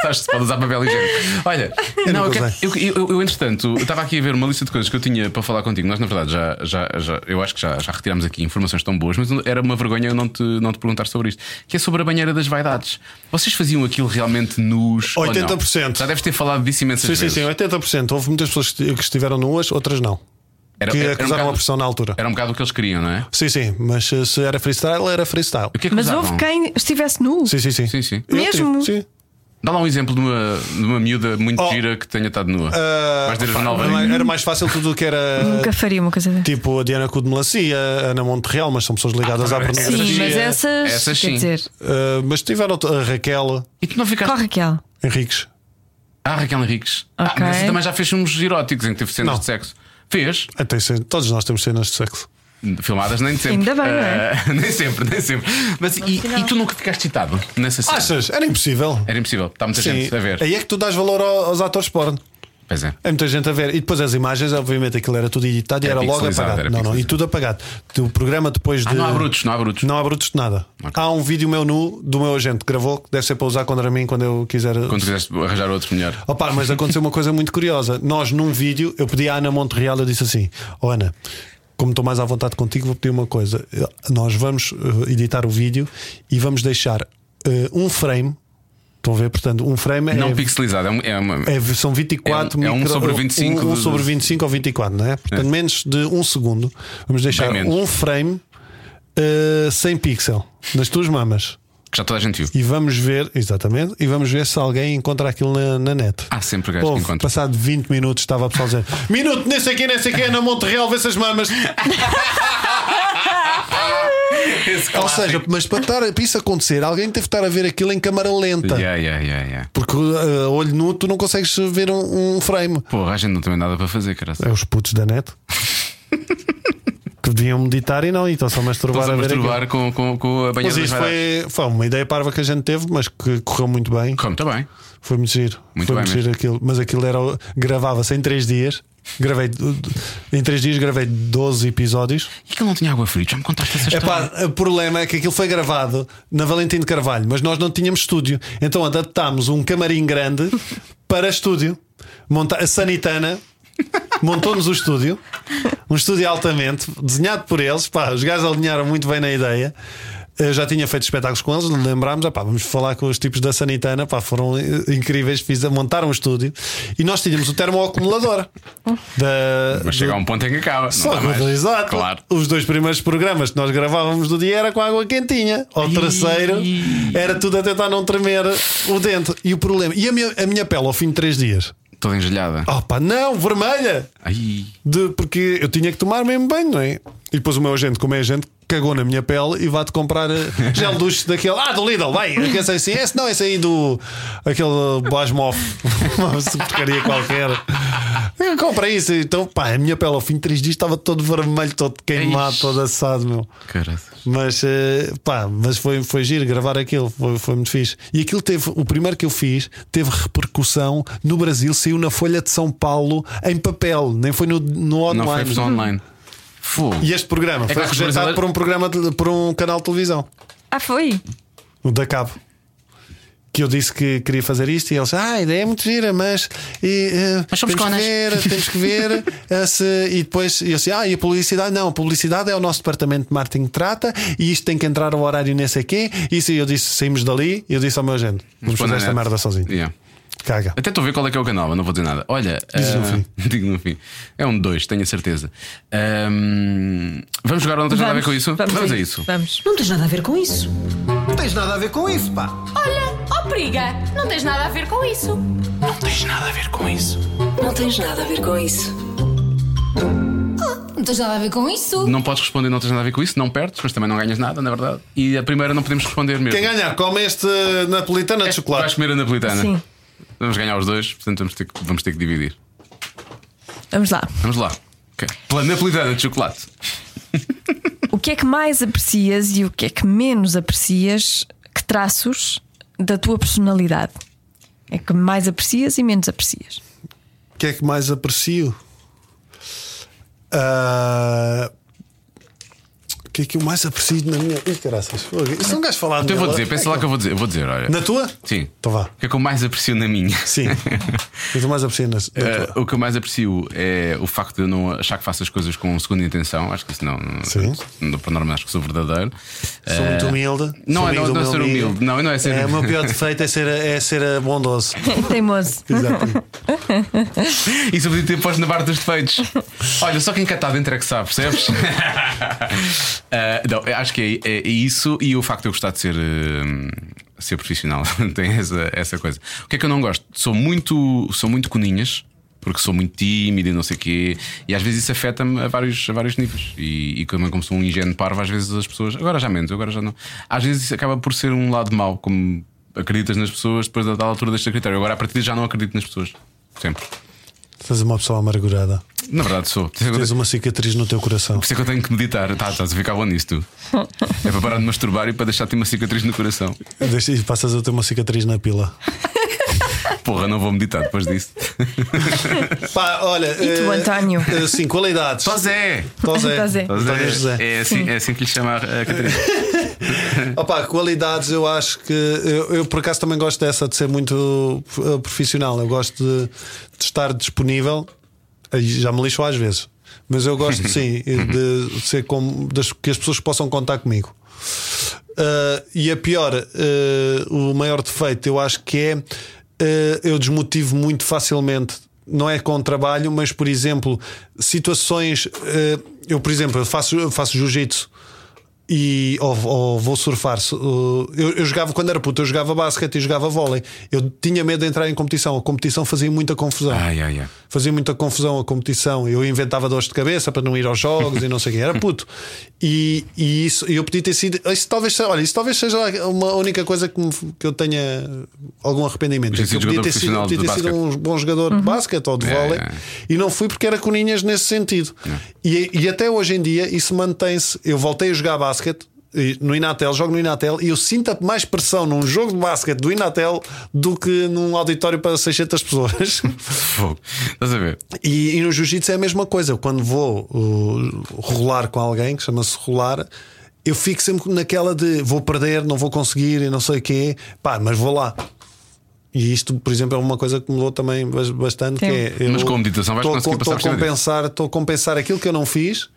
Sabes, se pode usar papel higiênico. Olha, Eu não, eu, nunca quero- eu, eu- eu, entretanto, eu estava aqui a ver uma lista de coisas que eu tinha para falar contigo. Nós, na verdade, já, já, já- eu acho que já, já retirámos aqui informações tão boas, mas era uma vergonha eu não te, não te perguntar sobre isto. Que é sobre a banheira das vaidades. Vocês faziam aquilo realmente nos. ou não? 80%. Já deves ter falado disso imensas Sim, sim, vezes. sim, 80%. Houve muitas pessoas que que estiveram nuas, outras não. Era- que era um acusaram bocado- a pressão na altura. Era um bocado o que eles queriam, não é? Sim, sim, mas eh, se era freestyle, era freestyle. O que é que Mas usavam? houve quem estivesse nu. Sim, sim, sim. Sim, sim. Eu Mesmo? tive, Sim. Dá lá um exemplo de uma, de uma miúda muito Oh. gira que tenha estado nua. Ah, Vais ter pá, jornal era mais- era mais fácil tudo o que era Nunca faria uma coisa dessas. Tipo a Diana Cudmelacia, a Ana Monterreal, mas são pessoas ligadas à sim, pornografia. Sim, mas essas. Essas quer sim. dizer, Uh, mas tiveram a Raquel E tu não ficaste. corre aquela. Henriques. Ah, Raquel Henriques. Ah, Ok. mas você também já fez uns eróticos em que teve cenas Não. de sexo. Fez. Até se- todos nós temos cenas de sexo. Filmadas nem sempre. Ainda bem, não é? Ah, Nem sempre, nem sempre. Mas e, e tu nunca ficaste excitado nessa cena? Achas? Era impossível. Era impossível. Está muita É gente a ver. Aí é que tu dás valor ao- aos atores porno. Pois Pois é. É muita gente a ver. E depois as imagens, obviamente, aquilo era tudo editado e Era era logo pixelizado, apagado. era não, não, e pixelizado. tudo apagado. O programa depois de. Ah, não há brutos, não há brutos. Não há brutos de nada. Ok. Há um vídeo meu nu do meu agente que gravou, que deve ser para usar contra mim quando eu quiser. Quando quiseres arranjar outro melhor. Opa, mas aconteceu uma coisa muito curiosa. Nós, num vídeo, eu pedi à Ana Monterreal, eu disse assim: oh, Ana, como estou mais à vontade contigo, vou pedir uma coisa. Eu- Nós vamos eh, editar o vídeo e vamos deixar eh, um frame. Estão a ver? Portanto, um frame é. Não pixelizado, é, um- é uma. É, são É 24 um- é um micro- sobre 25 um, um do- sobre 25 ou 24, não é? Portanto, menos de um segundo. Vamos deixar Bem menos. um frame eh, sem pixel nas tuas mamas. Que já toda a gente viu. E vamos ver, exatamente, e vamos ver se alguém encontra aquilo na, na net. Há sempre gajo que Houve, encontra. Passado 20 minutos estava a pessoa a dizer: Minuto, nem sei quem, nem sei quem, na Monterreal, vê essas mamas. É Ou seja, mas para, estar, para isso acontecer, alguém teve de estar a ver aquilo em câmara lenta. Yeah, yeah, yeah, yeah. Porque eh, a olho nu tu não consegues ver um- um frame. Porra, a gente não tem mais nada para fazer, cara. É os putos da net que deviam meditar e não, e estão só a masturbar Estás a a ver aquilo. masturbar com, com, com a banheira Mas das isto vaidades. foi, foi uma ideia parva que a gente teve, mas que correu muito bem. Como, está tá bem. Foi muito giro. Muito foi bem muito giro aquilo. Mas aquilo era. o- Gravava-se em 3 dias. Gravei. Em 3 dias gravei 12 episódios. E que ele não tinha água fria? Já me contaste essa história. Epá, o problema é que aquilo foi gravado na Valentim de Carvalho, mas nós não tínhamos estúdio. Então adaptámos um camarim grande para estúdio. Monta a Sanitana montou-nos o estúdio, um estúdio altamente, desenhado por eles. Pá, os gajos alinharam muito bem na ideia. Eu já tinha feito espetáculos com eles, lembrámos, ah, pá, vamos falar com os tipos da Sanitana, pá, foram eh, incríveis, fiz, montaram um estúdio e nós tínhamos o termoacumulador da, Mas chega a um ponto em que acaba. só não dá mais. exato. Claro. Os dois primeiros programas que nós gravávamos do dia era com água quentinha. Ao terceiro era tudo a tentar não tremer o dente. E o problema. E a minha, a minha pele ao fim de três dias? Toda engelhada. Oh pá, não, vermelha! Ai. De, porque eu tinha que tomar mesmo banho, não é? E depois o meu agente, como é agente, cagou na minha pele e vai-te comprar eh, gel duche daquele. Ah, do Lidl, vai! Que esse, esse, esse não, esse aí do. aquele Basmoff, uma porcaria qualquer. Eu Compra isso, então pá, a minha pele ao fim de 3 dias estava todo vermelho, todo queimado, Ixi. todo assado, meu. Caraças. Mas, eh, pá, mas foi, foi giro gravar aquilo, foi, foi muito fixe. E aquilo teve, o primeiro que eu fiz, teve repercussão no Brasil, saiu na Folha de São Paulo em papel, nem foi no, no Não foi online. versão online. Fogo. e este programa que foi os rejeitado brasileiros- por um, programa de- por um canal de televisão, Ah, foi? o da Cabo. Que eu disse que queria fazer isto e eles, ah, a ideia é muito gira, mas, e, eh, Mas somos temos que conas." ver, temos que ver. eh, se- e depois, e eu disse, ah, e a publicidade? Não, a publicidade é o nosso departamento de marketing que trata e isto tem que entrar ao horário nem sei quê. Isso e eu disse, saímos dali, e eu disse ao meu agente, vamos Põe na fazer net. esta merda sozinho. Yeah. Caga. Até estou a ver qual é que é o canal, mas não vou dizer nada. Olha, Dizes no ah, digo no fim. É um 2, tenho a certeza. Ahm, vamos jogar ou não tens nada a ver com isso? Vamos, a isso. Vamos. Não tens nada a ver com isso. Não tens nada a ver com isso, pá. Olha, ó periga, não tens nada a ver com isso. Não tens nada a ver com isso. Não tens nada a ver com isso. Não tens nada a ver com isso. Não podes responder, não tens nada a ver com isso, não perdes, mas também não ganhas nada, na verdade. E a primeira não podemos responder mesmo. Quem ganhar, come este napolitana de Vais chocolate. comer a napolitana. Sim. Vamos ganhar os dois, portanto vamos ter que, vamos ter que dividir. Vamos lá. Vamos lá. Ok. Pela napolitana de chocolate. O que é que mais aprecias e o que é que menos aprecias? Que traços da tua personalidade? É que mais aprecias e menos aprecias? O que é que mais aprecio? Ah, O que é que eu mais aprecio na minha. Ih, caraças. fogo. Isso não gajo falar Então eu nela. vou dizer, pensa lá que eu vou dizer. Eu vou dizer, olha. Na tua? Sim. Então vá. O que é que eu mais aprecio na minha? Sim. Eu estou mais aprecio na, na Eh, tua. o que eu mais aprecio é o facto de eu não achar que faço as coisas com segunda intenção. Acho que isso não. Sim. não por norma, acho que sou verdadeiro. Sou Eh, muito humilde. Não, sou é não, amigo do não é meu ser amigo. humilde. Não, não é ser. É, o meu pior defeito é ser, é ser bondoso. Teimoso. Exato. E sobretudo ter pós na barra dos defeitos. Olha, só quem cá está dentro é que sabe, percebes? Ah, não, eu acho que é, é isso e o facto de eu gostar de ser, hum, ser profissional tem essa, essa coisa. O que é que eu não gosto? Sou muito, sou muito coninhas. Porque sou muito tímido e não sei o quê, e às vezes isso afeta-me a vários, a vários níveis. E, e como, como sou um ingênuo parvo, às vezes as pessoas. Agora já menos, agora já não. Às vezes isso acaba por ser um lado mau, como acreditas nas pessoas depois da, da altura deste critério. Agora, a partir de já não acredito nas pessoas. Sempre. Tens uma pessoa amargurada. Na verdade sou. Por isso é que eu Tens tenho- uma cicatriz no teu coração. por isso é que eu tenho que meditar. Tá, estás a ficar bom nisso, tu. É para parar de masturbar e para deixar-te uma cicatriz no coração. Deixa- E passas a ter uma cicatriz na pila. Porra, não vou meditar depois disso. Pá, olha. E tu, eh, António? eh, Sim, qualidades. Tozé! Tosé. Tosé. António José. É assim, é assim que lhe chama a a Catarina. Opa, qualidades eu acho que eu, eu, por acaso também gosto dessa de ser muito eh, profissional. Eu gosto de, de estar disponível. Aí Já me lixo às vezes, mas eu gosto sim de ser como das, que as pessoas possam contar comigo. Eh, e a pior, eh, o maior defeito eu acho que é eh, eu desmotivo muito facilmente. Não é com trabalho, mas por exemplo, situações. eh, eu, por exemplo, eu faço, eu faço jiu-jitsu e ou, ou vou surfar. su- uh, Eu, eu jogava quando era puto, eu jogava basquete e jogava vôlei. Eu tinha medo de entrar em competição. A competição fazia muita confusão. Ai, ai, ai. Fazia muita confusão a competição. Eu inventava dores de cabeça para não ir aos jogos e não sei o quê. Era puto. E, e isso e eu podia ter sido. Isso talvez, se- olha, isso talvez seja uma única coisa que, me- que eu tenha algum arrependimento. Podia ter É que eu sido jogador podia ter sido, profissional podia de ter sido um bom jogador de basquete ou de É, vôlei é. e não fui porque era coninhas nesse sentido. E, e até hoje em dia isso mantém-se. Eu voltei a jogar basquete e- no Inatel, jogo no Inatel e eu sinto mais pressão num jogo de basquete do Inatel do que num auditório para 600 pessoas. Fogo. Estás a ver? E, e no jiu-jitsu é a mesma coisa. Eu, Quando vou uh, rolar com alguém, que chama-se rolar, eu fico sempre naquela de vou perder, não vou conseguir e não sei o quê, pá, mas vou lá. E isto, por exemplo, é uma coisa que mudou também bas- bastante. Que é, eu Mas com meditação vais tô- conseguir tô- passar por tô cima disso. compensar Estou a compensar aquilo que eu não fiz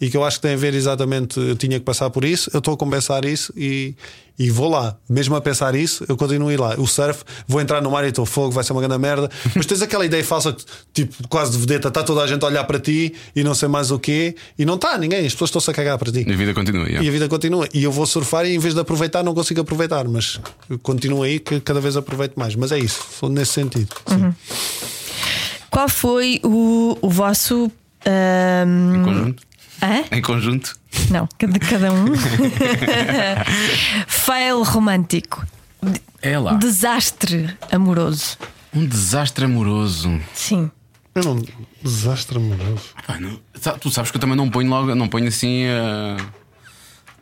e que eu acho que tem a ver exatamente. Eu tinha que passar por isso, eu estou a compensar isso e, e vou lá. Mesmo a pensar isso, eu continuo a ir lá. O surf, vou entrar no mar e estou fogo, vai ser uma grande merda. Mas tens aquela ideia falsa, que, tipo, quase de vedeta, está toda a gente a olhar para ti e não sei mais o quê, e não está ninguém, as pessoas estão-se a cagar para ti. E a vida continua. yeah. E a vida continua. E eu vou surfar e em vez de aproveitar, não consigo aproveitar, mas continuo aí que cada vez aproveito mais. Mas é isso, sou nesse sentido. Sim. Qual foi o, o vosso. ahm, Em conjunto. hã? Em conjunto. Não, cada, cada um. Fail romântico. É lá. Desastre amoroso. Um desastre amoroso. Sim. Eu não. Desastre amoroso. Pá, não- Sa- Tu sabes que eu também não ponho logo, não ponho assim. eh,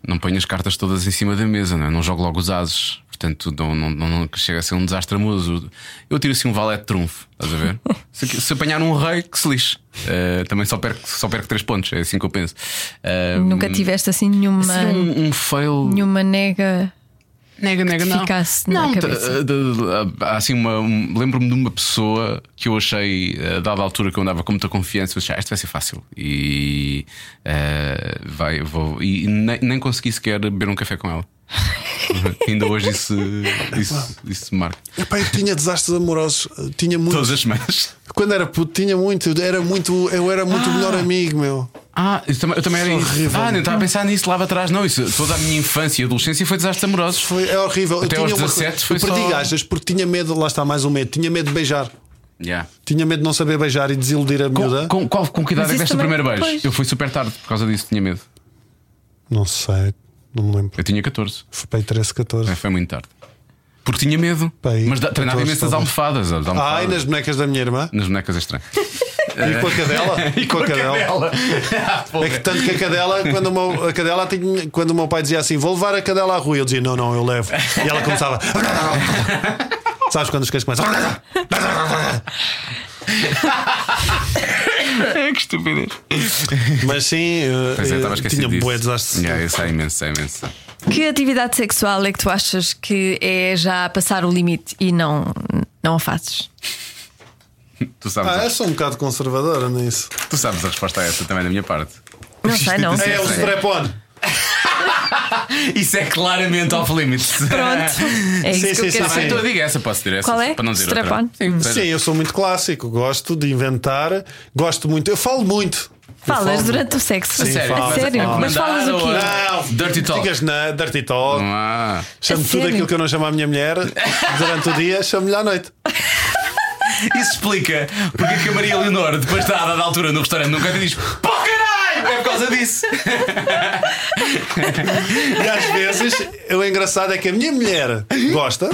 Não ponho as cartas todas em cima da mesa, não, é? não jogo logo os ases. Portanto, não, não, não, não- chega a ser um desastre amoroso. Eu tiro assim um valete de trunfo, estás a ver? se, se apanhar um rei, que se lixe. Eh, também só perco, só perco 3 pontos, é assim que eu penso. Eh, Nunca tiveste assim nenhuma. assim, um, um fail. Nenhuma nega. Nega, nega, te não. ficasse na Não, t- de- cabeça. de- de- há assim uma. um- Lembro-me de uma pessoa que eu achei, a dada altura que eu andava com muita confiança, eu achei, ah, isto vai ser fácil. E. eh, vai, vou. E nem, nem consegui sequer beber um café com ela. Ainda hoje isso, isso, isso marca. Epá, eu tinha desastres amorosos, tinha muito. Todas as semanas. Quando era puto, tinha muito. Era muito eu era muito o melhor amigo, meu. Ah, eu também, eu também era Isso é isso. horrível. Ah, nem estava a pensar nisso lá para trás. Não, isso toda a minha infância e adolescência foi desastres amorosos. Foi, é horrível. Até eu aos tinha uma 17 coisa- foi eu perdi só- gajas porque tinha medo, lá está mais um medo, tinha medo de beijar. Yeah. Tinha medo de não saber beijar e desiludir a miúda. Com, com, qual, com que idade é isso que deste o também- primeiro beijo? pois. Eu fui super tarde por causa disso, tinha medo. Não sei, não me lembro. Eu tinha 14. Foi para aí 13, 14. É, Foi muito tarde. Porque tinha medo. Pai, mas da- treinava 14 imenso as então talvez. almofadas. As almofadas. Ah, e nas bonecas da minha irmã? Nas bonecas é estranho. E com a cadela? E com a cadela? É que tanto que a cadela, quando o meu, a cadela tinha- quando o meu pai dizia assim, vou levar a cadela à rua, eu dizia, não, não, eu levo. E ela começava. Sabes quando os cães começam? É, que estupidez. Mas sim, eh, Pois é, estava a eh, esquecer tinha disso. boé desastre. Yeah, isso é imenso, é imenso. Que atividade sexual é que tu achas que é já passar o limite e não, não a fazes? Tu sabes, Ah, a- eu sou um bocado conservadora nisso. tu sabes a resposta a essa também da minha parte. Não sei, não. Isto é- É o strap-on. Isso é claramente off limits. Pronto. É isso Sim, que eu quero sim, sim, Ah, saber. então eu digo essa, posso dizer essa. Qual é? Para não dizer Strap-on? outra. Sim, Sim, eu sou muito clássico. Gosto de inventar, gosto muito. Eu falo muito. Eu Falas falo durante o sexo. Sim, falo. a sério. Falo. Mas falas o muito. quê? Não, Dirty talk. Digas na dirty talk. Ah, Chamo A tudo sério? aquilo que eu não chamo à minha mulher durante o dia, chamo-lhe à noite. Isso explica porque é que a Maria Leonor, depois da dada altura no restaurante, nunca te diz: Pô, caralho! É por causa disso. E às vezes, o engraçado é que a minha mulher gosta,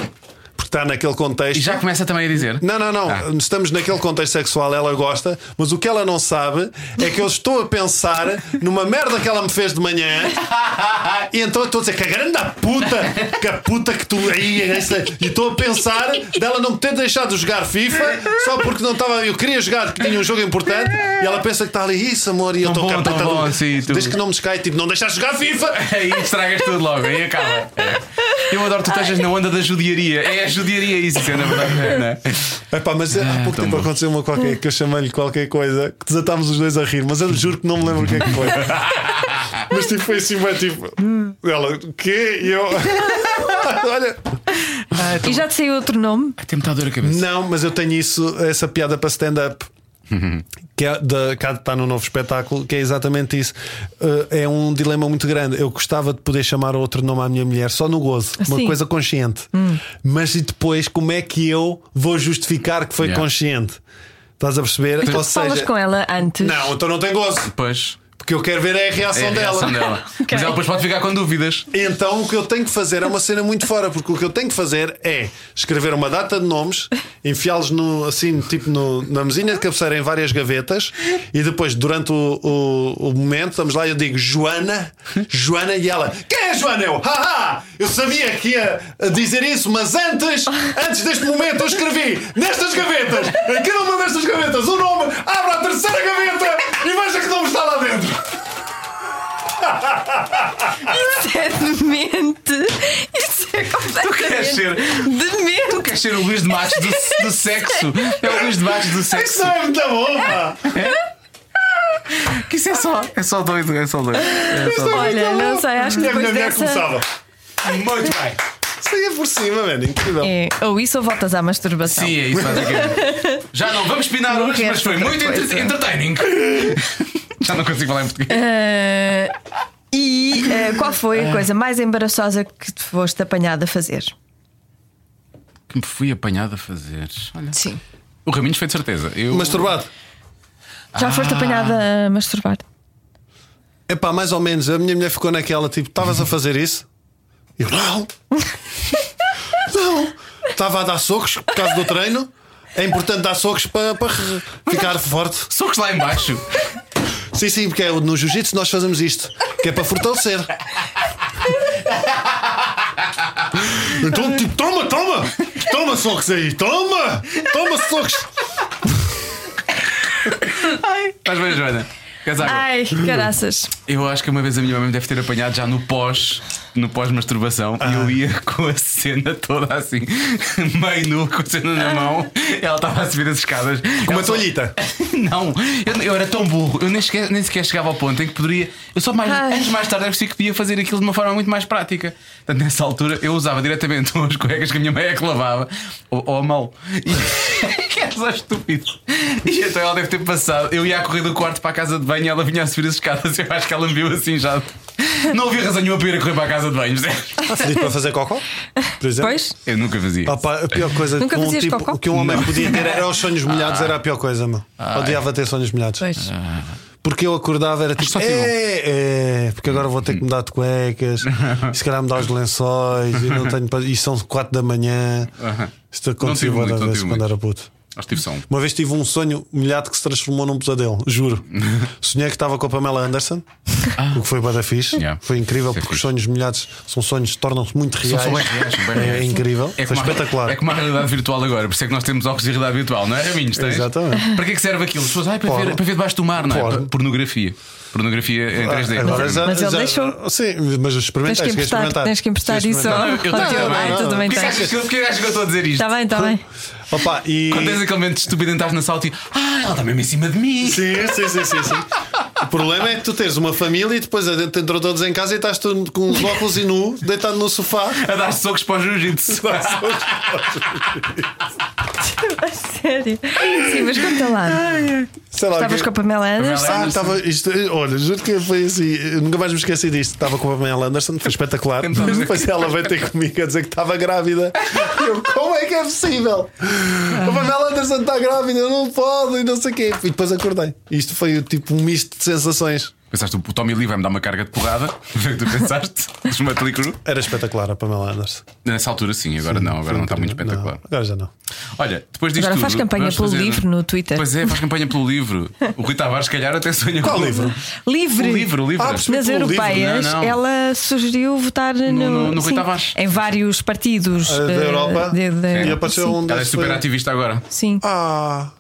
porque está naquele contexto. E já começa também a dizer. Não, não, não. Ah. Estamos naquele contexto sexual, ela gosta, mas o que ela não sabe é que eu estou a pensar numa merda que ela me fez de manhã e então eu estou a dizer que a grande puta, que a puta que tu aí, essa- e estou a pensar dela não me ter deixado jogar FIFA só porque não estava. Eu queria jogar, que tinha um jogo importante e ela pensa que está ali, isso amor, e eu Tão estou bom, cá tão puta. bom, sim, tu- Desde que não me descaia, tipo, não deixaste jogar FIFA. Aí estragas tudo logo, aí acaba. É. Eu adoro que tu estejas na onda da judiaria. É a judiaria isso, é, na verdade. é, não é? Epá, mas há pouco Ah, tão tempo bom. aconteceu uma qualquer que eu chamei-lhe qualquer coisa que desatámos os dois a rir, mas eu juro que não me lembro o que é que foi. mas tipo, foi assim, mas tipo, ela, o quê? E eu, olha, E já te saiu outro nome? Ai, Tem-me dado dor a cabeça. não, mas eu tenho isso, essa piada para stand-up. Que é da, cá está no novo espetáculo, que é exatamente isso. Uh, é um dilema muito grande. Eu gostava de poder chamar outro nome à minha mulher, só no gozo, uma Sim. coisa consciente. Hum. Mas e depois, como é que eu vou justificar que foi Yeah. consciente? Estás a perceber? Mas tu falas com ela antes. Não, então não tem gozo, Depois porque eu quero ver é a reação, é a reação dela. Mas ela depois pode ficar com dúvidas. Então o que eu tenho que fazer é uma cena muito fora, porque o que eu tenho que fazer é escrever uma data de nomes, enfiá-los no, assim, tipo no- na mesinha de cabeceira em várias gavetas, e depois, durante o, o- o momento, estamos lá e eu digo Joana, Joana, e ela, quem é Joana? Eu, haha, eu sabia que ia dizer isso, mas antes, antes deste momento eu escrevi nestas gavetas, em cada uma destas gavetas, o nome, abra a terceira gaveta e veja que nome está lá dentro. Isso é demente. Isso é completamente. queres ser- Demente. Tu queres ser o Luís de Matos do, do sexo? É o Luís de Matos do Isso sexo. é muito bom, pá. Que isso é só, é só doido, é só doido. É só doido. Olha, não sei, acho que a depois minha mulher dessa. começava. Muito bem. Saia por cima, mano. Incrível. É, ou isso ou voltas à masturbação. Sim, é isso basicamente. Já não vamos pinar Não hoje, quero mas foi outra muito coisa. entre- entertaining. Já não consigo falar em português. Ah, e ah, qual foi a coisa mais embaraçosa que te foste apanhada a fazer? Que me fui apanhado a fazer. Olha. Sim. O Raminhos foi de certeza. Eu... Masturbado. Já foste apanhada a masturbar? Epá, mais ou menos. A minha mulher ficou naquela, tipo, estavas a fazer isso? Eu, não. não. Estava a dar socos por causa do treino. É importante dar socos para, para re- ficar forte. Socos lá embaixo. Sim, sim, porque é, no jiu-jitsu nós fazemos isto, que é para fortalecer. Então, tipo, toma, toma! Toma socos aí, toma! Toma socos! Estás bem, Joana? Queres água? Ai, caraças. Eu acho que uma vez a minha mãe me deve ter apanhado já no pós, no pós-masturbação, e Ah. eu ia com a cena toda assim, meio nu, com a cena na mão, ela estava a subir as escadas. Ah. Com uma Ela só- toalhita. Não, eu, eu era tão burro, eu nem sequer, nem sequer chegava ao ponto em que poderia. Eu só mais, Ai. antes mais tarde eu percebi que podia fazer aquilo de uma forma muito mais prática. Portanto, nessa altura eu usava diretamente as cuecas que a minha mãe é que lavava, ou, ou a mão. E que era só estúpido. E então ela deve ter passado. Eu ia a correr do quarto para a casa de banho e ela vinha a subir as escadas. Eu acho que ela me viu assim já. Não havia razão nenhuma para ir a correr para a casa de banho. Zé. Pedido para fazer cocó? Por exemplo? Pois? Eu nunca fazia. Ah pá, a pior coisa Nunca que, um fazias tipo- cocó? que um homem podia ter era os Ah. sonhos molhados, era a pior coisa, meu. Odiava ter sonhos molhados. Pois. Porque eu acordava, era é. só tipo, tive um. é, é, porque agora vou ter que mudar de cuecas, e se calhar mudar os lençóis, e, não tenho, pa- e são 4 da manhã. Aham. Isto Não tive aconteceu muito, várias não vezes tive quando muito. era puto. Acho que tive só um. Uma vez tive um sonho molhado que se transformou num pesadelo, juro. Sonhei que estava com a Pamela Anderson, o que foi bada fixe. Ah. Yeah. Foi incrível, Isso é porque os fixe. sonhos molhados são sonhos que tornam-se muito São reais. só bem reais, são bem é, reais. incrível, É foi como a- espetacular. É como a realidade virtual agora, por isso é que nós temos óculos de realidade virtual, não é, Raminhos? Tens? Exatamente. Para que é que serve aquilo? As pessoas, ai, para, Porno. ver, para ver debaixo do mar, não é? Porno. Pa- Pornografia. Pornografia em 3D. Agora já- Mas ele já- deixou. Sim, mas Tens experimentei, que cheguei a emprestar, experimentar. tens que emprestar Cheguei a isso. experimentar. ao- Eu tenho que não, Ai, não, Ah, tu não. também Porquê que tens. achas que- porquê que achas que eu estou a dizer isto? Está bem, está bem. Opa, e. Quando é- tens aquele momento estúpido em estar na salto e ah, ela está mesmo em cima de mim. Sim, sim, sim, sim, sim. O problema é que tu tens uma família e depois adentro entrou todos em casa e estás tu com os óculos e nu, deitado no sofá. A dar socos para o jiu-jitsu. A sério. Sim, mas conta lá. Sei lá, Estavas que- com a Ah, Pamela Anderson. Ah, estava isto, olha, juro que foi assim, eu nunca mais me esqueci disto. Estava com a Pamela Anderson, foi espetacular. Então, Mas depois ela veio ter comigo a dizer que estava grávida. Eu, como é que é possível? A Pamela tá Anderson está grávida, eu não posso, e não sei o quê. E depois acordei. Isto foi tipo um misto de sensações. Pensaste, o Tommy Lee vai-me dar uma carga de porrada. Foi o que tu pensaste? Desmatei cru. Era espetacular a Pamela Anderson. Nessa altura, sim, agora não, agora não está muito espetacular. Agora já não. Olha, depois disto Agora tudo, faz campanha vamos pelo livro no Twitter. Pois é, faz campanha pelo livro. O Rui Tavares, se calhar, até sonha Qual com livro? Livre. O livro, o livro. Ah, percebi. nas Pelo livro, europeias, não, não. ela sugeriu votar no, no- no Rui sim, Tavares. em vários partidos Ah, da eh, Europa? de- de- E apareceu sim, um Ela é desses. super ativista agora. sim. Ah,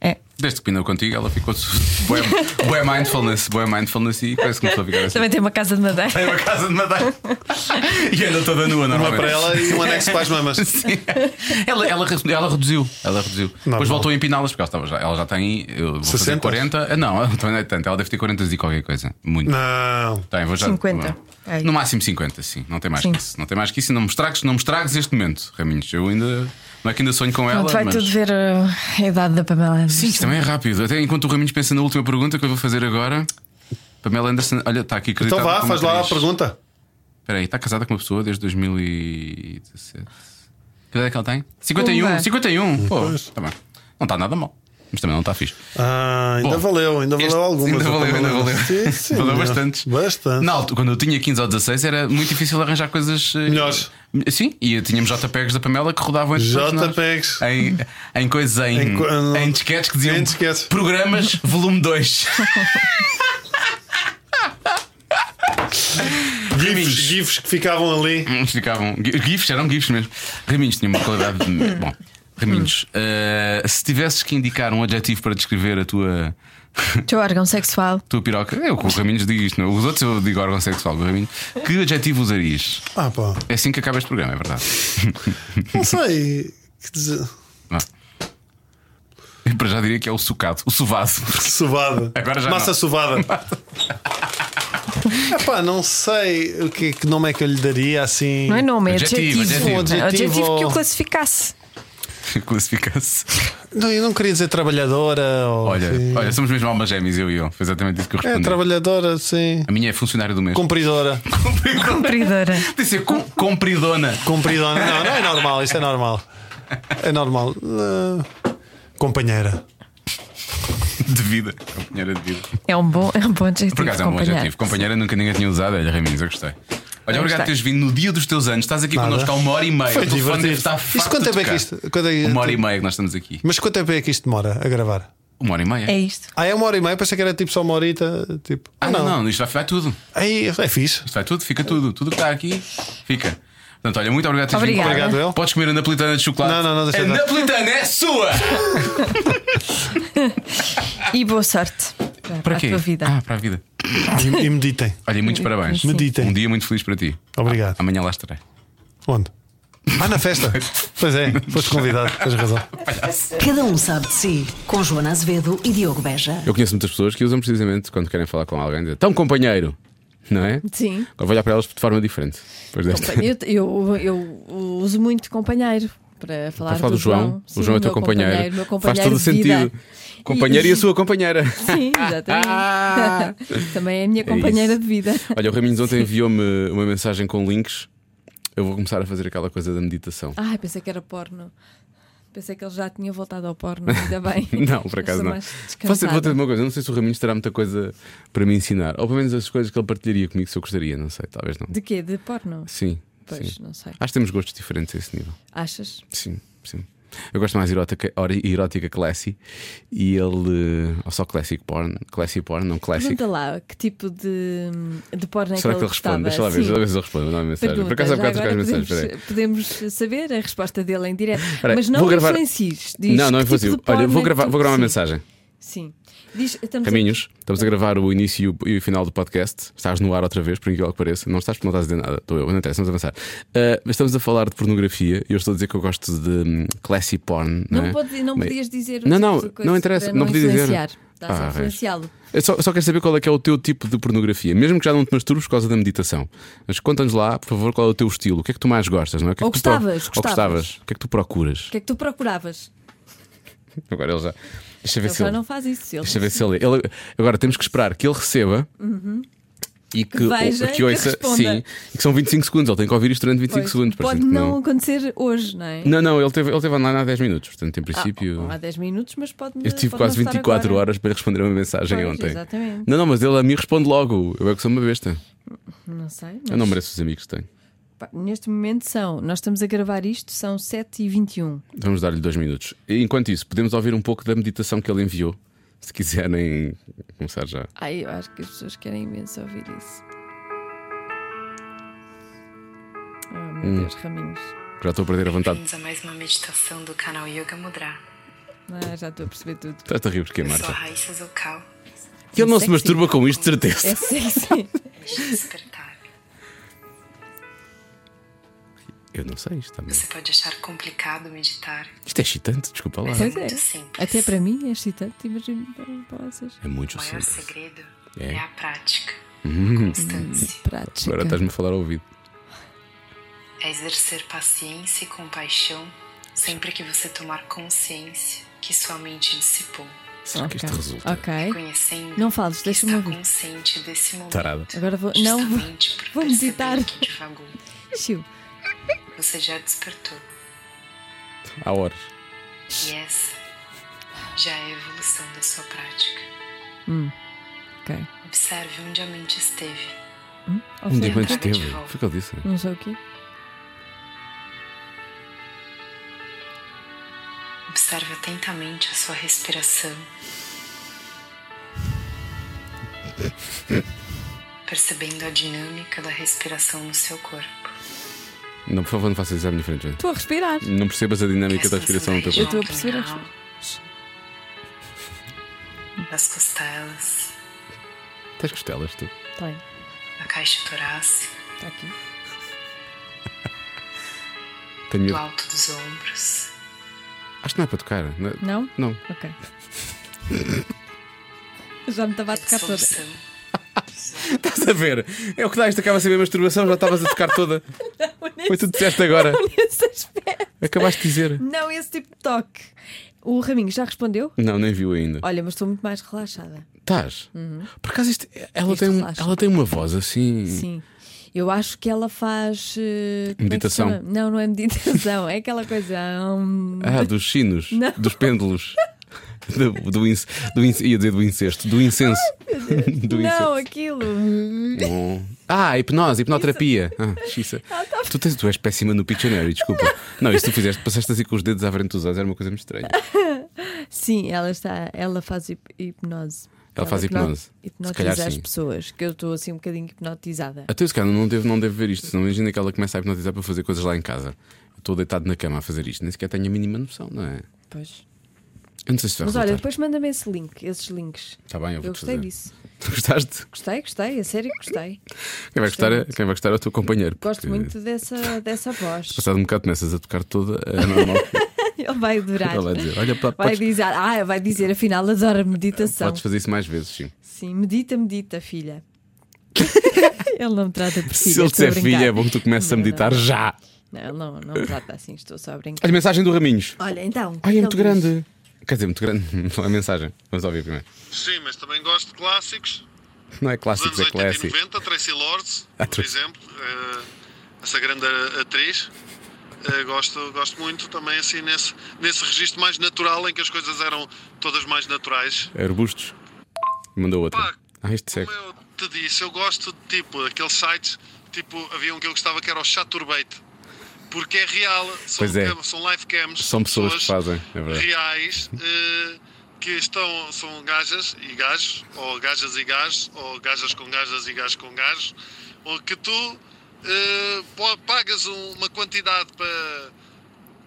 É. Desde que pinou contigo, ela ficou. Boa, mindfulness, boa mindfulness e parece que começou a ficar Ah. assim. Também tem uma casa de madeira. Tem uma casa de madeira. E anda toda nua, uma normalmente. para ela e um anexo para as mamas. Sim. Ela, ela, re- ela reduziu. Ela reduziu. Depois voltou a empiná-las, porque ela, estava já, ela já tem. Eu vou fazer 60? 40. Ah, Não, ela também não é tanto. Ela deve ter 40 e qualquer coisa. Muito. Não. Tem, Tá, vou já- 50. Bom, No máximo 50, sim. Não tem mais É Sim. que isso. Não tem mais que isso. Não me estragues, não me estragues este momento, Raminhos. Eu ainda. Não é que ainda sonho com ela. Pronto, vai mas... tudo ver eh, a idade da Pamela Sim, Anderson. isto também é rápido. Até enquanto o Raminhos pensa na última pergunta que eu vou fazer agora. Pamela Anderson, olha, está aqui acreditada Então vá, como faz lá a atriz. pergunta. Espera aí, está casada com uma pessoa desde 2017. Que idade é que ela tem? 51, Pumba. 51. Pô, Pois. tá bem. Não está nada mal. Mas também não está fixe. Ah, ainda Bom, valeu, ainda valeu Este- algumas. Ainda a valeu, Pamela ainda valeu. Anderson. Sim, sim, valeu não. bastante. Bastante. Na altura, quando eu tinha 15 ou 16, era muito difícil arranjar coisas eh, Melhores. Sim, e tínhamos JPEGs da Pamela que rodavam entre todos nós. JPEGs. Em, em coisas em, Em co- em, não. disquetes que diziam Em disquetes. programas volume 2. GIFs, Raminhos. GIFs que ficavam ali. Uns Ficavam. gi- GIFs, eram GIFs mesmo. Raminhos tinha uma qualidade. de- Bom, Raminhos, eh, se tivesses que indicar um adjetivo para descrever a tua, O teu órgão sexual. tua piroca, eu com o Raminhos digo isto, não? é? os outros eu digo órgão sexual, o Raminhos, que adjetivo usarias? Ah, pá. É assim que acaba este programa, é verdade. Não sei. Que dizer. Não. Eu para já diria que é o socado, o sovado. Sovada. Agora já Massa não. sovada. Epá, não sei o que, que nome é que eu lhe daria assim. Não é nome, é Adjetivo, adjetivo. adjetivo. Adjetivo, Adjetivo. que o classificasse. Classificasse. Não, eu não queria dizer trabalhadora. Ou, Olha, assim. olha, somos mesmo almas gêmeas, eu e eu. Foi exatamente isso que eu É, respondi. trabalhadora, sim. A minha é funcionária do mês. Cumpridora. Cumpridora. Deve ser com- compridona. Cumpridona. Não, não é normal, isso é normal. É normal. Ah, companheira. De vida. Companheira de vida. É um bom, é um bom adjetivo. Por acaso é um bom companheiro. objetivo. Companheira nunca ninguém tinha usado. Olha, Raminhos, eu gostei. Olha, obrigado por teres vindo no dia dos teus anos. Estás aqui Nada. connosco há uma hora e meia. Foi O telefone divertido. deve estar Isto farto quanto de tempo é tocar. que isto- quanto é que- Uma hora e meia que nós estamos aqui. Mas quanto tempo é que isto demora a gravar? Uma hora e meia. É isto. Ah, é uma hora e meia? Pensei que era tipo só uma horita. Tipo. Ah, não, não, isto vai, vai tudo. Aí é fixe. Isto vai tudo, fica tudo. Tudo que está aqui, fica. Portanto, olha, muito obrigado por teres vindo. Obrigada. Obrigado, eu. Podes comer a napolitana de chocolate. Não, não, não, deixa A eu dar. napolitana é sua! E boa sorte para, Para a quê? tua vida. Ah, para a vida. E, e meditem. Olha, e muitos parabéns. Meditem. Um dia muito feliz para ti. Obrigado. Ah, Amanhã lá estarei. Onde? Ah, na festa. pois é, foste convidado, tens razão. Cada um sabe de si, com Joana Azevedo e Diogo Beja. Eu conheço muitas pessoas que usam precisamente quando querem falar com alguém, dizer, tão companheiro, não é? Sim. Agora vou olhar para elas de forma diferente. Depois desta. Eu, eu, eu uso muito companheiro para falar, Para falar do João, Sim, o João é teu meu companheiro. meu Faz companheiro todo o de vida. sentido. Companheiro e, a sua companheira. Sim, exatamente. Também é a minha companheira isso. de vida. Olha, o Raminhos ontem enviou-me uma mensagem com links. Eu vou começar a fazer aquela coisa da meditação. Ai, pensei que era porno. Pensei que ele já tinha voltado ao porno, ainda bem. Não, por acaso Estou não. mais Faço- Vou descansada. ter uma coisa, não sei se o Raminhos terá muita coisa para me ensinar. Ou pelo menos as coisas que ele partilharia comigo se eu gostaria, não sei, talvez não. De quê? De porno? Sim. Pois, sim. não sei. Acho que temos gostos diferentes a esse nível. Achas? Sim, sim. Eu gosto mais de erótica, or- erótica classy e ele. eh, Ou só classic porn. Classy porn, não classic. Pergunta lá que tipo de, de porno é Assim. Será que que ele responde? Deixa lá ver, deixa lá ver se ele responde. Não, mensagem. Pergunta, Por acaso há já bocado trocar as agora mensagens. peraí. podemos, podemos saber a resposta dele em direto. Espera aí, Mas não vou gravar- influencies. Diz não, não é que tipo de fácil. porno Olha, vou é gravar, que tu- vou gravar uma sim, mensagem. Sim. Diz, estamos a- Caminhos, estamos a gravar o início e o final do podcast. Estás no ar outra vez, por incrível que pareça. Não estás porque não estás a dizer nada. Estou eu, não interessa, vamos avançar. Ah, mas estamos a falar de pornografia e eu estou a dizer que eu gosto de hum, classy porn. Não, Não, é? pode, não Bem, podias dizer o Não, tipo não, de coisa não interessa. para Não, podia influenciar. dizer. Estás a Ah, vês. influenciá-lo. Eu só, só quero saber qual é que é o teu tipo de pornografia, mesmo que já não te masturbes por causa da meditação. Mas conta-nos lá, por favor, qual é o teu estilo, o que é que tu mais gostas, não é? O que é Ou que tu pro- gostavas, ou gostavas, o que é que tu procuras? O que é que tu procuravas? Agora ele já. Deixa eu ver Ele se já ele. não faz isso. Ele Deixa eu ver se ele. ele- Agora temos que esperar que ele receba e que, ou- veja, que responda. sim, e que são 25 segundos. Ele tem que ouvir isto durante 25 Pois, segundos. pode portanto, não acontecer hoje, não é? Não, não, ele teve, ele teve online há 10 minutos, portanto, em Ah, princípio. há 10 minutos, mas pode eu tive quase 24 horas para lhe responder uma mensagem Pois, ontem. exatamente. Não, não, mas ele a mim responde logo. Eu é que sou uma besta. Não sei. Eu não mereço os amigos que tenho. Pá, Neste momento são, nós estamos a gravar isto, são 7h21. Vamos dar-lhe dois minutos. E, Enquanto isso, podemos ouvir um pouco da meditação que ele enviou. Se quiserem começar já. Ai, eu acho que as pessoas querem imenso ouvir isso. Oh meu Hum. Deus, Raminhos. Já estou a perder a vontade. Bem-vindos a mais uma meditação do canal Yoga Mudra. Ah, já estou a perceber tudo. Estás a rir porque é Eu sou a Marta. Raíssa Zucal. Que ele não se Sexy. masturba com isto, de certeza. É sexy. Deixe de despertar. Eu não sei isto também. Você pode achar complicado meditar, Isto é excitante, desculpa lá. mas é Pois muito é. simples. Até para mim é excitante, imagino para- para vocês. É muito O maior simples. segredo É. Uhum. é, a prática, a constância, Prática. Agora tá estás-me a falar ao ouvido. é exercer paciência e compaixão sempre que você tomar consciência que sua mente dissipou. Será que isto Ok. resulta? Ok. Conhecendo Não fales, que deixa-me está ouvir. consciente desse momento. Tarada. Agora vou- não, vou- justamente por vou perceber meditar. que divagou. Chiu. Você já despertou. Há horas. E essa já é a evolução da sua prática. Ok. Observe onde a mente esteve. Um dia Ofende. quando esteve. Foi o que ele disse. Não sei o quê. Observe atentamente a sua respiração. Percebendo a dinâmica da respiração no seu corpo. Não, por favor, não faças exame diferente. gente. Estou a respirar. Não percebas a dinâmica da respiração no teu Eu corpo. corpo. Eu estou a perceber a Das costelas, Tens costelas, tu. Tem. da caixa torácica, Está Tá aqui. Tenho do medo. alto dos ombros. Acho que não é para tocar. Não? é? Não? Não. Ok. Já me estava a tocar toda. Solução. Estás a ver? É o que dá, isto acaba a ser a masturbação, já estavas a tocar toda. Foi tudo que disseste agora. Nesse aspecto. Acabaste de dizer. Não esse tipo de toque. O Raminho já respondeu? Não, nem viu ainda. Olha, mas estou muito mais relaxada. Estás? Por acaso isto, ela, Uhum. Isto tem, um- relaxa. ela tem uma voz assim. Sim. Eu acho que ela faz. eh, como é que se Meditação. chama? não, não é meditação. É aquela coisa. hum, Ah, dos sinos, dos pêndulos. Do, do, inc, do, inc- ia dizer do incesto, do incenso. do não, incenso. aquilo. Bom. Ah, hipnose, hipnoterapia. Ah, xiça. tá tu, tens, tu és péssima no Pictionary, desculpa. Não, isso tu fizeste, passaste assim com os dedos à frente dos olhos, era uma coisa muito estranha. Sim, ela está. Ela faz hip- hipnose. Ela faz hipno- hipnose. Se Hipnotiza calhar as sim. pessoas. Que eu estou assim um bocadinho hipnotizada. Até esse cara não deve, não deve ver isto, senão imagina que ela começa a hipnotizar para fazer coisas lá em casa. Eu estou deitado na cama a fazer isto, nem sequer tenho a mínima noção, não é? Pois. Eu não sei se vai Mas olha, resultar. depois manda-me esse link, esses links. Tá bem, eu vou-te gostei fazer. disso. Tu gostaste? Gostei, gostei, a sério que gostei. Quem vai, gostar é, quem vai gostar é o teu companheiro. Gosto porque muito dessa, dessa voz. Passado um bocado começas a tocar toda, é normal. Ele vai adorar. Ele vai dizer, olha, pá, Vai podes- dizer, ah, vai dizer, afinal adora meditação. Podes fazer isso mais vezes, sim. Sim, medita, medita, filha. ele não me trata por filha. Se ele estou a disser brincar. filha, é bom que tu comeces a Não, meditar não. já. Não, ele não, não me trata assim, estou só a brincar. Olha, mensagem do Raminhos. Olha, então. Ai, é muito ele diz- grande. Quer dizer, muito grande. Não é mensagem. Vamos ouvir primeiro. Sim, mas também gosto de clássicos. Não é Dos anos clássicos, é 80 e clássico. 90, Tracy Lords, Ah, por Tracy. exemplo, eh, essa grande atriz. Eh, gosto, gosto muito também assim nesse, nesse registro mais natural em que as coisas eram todas mais naturais. Arbustos. Mandou outra. Pá, Ah, este Como seco. eu te disse, eu gosto de tipo aqueles sites, tipo, havia um que eu gostava que era o Chaturbate. Porque é real, são, Pois é. cam- são live cams, São pessoas que fazem, é verdade. reais eh, que estão, são gajas e gajos, ou gajas e gajos, ou gajas com gajas e gajos com gajos, ou que tu eh, po- pagas um- uma quantidade para,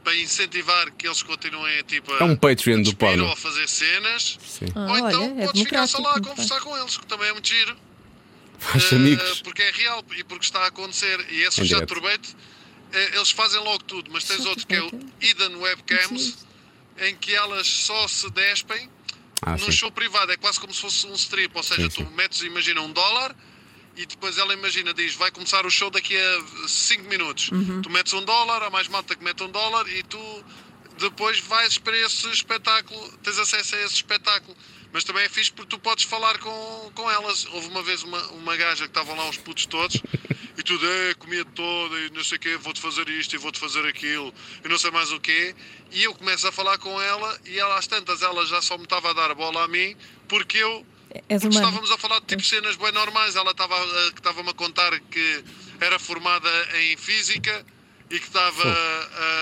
para incentivar que eles continuem tipo, a, É um Patreon do despir ou porno. a fazer cenas, Sim. Ah, ou então olha, é podes ficar só lá a democrático, muito conversar com eles, que também é muito giro. Faz Eh, amigos. Porque é real e porque está a acontecer. E esse Em já direto. turbete, eles fazem logo tudo. Mas tens outro que é o Eden Webcams, em que elas só se despem Ah, num sim. show privado. É quase como se fosse um strip. Ou seja, Sim, tu sim. metes, imagina, um dólar. E depois ela imagina, diz, vai começar o show daqui a 5 minutos. Tu metes um dólar, há mais malta que mete um dólar e tu depois vais para esse espetáculo, tens acesso a esse espetáculo. Mas também é fixe porque tu podes falar com, com elas. Houve uma vez uma, uma gaja que estavam lá uns putos todos e tudo, é, comia toda e não sei o quê, vou-te fazer isto e vou-te fazer aquilo e não sei mais o quê. E eu começo a falar com ela e ela às tantas ela já só me estava a dar a bola a mim porque eu És porque humano. É. estávamos a falar de tipo cenas bem normais. Ela estava a- que estava-me a contar que era formada em física e que estava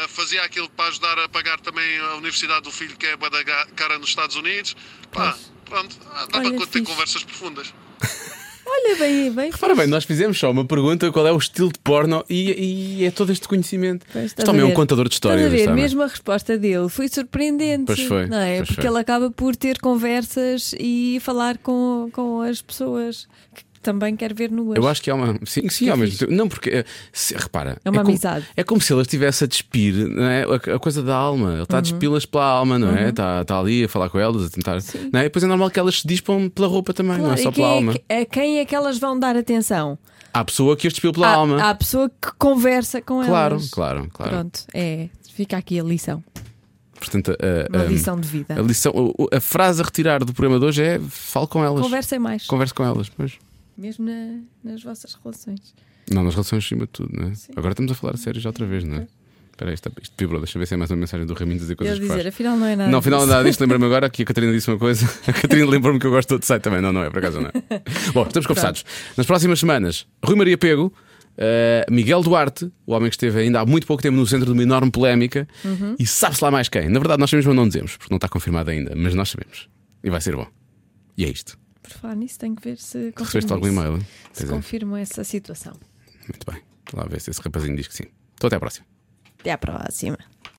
a fazia aquilo para ajudar a pagar também a universidade do filho que é bué da ga- cara nos Estados Unidos. Pá, Pois. pronto, ah, dá para Olha, conter fixe. conversas profundas. Olha bem, bem. Repara bem, nós fizemos só uma pergunta: qual é o estilo de porno e, e é todo este conhecimento. Pois, Este estás homem é a um ver. contador de histórias. Estás a este ver, homem. mesmo a resposta dele foi surpreendente. Pois foi, Não é? pois Porque foi. ele acaba por ter conversas e falar com, com as pessoas que também quer ver nuas. Eu acho que é uma. Sim, sim, ao mesmo tempo. Não, porque. eh, se- repara. É uma como, amizade. É como se ele estivesse a despir não é? a, a coisa da alma. Ele Uhum. está a despi-las pela alma, não é? Está, está ali a falar com elas, a tentar. Não é? Depois é normal que elas se dispam pela roupa também, não é Claro, só e quem pela alma. é que- a quem é que elas vão dar atenção? Há pessoa que as despiu pela Há- alma. Há a pessoa que conversa com claro, elas. claro, claro. Pronto, é. Fica aqui a lição. Portanto, eh, a, Uma a- lição de vida. a lição- o- o- a frase a retirar do programa de hoje é: fale com elas. Conversem é mais, Converse com elas. Pois. mesmo na- nas vossas relações. Não, nas relações acima de tudo, não é? Agora estamos a falar a sério já outra vez, não é? Espera aí, isto, isto vibrou. Deixa eu ver se é mais uma mensagem do Raminho dizer coisas Ele que faz. dizer, afinal não é nada. Não, afinal disso. nada disto, lembra-me agora que a Catarina disse uma coisa. A Catarina lembrou-me que eu gosto de outro site também. Não, não é, por acaso não é. Bom, estamos conversados. Nas próximas semanas, Rui Maria Pego, eh, Miguel Duarte, o homem que esteve ainda há muito pouco tempo no centro de uma enorme polémica, e sabe-se lá mais quem. Na verdade, nós sabemos, mas não dizemos, porque não está confirmado ainda, mas nós sabemos. E vai ser bom. E é isto. Por falar nisso, tenho que ver se Recebeste confirmam algum isso. e-mail? hein? Se Pois é, confirmam essa situação. muito bem. Lá ver se esse rapazinho diz que sim. Então até à próxima. Até à próxima.